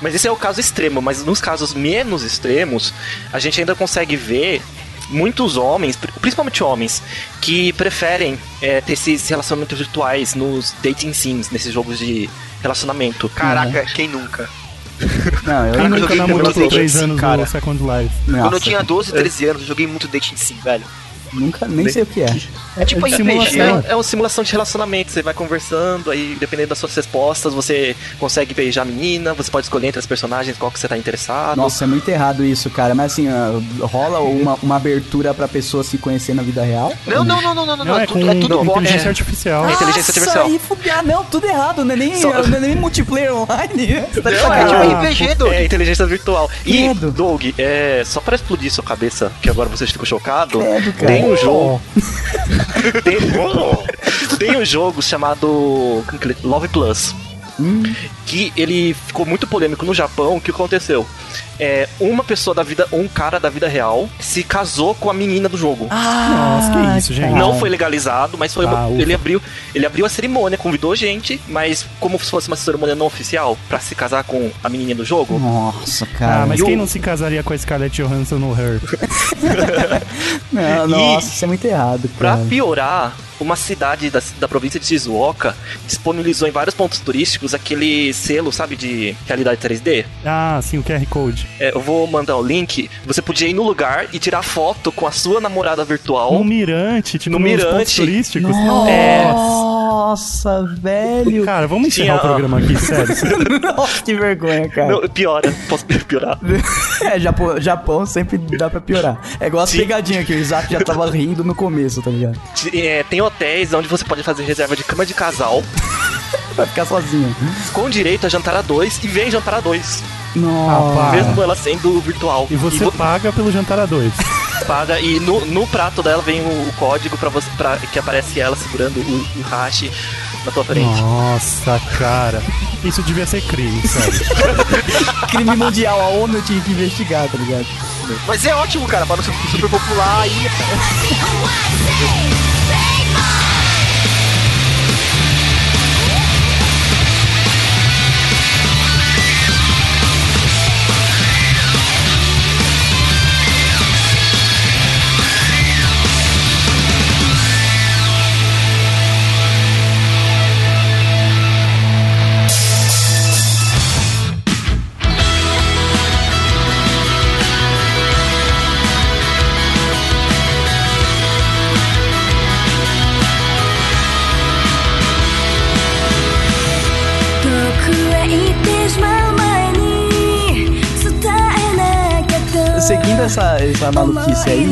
S5: Mas esse é o caso extremo, mas nos casos menos extremos, a gente ainda consegue ver muitos homens, pri- principalmente homens, que preferem é, ter esses relacionamentos virtuais nos dating sims, nesses jogos de relacionamento.
S3: Caraca, quem nunca?
S2: Não, eu
S4: Quem
S3: Caraca,
S2: não.
S3: eu
S4: nunca
S3: joguei
S4: namorou
S3: muito
S4: por
S3: Dating
S4: três
S3: Sim,
S4: anos no
S3: cara.
S4: Second Life?
S3: Quando
S2: Nossa,
S3: eu tinha 12, 13 anos, eu joguei muito Dating Sim, velho.
S2: Nunca, nem sei o que é.
S5: É tipo
S4: de
S5: RPG,
S4: simulação.
S5: é, é uma simulação de relacionamento, você vai conversando, aí dependendo das suas respostas, você consegue beijar a menina, você pode escolher entre as personagens qual que você tá interessado.
S2: Nossa, é muito errado isso, cara. Mas assim, ah, rola uma, uma abertura pra pessoa se conhecer na vida real?
S3: Não, não, não, não, não, não.
S4: Não,
S3: é,
S4: é com
S3: tudo, é tudo bot.
S4: inteligência
S3: É.
S4: artificial.
S5: É inteligência artificial.
S2: Aí, fubiar, não, tudo errado. Não é nem,
S5: Só-
S2: não é nem multiplayer online. Você tá de
S5: Não,
S2: sacanagem.
S4: Ah,
S3: É tipo RPG, doido.
S5: É, inteligência virtual. E,
S2: Credo.
S5: Doug, é, só pra explodir sua cabeça, que agora vocês ficam chocados,
S2: Credo, cara.
S5: tem um jogo. tem, um tem um jogo chamado Love Plus. Que ele ficou muito polêmico no Japão. O que aconteceu? É, uma pessoa da vida, um cara da vida real, se casou com a menina do jogo.
S4: Nossa, que
S3: Ah,
S4: isso, gente.
S5: Não foi legalizado, mas foi uma-
S4: tá. Ah, ufa.
S5: ele abriu, ele abriu a cerimônia, convidou gente, mas como se fosse uma cerimônia não oficial pra se casar com a menina do jogo,
S2: Nossa, cara.
S4: Ah, mas
S5: Eu-
S4: quem não se casaria com a Scarlett Johansson no Her?
S2: Não,
S5: E-
S2: nossa, isso é muito errado,
S5: Pra
S2: cara.
S4: Hum.
S5: piorar, uma cidade da, da província de Shizuoka disponibilizou em vários pontos turísticos aquele selo, sabe, de realidade 3D.
S4: Ah, sim, o QR Code.
S5: É, eu vou mandar o link. Você podia ir no lugar e tirar foto com a sua namorada virtual.
S4: No mirante, tipo,
S3: Um
S5: No
S4: nos
S5: mirante.
S4: pontos turísticos.
S2: Nossa, velho.
S4: Cara, vamos encerrar
S5: Tinha-
S4: o programa aqui, sério.
S2: Nossa, que vergonha, cara.
S5: Não, piora, posso piorar.
S2: É, Japão, Japão sempre dá pra piorar. É igual as
S5: Sim.
S2: pegadinhas que o Isaac já tava rindo no começo, tá ligado?
S5: T- é, tem hotéis onde você pode fazer reserva de cama de casal
S2: Pra ficar sozinho.
S5: com direito a jantar a dois e vem jantar a dois,
S2: Nossa.
S4: Ah.
S5: mesmo ela sendo virtual.
S4: E você
S5: vo-
S4: paga pelo jantar a dois.
S5: paga e no, no prato dela vem o, o código para você pra, que aparece ela segurando o, o hashi na tua frente.
S4: Nossa, cara. Isso devia ser crime, sério.
S2: Crime mundial, a ONU tinha que investigar, tá ligado?
S3: Mas é ótimo, cara, para não ser super popular aí.
S6: 遠くへ行ってしまう前に伝えなきゃと
S2: Seguindo essa, essa maluquice aí,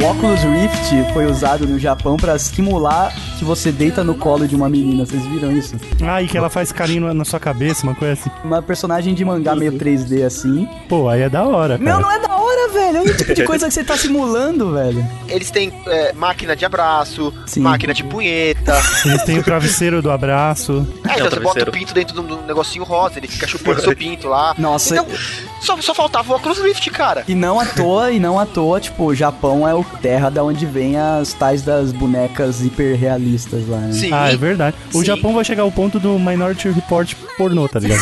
S2: o Oculus Rift foi usado no Japão pra simular que você deita no colo de uma menina. Vocês viram isso?
S4: Ah, e que ela faz carinho na- na sua cabeça, uma coisa assim.
S2: Uma personagem de mangá meio 3D assim.
S4: Pô, aí é da hora, cara.
S2: Não, não é da hora, velho. Olha o tipo de coisa que você tá simulando, velho.
S3: Eles têm é, máquina de abraço,
S2: Sim.
S3: máquina de punheta.
S4: Eles têm o travesseiro do abraço.
S3: É,
S5: É, o
S3: então você bota
S5: travesseiro.
S3: o pinto dentro de um de um negocinho rosa, ele fica chupando seu pinto lá.
S2: Nossa.
S3: Então, só, só faltava o Oculus Rift, cara.
S2: E não à toa, e não à toa, tipo, o Japão é o terra da onde vem as tais das bonecas hiperrealistas lá, né?
S3: Sim.
S4: Ah, é verdade. O
S3: Sim.
S4: Japão vai chegar ao ponto do Minority Report pornô, tá ligado?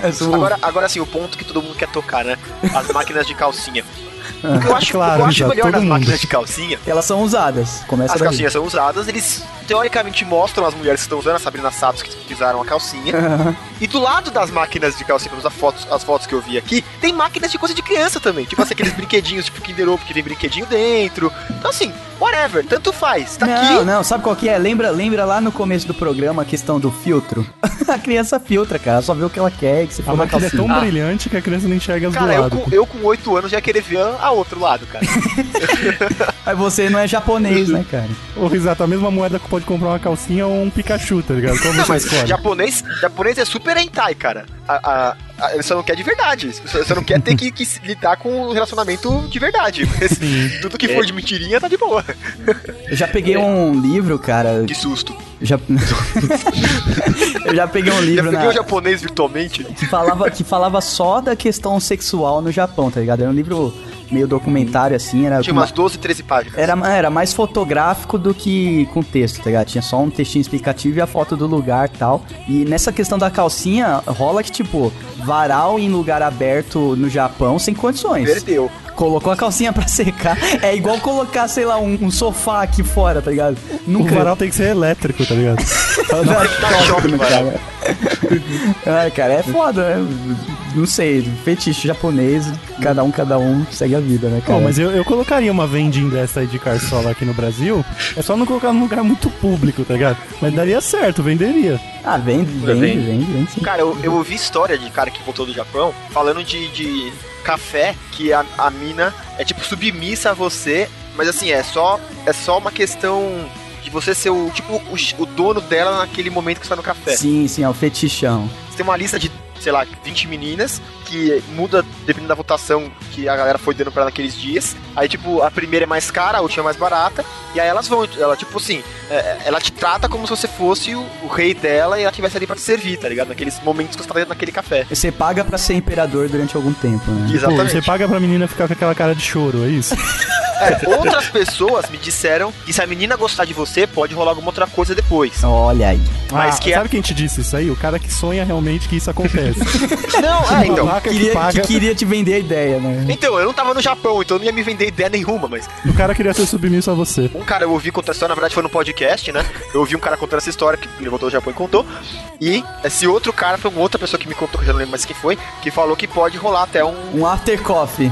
S2: Mas o-
S3: Agora, agora sim, o ponto que todo mundo quer tocar, né? As máquinas de calcinha. O que eu acho,
S4: claro,
S3: o que eu acho
S4: já,
S3: melhor
S4: todo
S3: nas
S4: mundo.
S3: máquinas de calcinha,
S2: Elas são usadas. Começa
S3: as
S2: daí.
S3: calcinhas são usadas, eles teoricamente mostram as mulheres que estão usando, a Sabrina Satos que usaram a calcinha.
S2: Aham.
S3: E do lado das máquinas de calcinha, pelo menos as fotos, as fotos que eu vi aqui, tem máquinas de coisa de criança também. Tipo assim, aqueles brinquedinhos, tipo Kinder Ovo, que tem brinquedinho dentro. Então assim, whatever, tanto faz. Tá
S2: não,
S3: aqui.
S2: não, sabe qual que é? Lembra, lembra lá no começo do programa a questão do filtro? a criança filtra, cara, só vê o que ela quer, que se
S4: A
S2: for uma
S4: máquina é
S2: calcinha.
S4: tão brilhante que a criança não enxerga as do
S3: assim? Ah. Cara, eu
S4: lado.
S3: com, eu com 8 anos já ia querer ver a, a outro lado, cara.
S2: Mas você não é japonês, né, cara?
S4: Ô, Risato, tá a mesma moeda que pode comprar uma calcinha ou um Pikachu, tá ligado? Qual
S3: Não,
S4: você
S3: mas
S4: escolhe?
S3: Então, assim, japonês, japonês é super hentai, cara. A, a, a, ele só não quer de verdade. Você só não quer ter que, que se lidar com o relacionamento de verdade. Mas tudo que
S2: É.
S3: for de mentirinha tá de boa.
S2: Eu já
S3: É.
S2: peguei um livro, cara.
S3: Que susto.
S2: Já... eu já peguei um
S3: Já
S2: livro
S3: peguei
S2: na...
S3: o japonês virtualmente?
S2: que falava que falava só da questão sexual no Japão, tá ligado? Era um livro meio documentário assim, era
S3: Tinha umas 12, 13 páginas.
S2: era, era mais fotográfico do que com texto, tá ligado? Tinha só um textinho explicativo e a foto do lugar e tal. E nessa questão da calcinha, rola que, tipo, varal em lugar aberto no Japão sem condições.
S3: Perdeu.
S2: Colocou a calcinha pra secar. É igual colocar, sei lá, um, um sofá aqui fora, tá ligado?
S4: O
S2: Nunca.
S4: varal tem que ser elétrico, tá ligado?
S3: Tá choque, mano.
S2: Ah, cara, é foda, né? Não sei, fetiche japonês, cada um, cada um segue a vida, né, cara?
S4: Pô, mas eu, eu colocaria uma vending dessa aí de carçola aqui no Brasil. É só não colocar num lugar muito público, tá ligado? Mas daria certo, venderia.
S2: Ah, vende, vende, vende, vende, sim.
S3: Cara, eu, eu ouvi história de cara que voltou do Japão falando de, de café que a, a mina é tipo submissa a você, mas assim, é só, é só uma questão de você ser o tipo o, ch- o dono dela naquele momento que você tá no café.
S2: Sim, sim, é o fetichão.
S3: Você tem uma lista de, sei lá, 20 meninas que muda dependendo da votação que a galera foi dando pra ela naqueles dias. Aí, tipo, a primeira é mais cara, a última é mais barata. E aí elas vão, ela, tipo assim, é, ela te trata como se você fosse o, o rei dela e ela estivesse ali pra te servir, tá ligado? Naqueles momentos que você tá dentro daquele café.
S2: Você paga pra ser imperador durante algum tempo, né?
S4: Pô,
S3: Exatamente.
S4: você paga pra menina ficar com aquela cara de choro, é isso?
S3: É, outras pessoas me disseram que se a menina gostar de você, pode rolar alguma outra coisa depois.
S2: Olha aí.
S3: Mas
S4: Ah,
S3: que é-
S4: sabe quem te disse isso aí? O cara que sonha realmente que isso acontece.
S3: Não, é, então.
S4: Uma vaca
S2: Queria,
S4: que
S2: que
S4: paga,
S2: queria te vender a ideia, né?
S3: Então, eu não tava no Japão, então não ia me vender ideia nenhuma, mas
S4: O cara queria ser submisso a você.
S3: Um cara eu ouvi contar essa história, na verdade foi no podcast, né? Eu ouvi um cara contando essa história, que ele voltou do Japão e contou. E esse outro cara foi uma outra pessoa que me contou, que eu já não lembro mais quem foi, que falou que pode rolar até um.
S2: Um after coffee.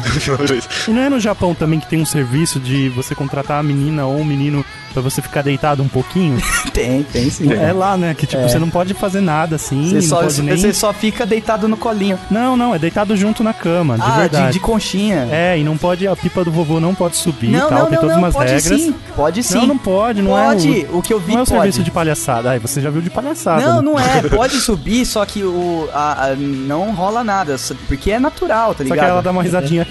S4: E não é no Japão também que tem um serviço de você contratar a menina ou um menino pra você ficar deitado um pouquinho?
S2: tem, tem sim.
S4: É lá, né? Que tipo, você não pode fazer nada assim,
S2: Você,
S4: não
S2: só,
S4: pode nem...
S2: você só fica deitado no colinho.
S4: Não, não, é deitado junto na cama, de
S2: ah, de,
S4: verdade.
S2: de conchinha.
S4: É, e não pode, a pipa do vovô não pode subir e
S2: não,
S4: tal,
S2: não,
S4: tem
S2: não,
S4: todas
S2: não,
S4: umas
S2: pode
S4: regras.
S2: sim. Pode sim.
S4: Não, não pode, não
S2: pode. um-
S4: é.
S2: o que eu vi
S4: não é o
S2: pode.
S4: serviço de palhaçada. Ai, você já viu de palhaçada.
S2: Não,
S4: né?
S2: não é. Pode subir, só que o a- a- não rola nada, só- porque é natural, tá
S4: Só
S2: ligado?
S4: que ela dá uma risadinha.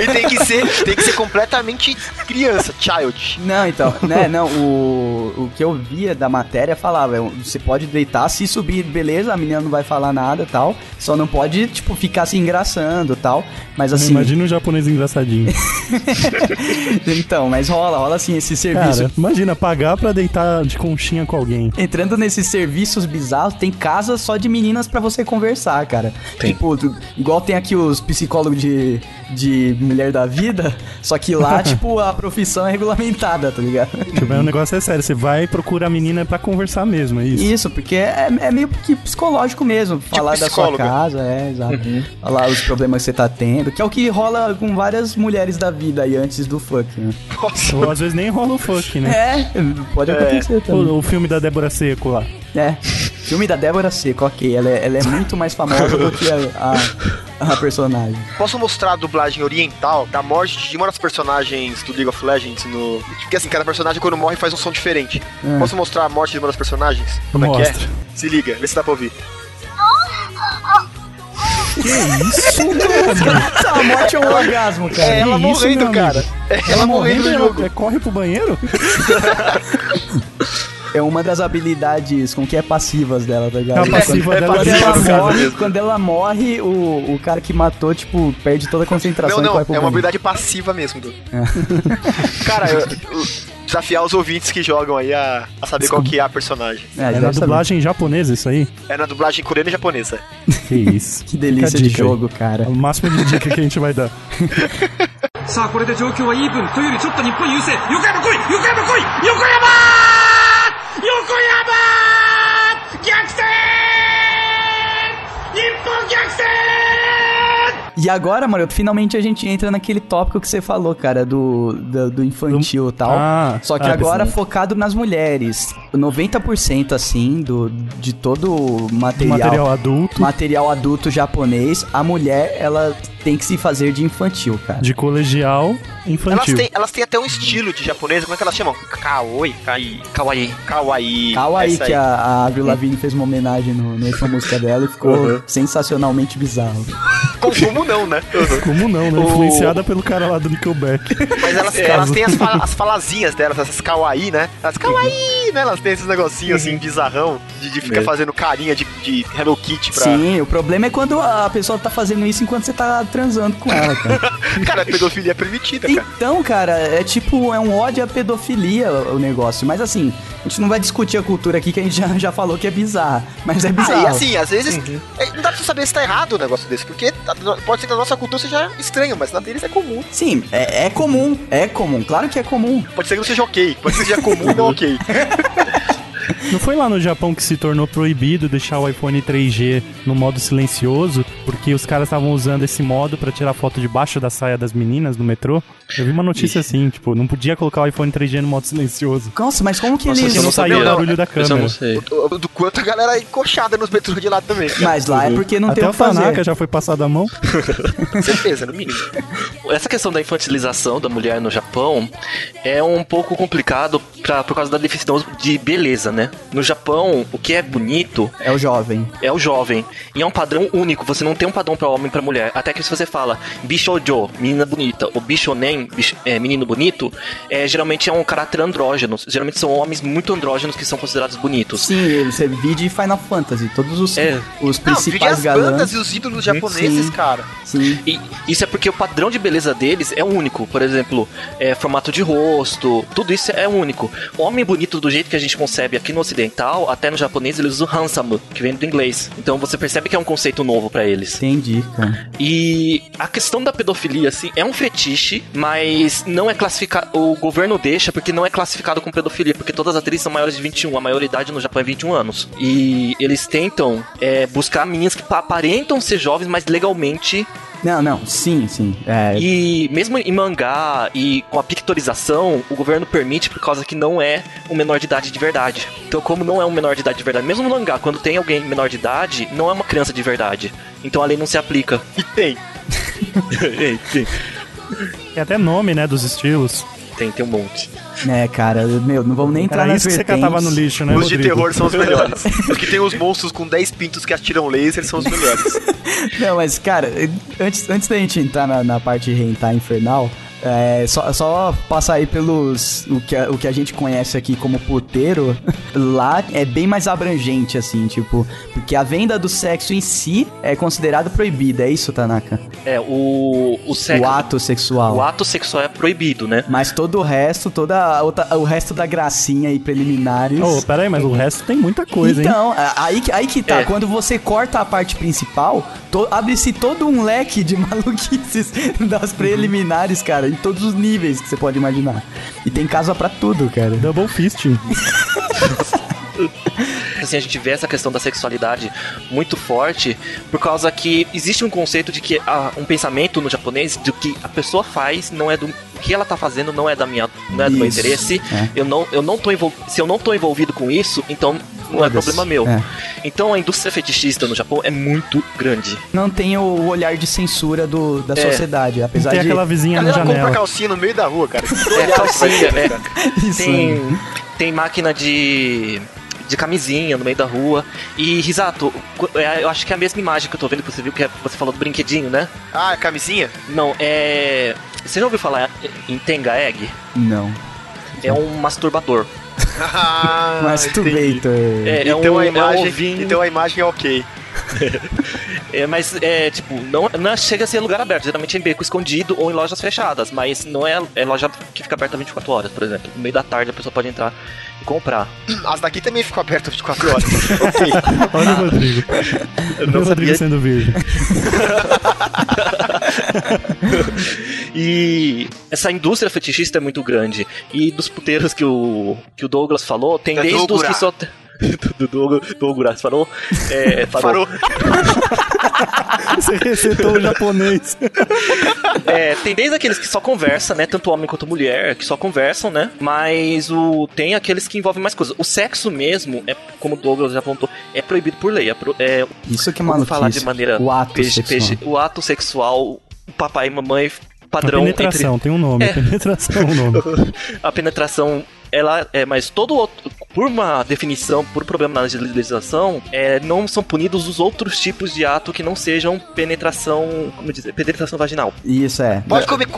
S3: E tem que ser, tem que ser completamente criança, child.
S2: Não, então, né, não, o, o que eu via da matéria falava, é, você pode deitar, se subir, beleza, a menina não vai falar nada e tal, só não pode, tipo, ficar se engraçando e tal, mas assim,
S4: Imagina um japonês engraçadinho.
S2: então, mas rola, rola assim, esse serviço.
S4: Cara, imagina pagar pra deitar de conchinha com alguém.
S2: Entrando nesses serviços bizarros, tem casa só de meninas pra você conversar, cara.
S5: Tem.
S2: Tipo, tu- igual tem aqui os psicólogos de, de mulher da vida, só que lá, tipo, a profissão é regulamentada, tá ligado?
S4: Tipo, é um negócio é sério. Você vai e procura a menina pra conversar mesmo, é isso?
S2: Isso, porque é, é meio que psicológico mesmo. falar da sua
S3: psicóloga.
S2: casa, é, exato. Falar os problemas que você tá tendo, que é o que rola com várias mulheres da vida aí antes do funk, né?
S3: Nossa.
S4: Ou às vezes nem rola o funk, né?
S2: É, pode acontecer também.
S4: O, o filme da Débora Seco lá.
S2: É. Filme da Débora Seco, ok. Ela é, ela é muito mais famosa do que a, a, a personagem.
S3: Posso mostrar a dublagem oriental da morte de uma das personagens do League of Legends no. Porque assim, cada personagem quando morre faz um som diferente. Posso mostrar a morte de uma das personagens? Como é que
S4: Mostra.
S3: é? Se liga, vê se dá pra ouvir.
S2: Nossa, a morte é um orgasmo, cara.
S3: É ela
S4: isso,
S3: morrendo,
S4: meu
S3: cara. É ela morrendo no
S4: ela-
S3: jogo.
S4: é, corre pro banheiro?
S2: É uma das habilidades, como que é passivas dela, tá ligado?
S4: É a passiva
S3: é
S4: dela
S2: Quando
S4: de
S3: passiva,
S2: ela
S4: passar.
S3: cara.
S2: morre, quando ela morre, o, o cara que matou, tipo, perde toda a concentração
S3: Não,
S2: e
S3: não,
S2: corre pro É.
S3: é uma
S2: banheiro.
S3: habilidade passiva mesmo. Du. Cara, eu, eu- desafiar os ouvintes que jogam aí a, a saber qual que é a personagem.
S2: É,
S4: É
S2: deve
S4: na
S2: saber.
S4: dublagem japonesa isso aí?
S3: É na dublagem coreana e japonesa.
S4: Que isso.
S2: Que delícia
S4: Fica a
S2: de
S4: dica aí.
S2: jogo, cara.
S4: É o máximo de dica que a gente vai dar.
S9: さあ、これで状況はイーブンというよりちょっと日本優勢。横山来い横山来い横山横山逆転日本逆転
S2: E agora, Maroto, finalmente a gente entra naquele tópico que você falou, cara, do, do, do infantil e tal.
S4: Ah,
S2: Só que
S4: ah,
S2: agora
S4: sim.
S2: focado nas mulheres. 90% assim do, de todo o
S4: Do
S2: material,
S4: material adulto,
S2: material adulto japonês, a mulher ela tem que se fazer de infantil, cara.
S4: de colegial,
S3: Elas
S4: infantil.
S3: têm, elas têm até um estilo de japonesa, como é que elas chamam? Kaoi? Kai, kawaii. Kawaii.
S2: Kawaii,
S3: Essa É aí.
S2: que é a, a Avril Lavigne fez uma homenagem no, na última música dela e ficou
S3: Uhum.
S2: sensacionalmente bizarro.
S3: Como, como não, né?
S4: Como não, né?
S3: O-
S4: Influenciada pelo cara lá do Nickelback.
S3: Mas elas,
S2: É.
S3: elas têm as, fala- as falazinhas delas, essas kawaii, né?
S2: Uhum.
S3: As kawaii, né? Elas têm esses negocinhos assim, bizarrão, de, de ficar fazendo carinha de, de Hello Kitty pra...
S2: É. Sim, o problema é quando a pessoa tá fazendo isso enquanto você tá transando com ela, cara.
S3: Cara, a pedofilia é permitida, cara.
S2: Então, cara, é tipo, é um ódio à pedofilia o o negócio. Mas assim, a gente não vai discutir a cultura aqui que a gente já, já falou que é bizarra. Mas é
S3: Ah,
S2: bizarro.
S3: e assim, às vezes, é, não dá pra saber se tá errado o negócio desse, porque tá- pode ser que na nossa cultura seja estranho, mas na deles é comum.
S2: Sim, é, é comum, é comum, claro que é comum.
S3: Pode ser que não seja ok, pode ser que seja comum e não ok.
S4: Não foi lá no Japão que se tornou proibido deixar o iPhone 3G no modo silencioso, porque os caras estavam usando esse modo pra tirar foto debaixo da saia das meninas no metrô? Eu vi uma notícia assim, tipo, não podia colocar o iPhone 3G no modo silencioso.
S2: Nossa, mas como que
S5: Nossa,
S2: eles.
S4: Porque
S5: eu
S4: não
S5: não sabia,
S4: saía o
S5: não.
S4: barulho da
S5: Mas eu
S4: câmera.
S5: não sei.
S3: Do, do quanto a galera é encoxada nos metrôs de lá também.
S2: Mas lá é porque não tem
S4: Até
S2: o
S4: o
S2: que fazer.
S4: Tanaka já foi passado a mão.
S3: Com certeza, no mínimo.
S5: Essa questão da infantilização da mulher no Japão é um pouco complicado pra, por causa da deficiência de beleza, né? No Japão, o que é bonito
S2: É o jovem.
S5: é o jovem. E é um padrão único, você não tem um padrão pra homem e pra mulher. Até que se você fala bichojo, menina bonita, ou bichonen, bich- é, menino bonito, é, geralmente é um caráter andrógeno. Geralmente são homens muito andrógenos que são considerados bonitos.
S2: Sim, você vide Final Fantasy, todos os,
S5: É.
S2: os
S3: Não, vide
S2: principais
S3: as bandas
S2: galãs.
S3: e os ídolos japoneses,
S2: Sim.
S3: cara.
S2: Sim.
S5: E isso é porque o padrão de beleza deles é único. Por exemplo, é, formato de rosto, tudo isso é único. Homem bonito do jeito que a gente concebe aqui no ocidental, até no japonês eles usam handsome, que vem do inglês. Então você percebe que é um conceito novo pra eles.
S2: Entendi, cara.
S5: E a questão da pedofilia, assim, é um fetiche, mas não é classificado. O governo deixa porque não é classificado como pedofilia, porque todas as atrizes são maiores de 21, a maioridade no Japão é 21 anos. E eles tentam é, buscar meninas que aparentam ser jovens, mas legalmente
S2: Não, não, sim, sim. É,
S5: e mesmo em mangá e com a pictorização, o governo permite por causa que não é um menor de idade de verdade. Então, como não é um menor de idade de verdade, mesmo no mangá, quando tem alguém menor de idade, não é uma criança de verdade. Então a lei não se aplica.
S3: E tem.
S4: Tem até nome, né, dos estilos.
S5: Tem, tem um monte.
S2: né, cara, meu, não vamos nem entrar
S4: Era
S2: nas
S4: isso que você
S2: vertentes.
S4: catava no lixo, né,
S3: os de
S4: Rodrigo?
S3: terror são os melhores. os que tem os monstros com 10 pintos que atiram laser são os melhores.
S2: Não, mas, cara, antes, antes da gente entrar na, na parte de rentar infernal, é, só, só passar aí pelos. O que, a, o que a gente conhece aqui como puteiro, lá é bem mais abrangente, assim, tipo. Porque a venda do sexo em si é considerada proibida, é isso, Tanaka?
S5: É, o, o sexo.
S2: O ato sexual.
S5: o ato sexual é proibido, né?
S2: Mas todo o resto, toda a outra- o resto da gracinha e preliminares.
S4: Ô, pera aí, mas o resto tem muita coisa, hein?
S2: então, a- aí, que- aí que tá.
S5: É.
S2: Quando você corta a parte principal, to- abre-se todo um leque de maluquices das preliminares, cara, em todos os níveis que você pode imaginar. E tem casa pra tudo, cara.
S4: Double fisting.
S5: assim, a gente vê essa questão da sexualidade muito forte por causa que existe um conceito de que ah, um pensamento no japonês de que a pessoa faz não é do o que ela tá fazendo não é da minha não é do meu
S2: Isso,
S5: interesse
S2: é.
S5: eu não eu não tô envol- se eu não tô envolvido com isso então não é
S2: Foda-se,
S5: problema meu
S2: é.
S5: então a indústria fetichista no Japão é muito grande
S2: Não tem o olhar de censura do, da
S5: É.
S2: sociedade, apesar
S4: Tem
S2: de.
S4: aquela vizinha
S3: Ela
S4: na
S3: compra
S4: janela.
S3: calcinha no meio da rua, cara.
S5: é calcinha é,
S2: Isso,
S5: tem,
S2: né?
S5: tem máquina de, de camisinha no meio da rua. E, Risato, qu- é, eu acho que é a mesma imagem que eu tô vendo que você viu, que é- você falou do brinquedinho, né?
S3: Ah, camisinha?
S5: Não, é. Você já ouviu falar em Tenga Egg?
S2: Não.
S5: É um masturpador.
S3: Ah, entendi.
S2: Masturbator.
S5: É, é
S3: então,
S5: um,
S3: a
S5: é um
S3: imagem,
S5: ovinho.
S3: então a imagem é ok.
S5: É, mas é, tipo, não, não chega a ser em lugar aberto. Geralmente é em beco escondido ou em lojas fechadas. Mas não é, é loja que fica aberta 24 horas, por exemplo. No meio da tarde a pessoa pode entrar e comprar.
S3: As daqui também ficam abertas 24 horas. ok.
S4: Olha o Rodrigo. Olha o Rodrigo sendo virgem.
S5: E essa indústria fetichista é muito grande. E dos puteiros que o, que o Douglas falou, tem
S3: É
S5: desde os
S3: Douglas.
S5: que só. t- do, do, do, do Ogurashi falou. É, falou.
S3: Parou.
S2: É.
S7: Você recetou o japonês.
S5: É, tem desde aqueles que só conversam, né? Tanto homem quanto mulher, que só conversam, né? Mas o, tem aqueles que envolvem mais coisas. O sexo mesmo, é, como o Douglas já apontou, é proibido por lei. É, pro- é,
S2: Isso que é uma
S5: vamos falar
S2: notícia.
S5: de maneira
S2: O ato
S5: PG,
S2: sexual.
S5: o ato sexual, o papai e mamãe
S4: A
S5: padrão entre
S4: penetração, tem um nome.
S5: É.
S4: Penetração é um nome.
S5: a penetração ela é mas todo outro, por uma definição por problema na legislação é, não são punidos os outros tipos de ato que não sejam penetração como dizer penetração vaginal
S2: Isso, é.
S3: Pode comer c...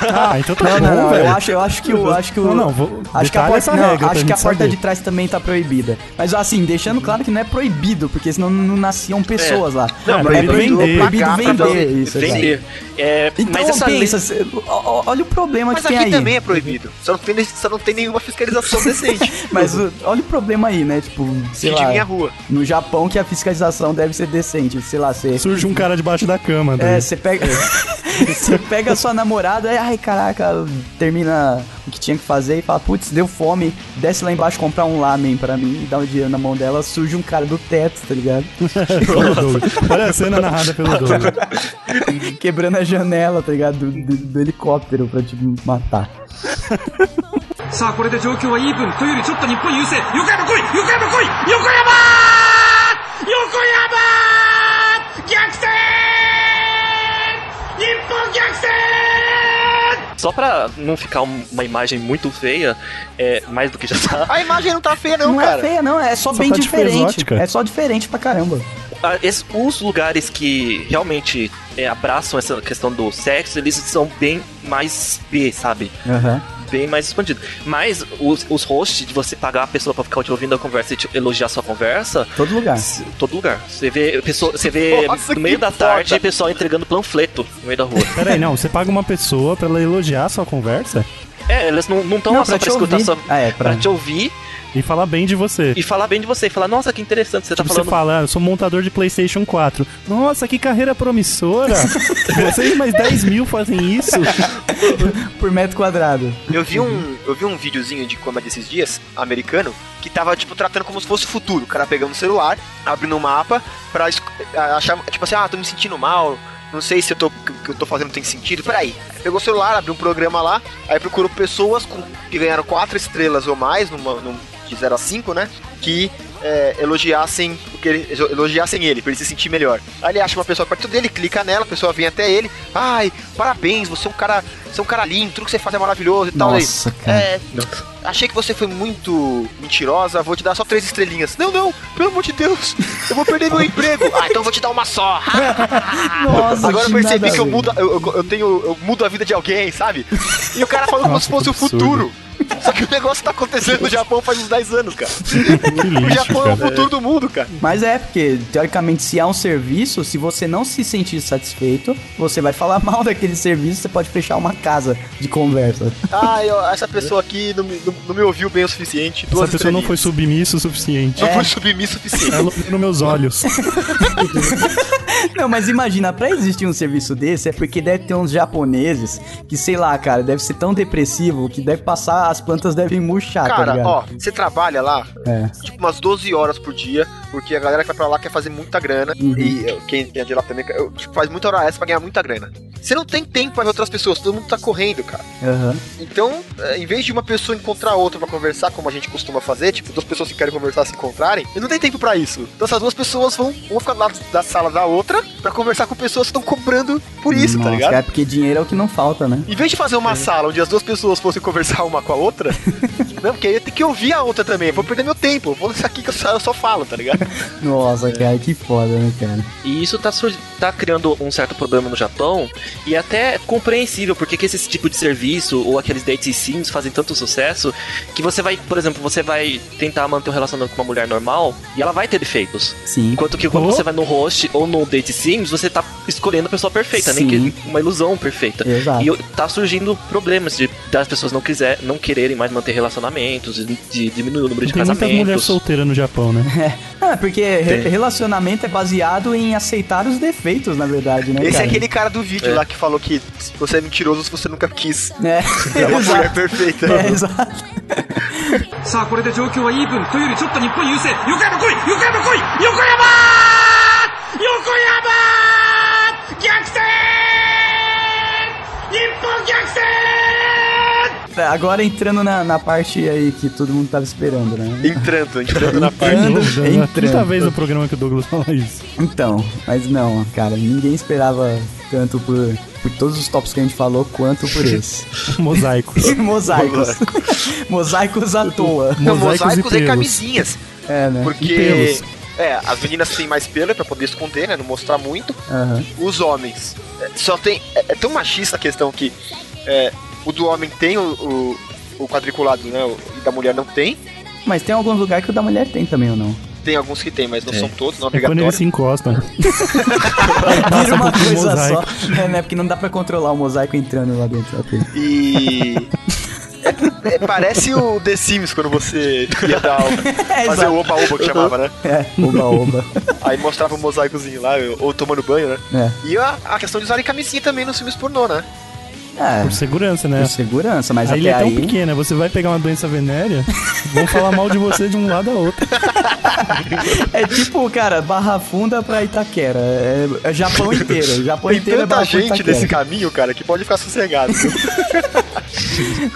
S4: Ah, então tá
S2: Não,
S4: bom,
S2: não, não,
S4: velho.
S2: eu acho, eu acho que o... Acho que o
S4: Não, não, vou-
S2: Acho que a
S4: detalha
S2: porta,
S4: essa
S2: não,
S4: regra pra
S2: acho que a
S4: gente
S2: porta
S4: saber.
S2: de trás também tá proibida. Mas assim, deixando claro que não é proibido, porque senão não nasciam pessoas lá. É
S4: Não, proibido vender.
S2: proibido
S3: Pagar pra
S2: vender isso, exato.
S5: vender É,
S2: Então
S5: mas essa lei
S2: pensa, cê- ó- ó- olha o problema
S3: Mas
S2: que tem
S3: aqui
S2: aí.
S3: também é proibido. Só não tem, só não tem nenhuma fiscalização decente.
S2: Mas o- olha o problema aí, né? Tipo, sei
S3: Se é
S2: lá,
S3: minha rua.
S2: no Japão que a fiscalização deve ser decente, sei lá, você...
S4: Surge um cara debaixo da cama.
S2: É,
S4: daí.
S2: você pega. Você pega a sua namorada, aí, ai caraca, termina o que tinha que fazer e fala, putz, deu fome, desce lá embaixo comprar um lamen pra mim e dá um dinheiro na mão dela, surge um cara do teto, tá ligado?
S4: Pelo Douglas. Olha a cena narrada pelo Douglas.
S3: Uhum.
S2: Quebrando a janela, tá ligado? Do, do- do helicóptero pra te matar.
S9: さあ、これで状況はイーブンというよりちょっと日本優勢。横山来い横山来い横山横山逆転日本逆転
S5: só pra não ficar um- uma imagem muito feia é mais do que já tá
S3: A imagem não tá feia, não,
S2: Não, é
S3: cara.
S2: feia, não, é só, bem
S4: tá, tipo,
S2: diferente.
S4: exótica.
S2: é só diferente pra caramba.
S5: Ah, es- os lugares que realmente é, abraçam essa questão do sexo eles são bem mais B sabe bem mais expandido. Mas os, os hosts, de você pagar a pessoa pra ficar te ouvindo a conversa e te elogiar sua conversa,
S2: Todo lugar.
S5: s- todo lugar. Você vê, pessoa, você vê
S3: Nossa,
S5: no meio
S3: que
S5: da
S3: foda.
S5: tarde o pessoal entregando panfleto no meio da rua.
S4: Peraí, não, você paga uma pessoa pra ela elogiar a sua conversa
S5: é, elas não estão
S2: Não,
S5: lá só
S2: pra
S5: pra,
S2: te
S5: escutar,
S2: ouvir.
S5: só
S2: Ah, é, pra-
S5: pra... te ouvir
S4: e falar bem de você.
S5: e falar bem de você. E falar, nossa, que interessante, você
S4: Tipo,
S5: tá
S4: você
S5: falando.
S4: fala, ah, eu sou montador de PlayStation 4. Nossa, que carreira promissora! Vocês mais 10 mil fazem isso?
S2: Por metro quadrado.
S3: Eu vi um, eu vi um videozinho de comédia esses dias, americano, que tava tipo tratando como se fosse o futuro. O cara pegando o celular, abrindo um mapa pra es- a- achar, tipo assim, ah, tô me sentindo mal, não sei se eu tô, o que eu tô fazendo tem sentido. Peraí. Aí Pegou o celular, abriu um programa lá, aí procurou pessoas com- que ganharam quatro estrelas ou mais, numa, num, de 0 a 5, né? Que é, elogiassem o que ele, elogiassem ele, pra ele se sentir melhor. Aí ele acha uma pessoa perto dele, clica nela, a pessoa vem até ele, ai, parabéns, você é um cara, você é um cara lindo, tudo que você faz é maravilhoso e tal. Aí,
S2: Nossa, cara.
S3: é, achei que você foi muito mentirosa, vou te dar só três estrelinhas. Não, não, pelo amor de Deus, eu vou perder meu emprego. Ah, então eu vou te dar uma só.
S2: Nossa,
S3: Agora eu
S2: que
S3: percebi
S2: nada
S3: que eu
S2: a ver.
S3: mudo, eu, eu- eu tenho, eu mudo a vida de alguém, sabe? E o cara falou como se fosse o futuro. Só que o negócio tá acontecendo no Japão faz uns 10 anos, cara.
S4: Que
S3: O
S4: lixo,
S3: Japão é o
S4: cara.
S3: futuro do mundo, cara.
S2: Mas é, porque teoricamente, se há um serviço, se você não se sentir satisfeito, você vai falar mal daquele serviço, você pode fechar uma casa de conversa.
S3: Ah, eu- essa pessoa aqui não me, não- não me ouviu bem o suficiente.
S4: Essa
S3: Duas
S4: pessoa não foi É.
S3: estrelinhas.
S4: submissa o suficiente.
S3: Não foi submisso o suficiente.
S4: Ela olhou nos meus olhos.
S2: Não, mas imagina, pra existir um serviço desse é porque deve ter uns japoneses que, sei lá, cara, deve ser tão depressivo que deve passar, as plantas devem murchar, tá
S3: Cara,
S2: ligado?
S3: ó, você trabalha lá
S2: É.
S3: tipo umas 12 horas por dia, porque a galera que vai pra lá quer fazer muita grana.
S4: Uhum.
S3: E eh, quem é de lá também eh, tipo, faz muita hora extra pra ganhar muita grana. Você não tem tempo pra ver outras pessoas, todo mundo tá correndo, cara.
S2: Aham.
S3: Então, eh, em vez de uma pessoa encontrar outra pra conversar, como a gente costuma fazer, tipo, duas pessoas que querem conversar se encontrarem, eu não tem tempo pra isso. Então essas duas pessoas vão uma ficar do lado da sala da outra pra conversar com pessoas que estão cobrando por isso,
S2: Nossa,
S3: tá ligado?
S2: É porque dinheiro é o que não falta, né?
S3: Em vez de fazer uma sala onde as duas pessoas fossem conversar uma com a outra, não, porque aí eu tenho que ouvir a outra também, eu vou perder meu tempo, eu vou isso aqui que eu só, eu só falo, tá ligado? É.
S2: Nossa, cara, que foda, né, cara?
S5: E isso tá, sur- tá criando um certo problema no Japão. E até é compreensível porque que esse tipo de serviço ou aqueles date sims fazem tanto sucesso que você vai, por exemplo, você vai tentar manter um relacionamento com uma mulher normal e ela vai ter defeitos.
S2: Sim.
S5: Enquanto que quando
S4: Oh.
S5: você vai no host ou no date sims, você tá escolhendo a pessoa perfeita, nem
S2: Sim.
S5: que uma ilusão perfeita.
S2: Exato.
S5: E eu- tá surgindo problemas de das pessoas não quiser, não quererem mais manter relacionamentos, de, de diminuir o número de
S4: Tem muitas mulheres
S5: casamentos.
S4: solteiras no Japão, né?
S2: Ah, porque re-
S5: Tem.
S2: relacionamento é baseado em aceitar os defeitos, na verdade, né,
S3: Esse
S2: cara?
S3: é aquele cara do vídeo
S5: É.
S3: lá que falou que você é mentiroso se você nunca quis.
S2: É,
S3: É uma mulher
S2: exato.
S3: perfeita.
S2: É, exato.
S9: さあこれで状況はイーブンというよりちょっと日本優勢横山来い横山来い横山横山逆転日本逆転
S2: É, Agora entrando na, na parte aí que todo mundo tava esperando, né?
S3: Entrando, entrando na parte.
S4: De novo, já é a
S2: entrando.
S4: quinta vez no programa que o Douglas fala isso.
S2: Então, mas não, cara, ninguém esperava tanto por, por todos os tops que a gente falou, quanto por esse.
S4: Mosaico.
S2: Mosaicos. Mosaicos à toa.
S3: Não,
S4: Mosaicos e
S3: mosaicos e
S4: pelos.
S3: camisinhas.
S2: É, né?
S3: Porque. É, as meninas têm mais pelo é pra poder esconder, né? Não mostrar muito.
S2: Aham.
S3: Os homens. é, Só tem. É, é tão machista a questão que é, o do homem tem o, o, o quadriculado, né? O, e da mulher não tem.
S2: Mas tem alguns lugares que o da mulher tem também ou não?
S3: Tem alguns que tem, mas não são todos, não é
S4: É quando
S3: obrigatório.
S4: eles se encostam.
S2: Vira uma
S4: pouco um de
S2: coisa só.
S4: mosaico.
S2: É, né? Porque não dá pra controlar o mosaico entrando lá dentro. ok.
S3: E. é- é- parece o The Sims quando você ia dar o,
S2: É,
S3: fazer
S2: exato.
S3: o oba-oba que chamava, né?
S2: É, oba, oba.
S3: Aí mostrava o mosaicozinho lá, ou tomando banho, né?
S2: É.
S3: E a, a questão de usarem camisinha também nos filmes pornô, né?
S2: É,
S4: Por segurança, né?
S2: por segurança, mas
S4: Aí ele
S2: até
S4: é tão
S2: aí...
S4: pequeno, você vai pegar uma doença venérea, vão falar mal de você de um lado a outro.
S2: É tipo, cara, Barra Funda pra Itaquera. É, é Japão inteiro. Japão
S3: Tem
S2: inteiro é
S3: tanta
S2: Barra Funda
S3: gente
S2: Itaquera.
S3: nesse caminho, cara, que pode ficar sossegado.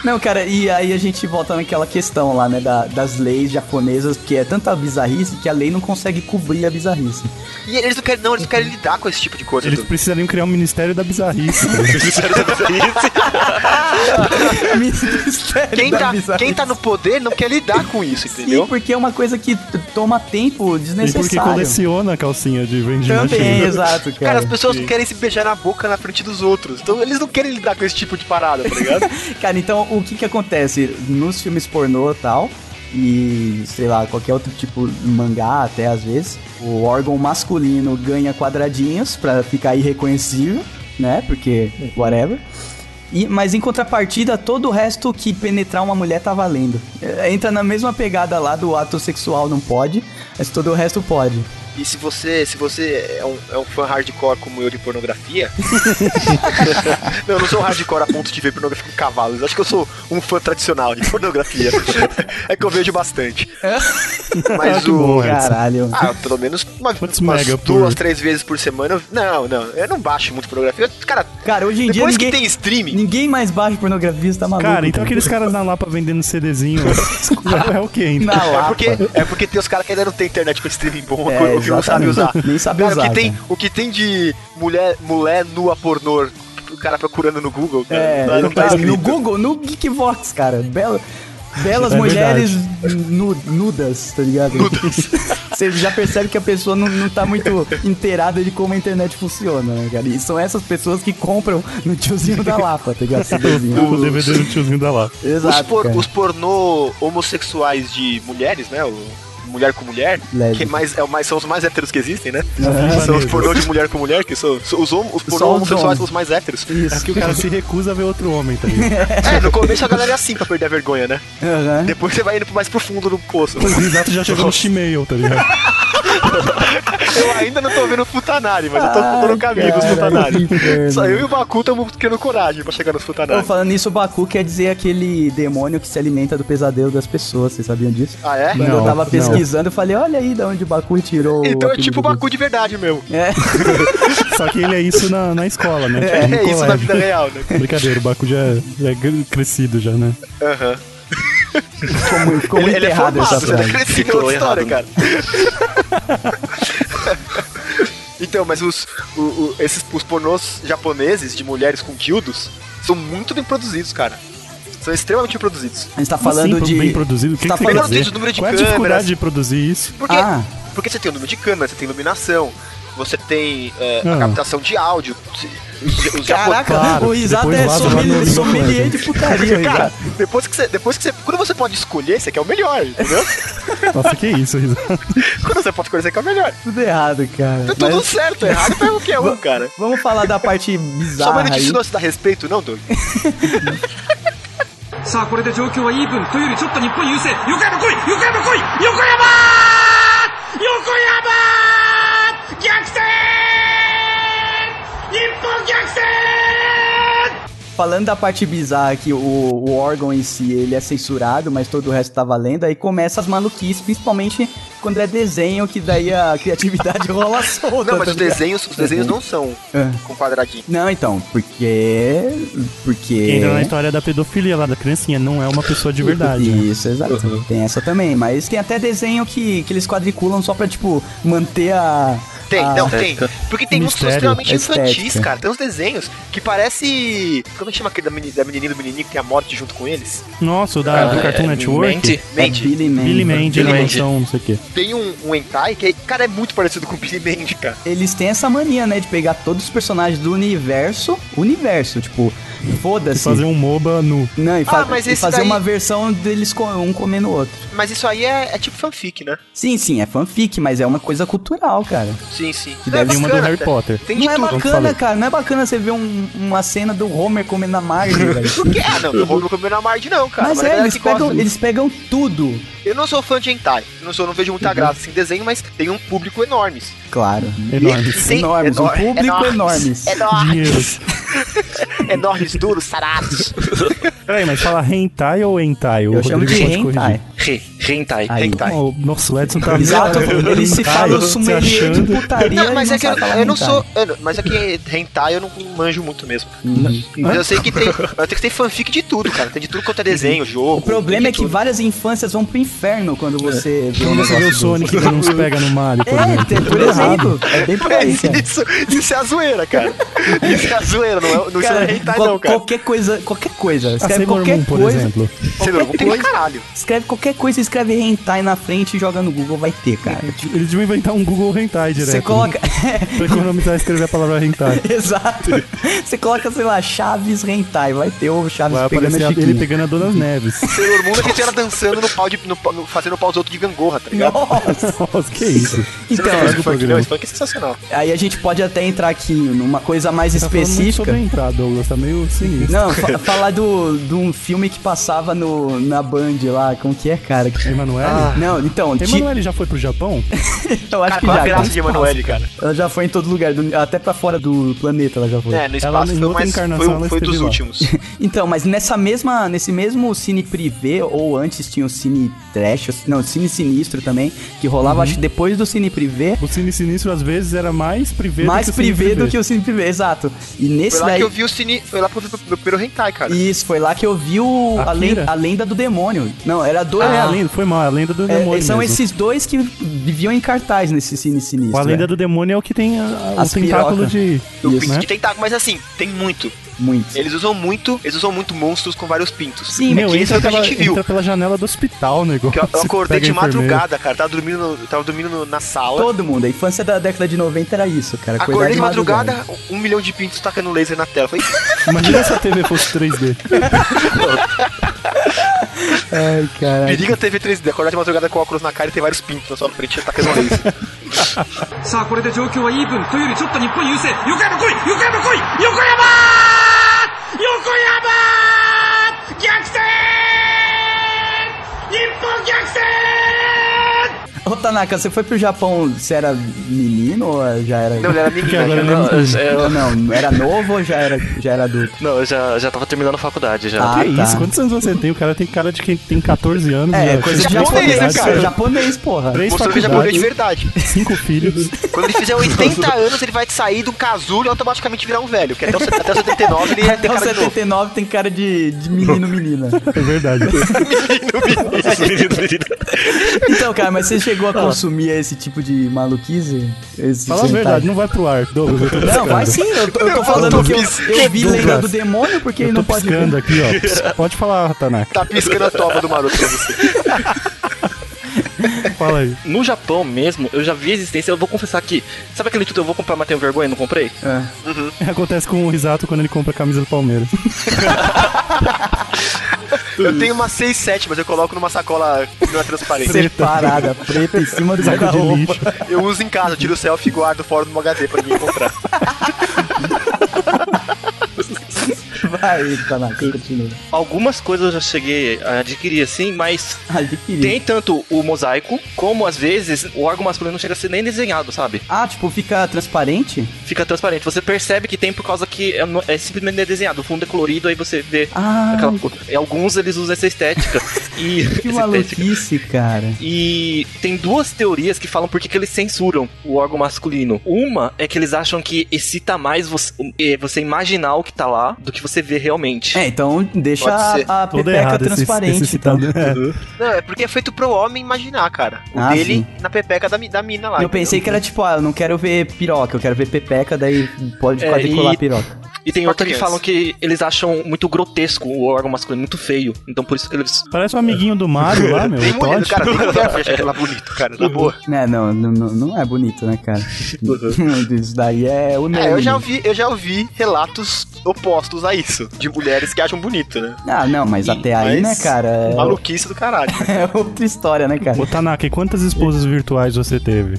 S2: Não, cara, e aí a gente volta naquela questão lá, né, da- das leis japonesas, que é tanta bizarrice que a lei não consegue cobrir a bizarrice.
S3: e eles não querem, não, eles não querem lidar com esse tipo de coisa.
S4: Eles
S3: Edu.
S4: precisariam criar um ministério da bizarrice. né?
S2: Ministério
S3: Quem
S2: é da
S3: tá,
S2: bizarrice.
S3: quem tá no poder não quer lidar com isso,
S2: Sim,
S3: entendeu?
S2: porque é uma coisa que t- toma tempo
S4: E porque
S2: desnecessário.
S4: coleciona a calcinha de vendimento.
S2: Também, exato,
S3: Cara,
S2: cara.
S3: as pessoas não querem se beijar na boca na frente dos outros. Então eles não querem lidar com esse tipo de parada, tá ligado?
S2: Cara, então o que que acontece nos filmes pornô e tal, e sei lá, qualquer outro tipo de mangá até às vezes, o órgão masculino ganha quadradinhos pra ficar irreconhecível, né? Porque whatever. E, mas em contrapartida, todo o resto que penetrar uma mulher tá valendo. É, Entra na mesma pegada lá do ato sexual não pode, mas todo o resto pode.
S3: E se você, se você é um, é um fã hardcore como eu de pornografia. não, eu não sou hardcore a ponto de ver pornografia com cavalos. Acho que eu sou um fã tradicional de pornografia. é que eu vejo bastante. Mas
S4: É? Ah, que
S3: o.
S4: bom, Edson.
S2: Caralho.
S3: Ah, pelo menos uma,
S4: Quantos
S3: umas
S4: mega
S3: duas,
S4: por-
S3: três vezes por semana. eu- Não, não, eu não baixo muito pornografia. Eu- Cara,
S2: Cara, hoje em dia
S3: depois
S2: ninguém,
S3: que tem streaming,
S2: ninguém mais baixa pornografia, você tá maluco.
S4: Cara, então aqueles caras na Lapa vendendo CDzinho é o quê? então?
S2: Na
S3: é
S2: Lapa.
S3: porque, é porque tem os caras que ainda não tem internet com streaming bom,
S2: tá É,
S3: ou que não sabe
S2: exatamente.
S3: usar.
S2: Nem sabe
S3: Cara,
S2: usar,
S3: O que, tem,
S2: cara.
S3: o que tem de mulher, mulher nua pornô, o cara procurando no Google, cara,
S2: É,
S3: não, tá
S2: cara,
S3: escrito.
S2: no Google, no Geekvox, cara. Bela, belas
S4: É
S2: mulheres nu- nudas, tá ligado? Nudas. Você já percebe que a pessoa não, não tá muito inteirada de como a internet funciona, né, cara? E são essas pessoas que compram no tiozinho da Lapa, tá ligado? CDzinho.
S4: O DVD do tiozinho da Lapa.
S3: Os,
S2: Exato,
S3: por,
S2: cara.
S3: os pornô homossexuais de mulheres, né? o- mulher com mulher,
S2: Lésbica.
S3: que é mais, é o mais, são os mais héteros que existem, né?
S2: Aham.
S3: São os pornô de mulher com mulher, que são, são os, hom- os pornô
S2: Só os
S3: homossexuais
S2: homens.
S3: são os mais héteros.
S4: É que o cara se recusa a ver outro homem, tá ligado?
S3: É, no começo a galera é assim pra perder a vergonha, né?
S2: Aham.
S3: Depois você vai indo mais profundo no poço.
S4: O
S2: é.
S4: Risato já chegou no Gmail, tá ligado?
S3: Eu ainda não tô vendo o Futanari, mas eu tô
S2: Ai,
S3: procurando o caminho dos
S2: cara,
S3: Futanari.
S2: que inferno.
S3: Só eu e o Baku estamos criando coragem pra chegar nos
S2: Ô,
S3: Futanari.
S2: falando nisso, o Baku quer dizer aquele demônio que se alimenta do pesadelo das pessoas, vocês sabiam disso?
S3: Ah, é?
S2: Quando eu
S4: Não,
S2: tava
S4: não.
S2: pesquisando, eu falei, olha aí de onde o Baku tirou o
S3: Então é
S2: apelido
S3: tipo o
S2: dele.
S3: Baku de verdade mesmo.
S2: É.
S4: Só que ele é isso na, na escola, né?
S3: É,
S4: no
S3: isso na
S4: colégio.
S3: vida real, né?
S4: Brincadeira, o Baku já, é- já é gr- crescido já, né?
S3: Aham.
S2: Ficou muito, ficou
S3: Ele,
S2: muito
S3: ele é
S2: errado
S3: formado,
S2: essa
S3: você tá
S2: frase.
S3: crescendo é
S5: Ficou
S3: outra história, cara.
S5: errado,
S3: então, mas os, o- o- esses, os pornôs japoneses de mulheres com dildos são muito bem produzidos, cara. São extremamente bem produzidos.
S2: A gente tá falando
S4: Assim,
S2: de.
S4: Bem produzido, o que,
S2: Tá
S4: que você quer
S2: falando
S4: dizer?
S3: de número de
S4: Qual é a
S3: câmeras?
S4: dificuldade de produzir isso?
S3: Porque,
S2: Ah,
S3: porque você tem o número de câmera, você tem iluminação, você tem é, a
S4: Ah.
S3: captação de áudio. se- Os, os japo-
S2: caraca,
S4: claro,
S2: o Isaac
S4: depois
S2: é
S4: vaza lá
S2: sommelier,
S4: no
S2: sommelier de putaria,
S3: Cara,
S2: cara.
S3: depois que você. Depois que você. Quando você pode escolher, você quer o melhor, entendeu?
S4: Nossa, que é isso, Risato?
S3: quando você pode escolher, você quer o melhor.
S2: Tudo errado, cara.
S3: Tá tudo
S2: Mas
S3: certo, errado pra qualquer um, cara.
S2: vamos falar da parte
S3: Sua mãe
S2: bizarra
S3: não te
S2: aí.
S3: ensinou a se dar respeito, não, Doug?
S9: さあこれで状況はイーブンというよりちょっと日本優勢横山来い横山来い横山横山逆転日本逆転
S2: Falando da parte bizarra que o, o órgão em si ele é censurado, mas todo o resto tá valendo, aí começa as maluquices, principalmente quando é desenho, que daí a criatividade rola solta.
S3: Não, mas
S2: tá ligado?
S3: os desenhos, os desenhos não são
S2: É.
S3: com quadradinho.
S2: Não, então, porque. Porque.
S4: Quem entra na história da pedofilia lá da criancinha não é uma pessoa de verdade. né?
S2: Isso, exato. Tem essa também, mas tem até desenho que, que eles quadriculam só pra, tipo, manter a.
S3: Tem,
S2: a-
S3: não, tem. Porque tem uns que são
S4: Mistério,
S3: extremamente infantis,
S2: Ah. é estética.
S3: cara. Tem uns desenhos que parece. Como é que chama aquele da, meni- da menininha e do menininho que tem a morte junto com eles?
S4: Nossa, o da, do
S5: Ah,
S4: Cartoon
S5: é,
S4: Network.
S5: mente.
S2: É
S3: Mandy.
S2: Billy Man.
S4: Billy Mandy,
S5: Billy
S4: na
S5: Mandy.
S4: mansão, não sei o quê.
S3: Tem um, um hentai que, é- cara, é muito parecido com o Billy Mandy, cara.
S2: Eles têm essa mania, né, de pegar todos os personagens do universo, universo, tipo,
S4: E
S2: foda-se.
S4: fazer um MOBA nu.
S2: Não, e, fa-
S3: Ah, mas
S2: e
S3: esse
S2: fazer
S3: daí-
S2: uma versão deles com um comendo o outro.
S3: Mas isso aí é, é tipo fanfic, né?
S2: Sim, sim, é fanfic, mas é uma coisa cultural, cara.
S3: Sim, sim.
S4: Que deve ser uma do um Harry
S3: cara.
S4: Potter.
S3: É Tem de
S2: Não é
S3: tudo.
S2: bacana, cara. Não é bacana você ver um- uma cena do Homer comendo a Marge, velho.
S3: Por quê? Ah, não, o Homer comeu na Marge, não, cara.
S2: Mas
S3: a
S2: é,
S3: galera
S2: eles
S3: que gosta
S2: pegam,
S3: disso.
S2: eles pegam tudo.
S3: Eu não sou fã de hentai. Eu Não, sou, não vejo muita
S2: Uhum.
S3: graça assim, em desenho, mas tem um público enorme.
S2: Claro.
S4: Enorme.
S3: Sim,
S2: Enormes, um
S3: enor-
S2: público enormes.
S3: Enormes.
S4: Dinheiros.
S3: enormes, duros, sarados.
S4: Peraí, mas fala hentai ou hentai? O
S2: Eu chamo de
S4: Rodrigo pode
S2: hentai.
S4: corrigir.
S5: Re, hentai.
S2: Aí.
S3: Hentai.
S4: Oh, nossa, o Edson tá...
S2: Exato, ele se
S4: Hentai,
S2: fala o
S4: se
S2: sommelier de
S4: achando.
S2: putaria.
S3: Não, mas
S2: ele
S3: é que eu,
S2: sabe falar
S3: eu não
S2: hentai.
S3: sou. eu não- mas é que hentai eu não manjo muito mesmo. Mas eu sei que tem. Eu tenho que ter fanfic de tudo, cara. Tem de tudo quanto é desenho, jogo.
S2: O problema
S3: tem
S2: é
S3: de
S2: que
S3: tudo.
S2: várias infâncias vão pro inferno quando
S3: É.
S2: você vê um
S4: Quando você vê o
S2: negócio
S4: Sonic dando uns pega no Mario, por
S2: É,
S4: exemplo.
S2: tem- por exemplo, é bem por aí,
S3: Mas
S2: cara.
S3: isso, isso é a zoeira, cara. Isso é a zoeira, não, é, não isso não é hentai,
S2: qual-
S3: não, cara.
S2: Qualquer coisa, qualquer coisa.
S4: A
S2: Escreve
S4: Sailor
S2: qualquer
S4: Moon, por
S2: coisa.
S4: exemplo.
S3: Você não tem
S2: coisa-
S3: caralho.
S2: Escreve qualquer coisa, escreve hentai na frente e joga no Google, vai ter, cara.
S4: Eles deviam inventar um Google hentai direto.
S2: Você coloca.
S4: né? Pra economizar escrever a palavra hentai.
S2: Exato. Você coloca, sei lá, Chaves Hentai, vai ter o Chaves
S4: Vai
S2: pegando
S4: aparecer
S2: a
S4: a- ele
S2: Chiquinha.
S4: pegando a Dona Neves.
S3: Sailor Moon é que você era dançando no pau de. No, pau- no- fazendo pau dos outros de gangorra, tá ligado?
S2: Nossa!
S4: Nossa, que
S3: Você
S4: isso.
S3: não
S2: Então,
S3: sabe esse funk,
S4: programa. Tá
S3: não? Esse funk é sensacional.
S2: aí a gente pode até entrar aqui numa coisa mais
S4: Tá falando muito sobre
S2: específica.
S4: a entrada, Douglas. Tá meio sinistro.
S2: Não, fa- falar do, de um filme que passava no, na Band lá, como que é, cara?
S4: Emanuele?
S2: Não, então, ti-
S4: Emanuele já foi pro Japão?
S2: eu acho
S3: Ah. Cara,
S2: que
S3: qual a
S2: já.
S3: graça
S2: cara.
S3: de Emanuele, cara?
S2: Ela já foi em todo lugar, do- até pra fora do planeta ela já foi.
S3: É, no
S4: Ela, em
S3: espaço foi, o
S4: outra
S3: mais,
S4: encarnação,
S3: foi, o-
S4: ela
S3: foi dos
S4: esteve lá.
S3: últimos.
S2: Então, mas nessa mesma, nesse mesmo cine privê, ou antes tinha o cine trash, não, cine sinistro também, que rolava,
S4: Uhum.
S2: acho que depois do cine privê,
S4: O Cine Sinistro, às vezes, era mais privê
S2: mais
S4: do que o Cine
S2: privê do que o cine privê, exato. E nesse
S3: Foi lá
S2: daí...
S3: que eu vi o cine. Foi lá que eu vi o meu primeiro hentai, cara.
S2: Isso, foi lá que eu vi o, a,
S4: Akira?
S2: lenda, a lenda do demônio. Não, era do...
S4: Ah, é a lenda. Foi mal. A lenda do
S2: É,
S4: demônio
S2: são
S4: mesmo.
S2: esses dois que viviam em cartaz nesse cine sinistro.
S4: A lenda
S2: é.
S4: do demônio é o que tem a, a, o
S2: As
S4: tentáculo
S2: piroca.
S4: de...
S3: Eu
S4: Isso, né?
S3: de tentáculo, mas assim, tem muito.
S2: Muito.
S3: Eles usam muito, eles usam muito monstros com vários pintos.
S2: Sim,
S4: Meu,
S3: que isso é
S4: entra
S3: o que a
S4: pela,
S3: gente viu.
S4: entra pela janela do hospital, nego.
S3: Que eu, eu acordei de
S4: Pega a enfermeira.
S3: madrugada, cara. Tava dormindo, no- tava dormindo no- na sala.
S2: Todo mundo, a infância da década de 90 era isso, cara. acordar
S3: Acordei de madrugada, um milhão de pintos tacando laser na tela. Falei,
S4: Imagina se a TV fosse 3D.
S2: Ai, caralho.
S3: periga TV 3D. Acordar de madrugada com o óculos na cara e tem vários pintos na sua frente tacando laser.
S9: さあ、これで状況はイーブンというよりちょっと日本優勢。横山来い横山来い横山横山逆転日本逆転
S2: Ô, Tanaka, você foi pro Japão, você era menino ou já era...
S3: Não, ele era menina.
S4: agora
S3: já
S4: ele é
S3: não-
S5: Não, eu- eu-
S2: Não, era novo ou já era, já era adulto?
S5: Não, eu já, já tava terminando a faculdade já.
S2: Ah,
S4: que
S2: tá.
S4: isso? Quantos anos você tem? O cara tem cara de quem tem 14 anos.
S2: É,
S4: já
S2: coisa de
S4: fez
S2: japonês,
S4: faculdade,
S2: né, cara?
S4: fez
S2: Japonês, porra.
S4: Três
S3: Mostrou que já morreu de
S4: faculdades,
S3: verdade.
S4: cinco filhos.
S3: Quando ele fizer 80 anos, ele vai sair do casulo e automaticamente virar um velho. Que até o, set- até o 79 ele
S2: Até
S3: tem
S2: o
S3: cara de novo.
S2: 79 tem cara de, de menino, menina.
S4: É verdade.
S2: Então, cara, mas você chegou a consumir esse tipo de maluquice? Esse
S4: Fala a
S2: hentai?
S4: verdade, não vai pro ar, Douglas.
S2: tá.
S4: Eu tô
S2: Não,
S4: piscando.
S2: vai sim, eu tô, eu tô falando
S3: tô
S2: que eu,
S3: piscando.
S2: eu vi Lenda
S4: Douglas.
S2: do Demônio porque ele
S4: Eu
S2: não
S4: tô
S2: pode
S4: piscando aqui, ó. Pode falar, Tanaka.
S3: Tá piscando a toba do maroto pra você.
S4: Fala aí.
S5: No Japão mesmo, eu já vi a existência. Eu vou confessar que. Sabe aquele tudo eu vou comprar, mas tenho vergonha e não comprei?
S2: É.
S4: Acontece com o Risato quando ele compra a camisa do Palmeiras.
S3: Eu tenho uma 6, 7, mas eu coloco numa sacola que não é transparente.
S2: separada, preta em cima do
S4: Saco de
S2: guarda-roupa.
S4: lixo.
S3: Eu uso em casa, eu tiro o selfie e guardo fora do meu HD pra ninguém comprar.
S2: Vai, tá Tanaka, continua.
S5: Algumas coisas eu já cheguei a adquirir assim, mas
S2: Adquiri.
S5: tem tanto o mosaico, como às vezes o órgão masculino não chega a ser nem desenhado, sabe?
S2: Ah, tipo, fica transparente?
S5: Fica transparente. Você percebe que tem por causa que é, no- é simplesmente não é desenhado. O fundo é colorido, aí você vê
S2: Ah.
S5: aquela coisa. E alguns eles usam essa estética.
S2: Que
S5: e essa estética.
S2: maluquice, cara.
S5: E tem duas teorias que falam por que que eles censuram o órgão masculino. Uma é que eles acham que excita mais você, eh, você imaginar o que tá lá do que você vê realmente.
S2: É, então deixa
S3: Pode ser.
S2: a, a
S4: Todo
S2: pepeca
S4: errado esse-
S2: transparente. então.
S4: esse citado. É.
S3: Não, é porque é feito pro homem imaginar, cara. O
S2: Ah,
S3: dele
S2: sim.
S3: na pepeca da, mi- da mina lá.
S2: Eu pensei que era tipo, ah, eu não quero ver piroca, eu quero ver pepeca, daí pode
S5: É,
S2: quadricular
S5: e-
S2: a piroca.
S5: E tem
S3: Pra
S5: outra que
S3: criança.
S5: falam que eles acham muito grotesco o órgão masculino, muito feio. Então por isso que eles.
S4: Parece um amiguinho do Mario lá, meu.
S3: Tem
S4: o
S3: mulher,
S4: Todd.
S3: cara, tem mulher que acha aquela bonito, cara, na boa.
S2: É, não, não, não- não é bonito, né, cara? Isso daí é o
S3: É, eu já ouvi, eu já ouvi relatos opostos a isso, de mulheres que acham bonito, né?
S2: Ah, não, mas até aí,
S3: Mas-
S2: né, cara? é-
S3: Maluquice do caralho. né?
S2: É outra história, né, cara?
S4: Ô, Tanaka, e quantas esposas virtuais você teve?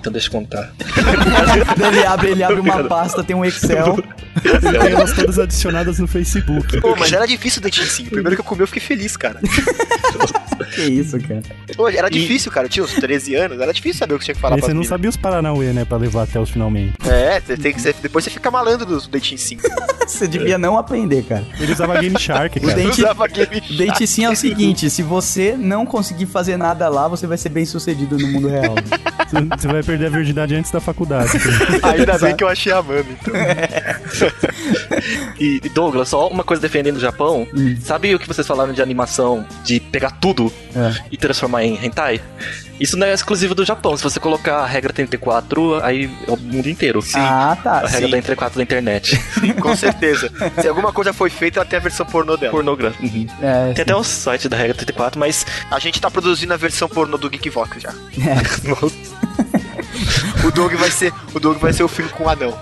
S5: Então deixa eu contar.
S2: Ele abre, ele abre uma pasta, tem um Excel.
S4: Eu tenho elas todas adicionadas no Facebook.
S3: Pô, mas era difícil o dentinho sim. O primeiro que eu comi, eu fiquei feliz, cara.
S2: Que isso, cara?
S3: Pô, era difícil, cara. Eu tinha uns 13 anos, era difícil saber o que tinha que falar
S4: Aí você
S3: pras
S4: não
S3: minas.
S4: sabia os Paranauê, né? Pra levar até os finalmente.
S3: É, você tem que ser- depois você fica malandro do dentinho sim.
S2: Você devia não aprender, cara.
S4: Ele usava Game Shark,
S2: O
S4: cara.
S2: dente-
S3: Usava aquele...
S2: O Date sim é o seguinte, se você não conseguir fazer nada lá, você vai ser bem sucedido no mundo real.
S4: Você- Você vai perder a virgindade antes da faculdade.
S3: Ainda bem que eu achei a mami, então.
S5: E e Douglas, só uma coisa defendendo o Japão.
S2: Hum.
S5: Sabe o que vocês falaram de animação, de pegar tudo
S2: É.
S5: e transformar em hentai? Isso não é exclusivo do Japão. Se você colocar a regra 34, aí é o mundo inteiro.
S2: Ah,
S5: A
S2: tá.
S5: regra
S3: sim.
S5: da 34 da internet.
S3: Sim, com certeza. Se alguma coisa foi feita, ela tem a versão pornô dela.
S5: Pornografia. Uhum.
S2: É,
S5: Tem
S3: um
S5: até o site da regra 34, mas.
S3: A gente tá produzindo a versão pornô do Geekvox já. É. O Doug vai ser, o Doug vai ser o filho com o anão.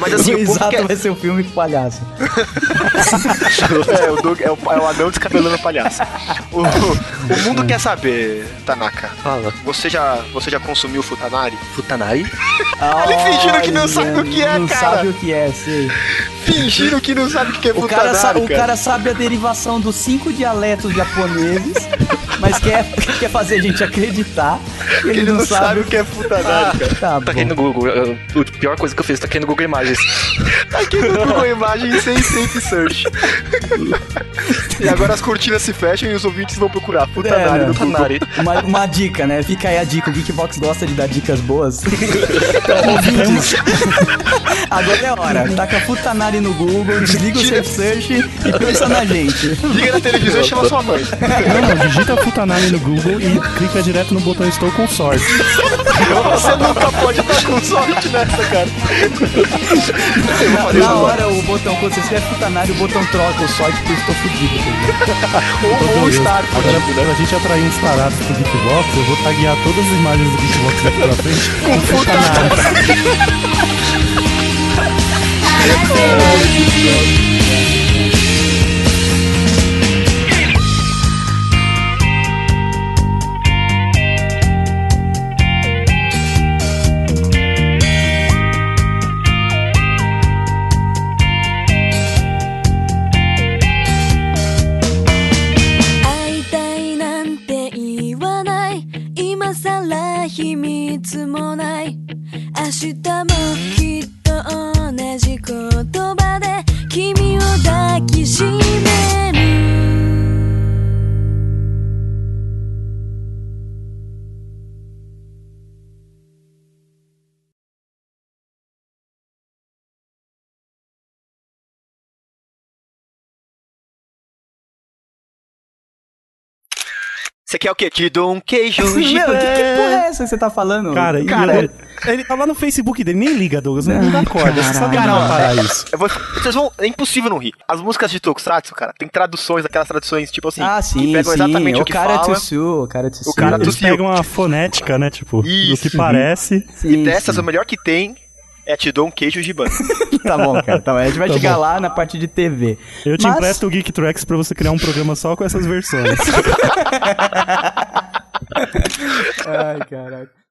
S3: Mas assim,
S2: o
S3: o povo
S2: exato
S3: quer...
S2: vai ser o filme com palhaço.
S3: É, o Doug é o, é o anão descabelando o palhaço. O, o mundo quer saber, Tanaka.
S5: Fala.
S3: Você já, você já consumiu o Futanari?
S5: Futanari?
S2: Ele
S3: fingindo que não sabe o que é,
S2: não
S3: cara.
S2: sabe o que é, sei.
S3: Fingindo que não sabe o que é
S2: O
S3: Futanari,
S2: cara, sa- o cara sabe a derivação dos cinco dialetos japoneses, mas quer, quer fazer a gente acreditar que ele,
S3: Ele
S2: não, sabe
S3: o que é Futanari, cara.
S2: Tá bom.
S5: Taquei no Google. Eu- eu- A pior coisa que eu fiz, taquei no Google Imagens.
S3: Tá
S2: Ah,
S3: aqui no Google Imagem sem Safe Search. e agora as cortinas se fecham e os ouvintes vão procurar Futanari
S2: É,
S3: no Google.
S5: Futanari.
S2: Uma, uma dica, né? Fica aí a dica. O Geekbox gosta de dar dicas boas. Então, Ouvintes. Agora é a hora. Taca Futanari no Google, desliga o Safe Search e pensa na gente.
S3: Liga na televisão e chama sua mãe.
S4: Não, não, digita Futanari no Google e clica direto no botão Estou com sorte.
S3: Você nunca pode estar com né? sorte nessa, cara.
S2: Na, na hora, o botão, quando você escreve Futanari, o botão troca o sorte por estou fudido. entendeu?
S3: Ou, ou estar.
S4: Agora,
S3: né?
S4: pra gente atrair uns tarados pro Geekbox, eu vou taguear todas as imagens do Geekbox daqui pra frente. Com Futanari.
S6: 会いたいなんて言わない今さら秘密もない明日もきっと同じ言葉で君を抱きしめる
S3: Você quer o quê? Te dou um queijo
S2: Assim, Meu, que, que porra é essa que você tá falando?
S4: Cara, e
S2: cara,
S4: ele, ele tá lá no Facebook dele, nem liga, Douglas, né?
S2: É.
S4: não dá corda. Você sabe que não vai parar isso.
S3: Eu vou- vocês vão. É impossível não rir. As músicas de Tokusatsu, cara, tem traduções, aquelas traduções, tipo assim,
S2: ah,
S3: que
S2: sim,
S3: pegam
S2: sim.
S3: exatamente o,
S2: o
S3: que
S2: cara
S3: fala.
S2: Tsu, o cara é Tsu.
S3: O cara
S4: Eles
S3: tossiu.
S4: pegam uma fonética, né, tipo,
S3: Isso.
S4: do que parece.
S2: Sim,
S3: Dessas,
S2: sim.
S3: o melhor que tem é te dou um queijo gibano.
S2: Tá bom, cara. Tá bom. A gente vai
S4: Tá
S2: chegar
S4: bom.
S2: lá na parte de TV.
S4: Eu te
S2: Mas-
S4: empresto o Geek Tracks pra você criar um programa só com essas versões.
S2: Ai, caraca.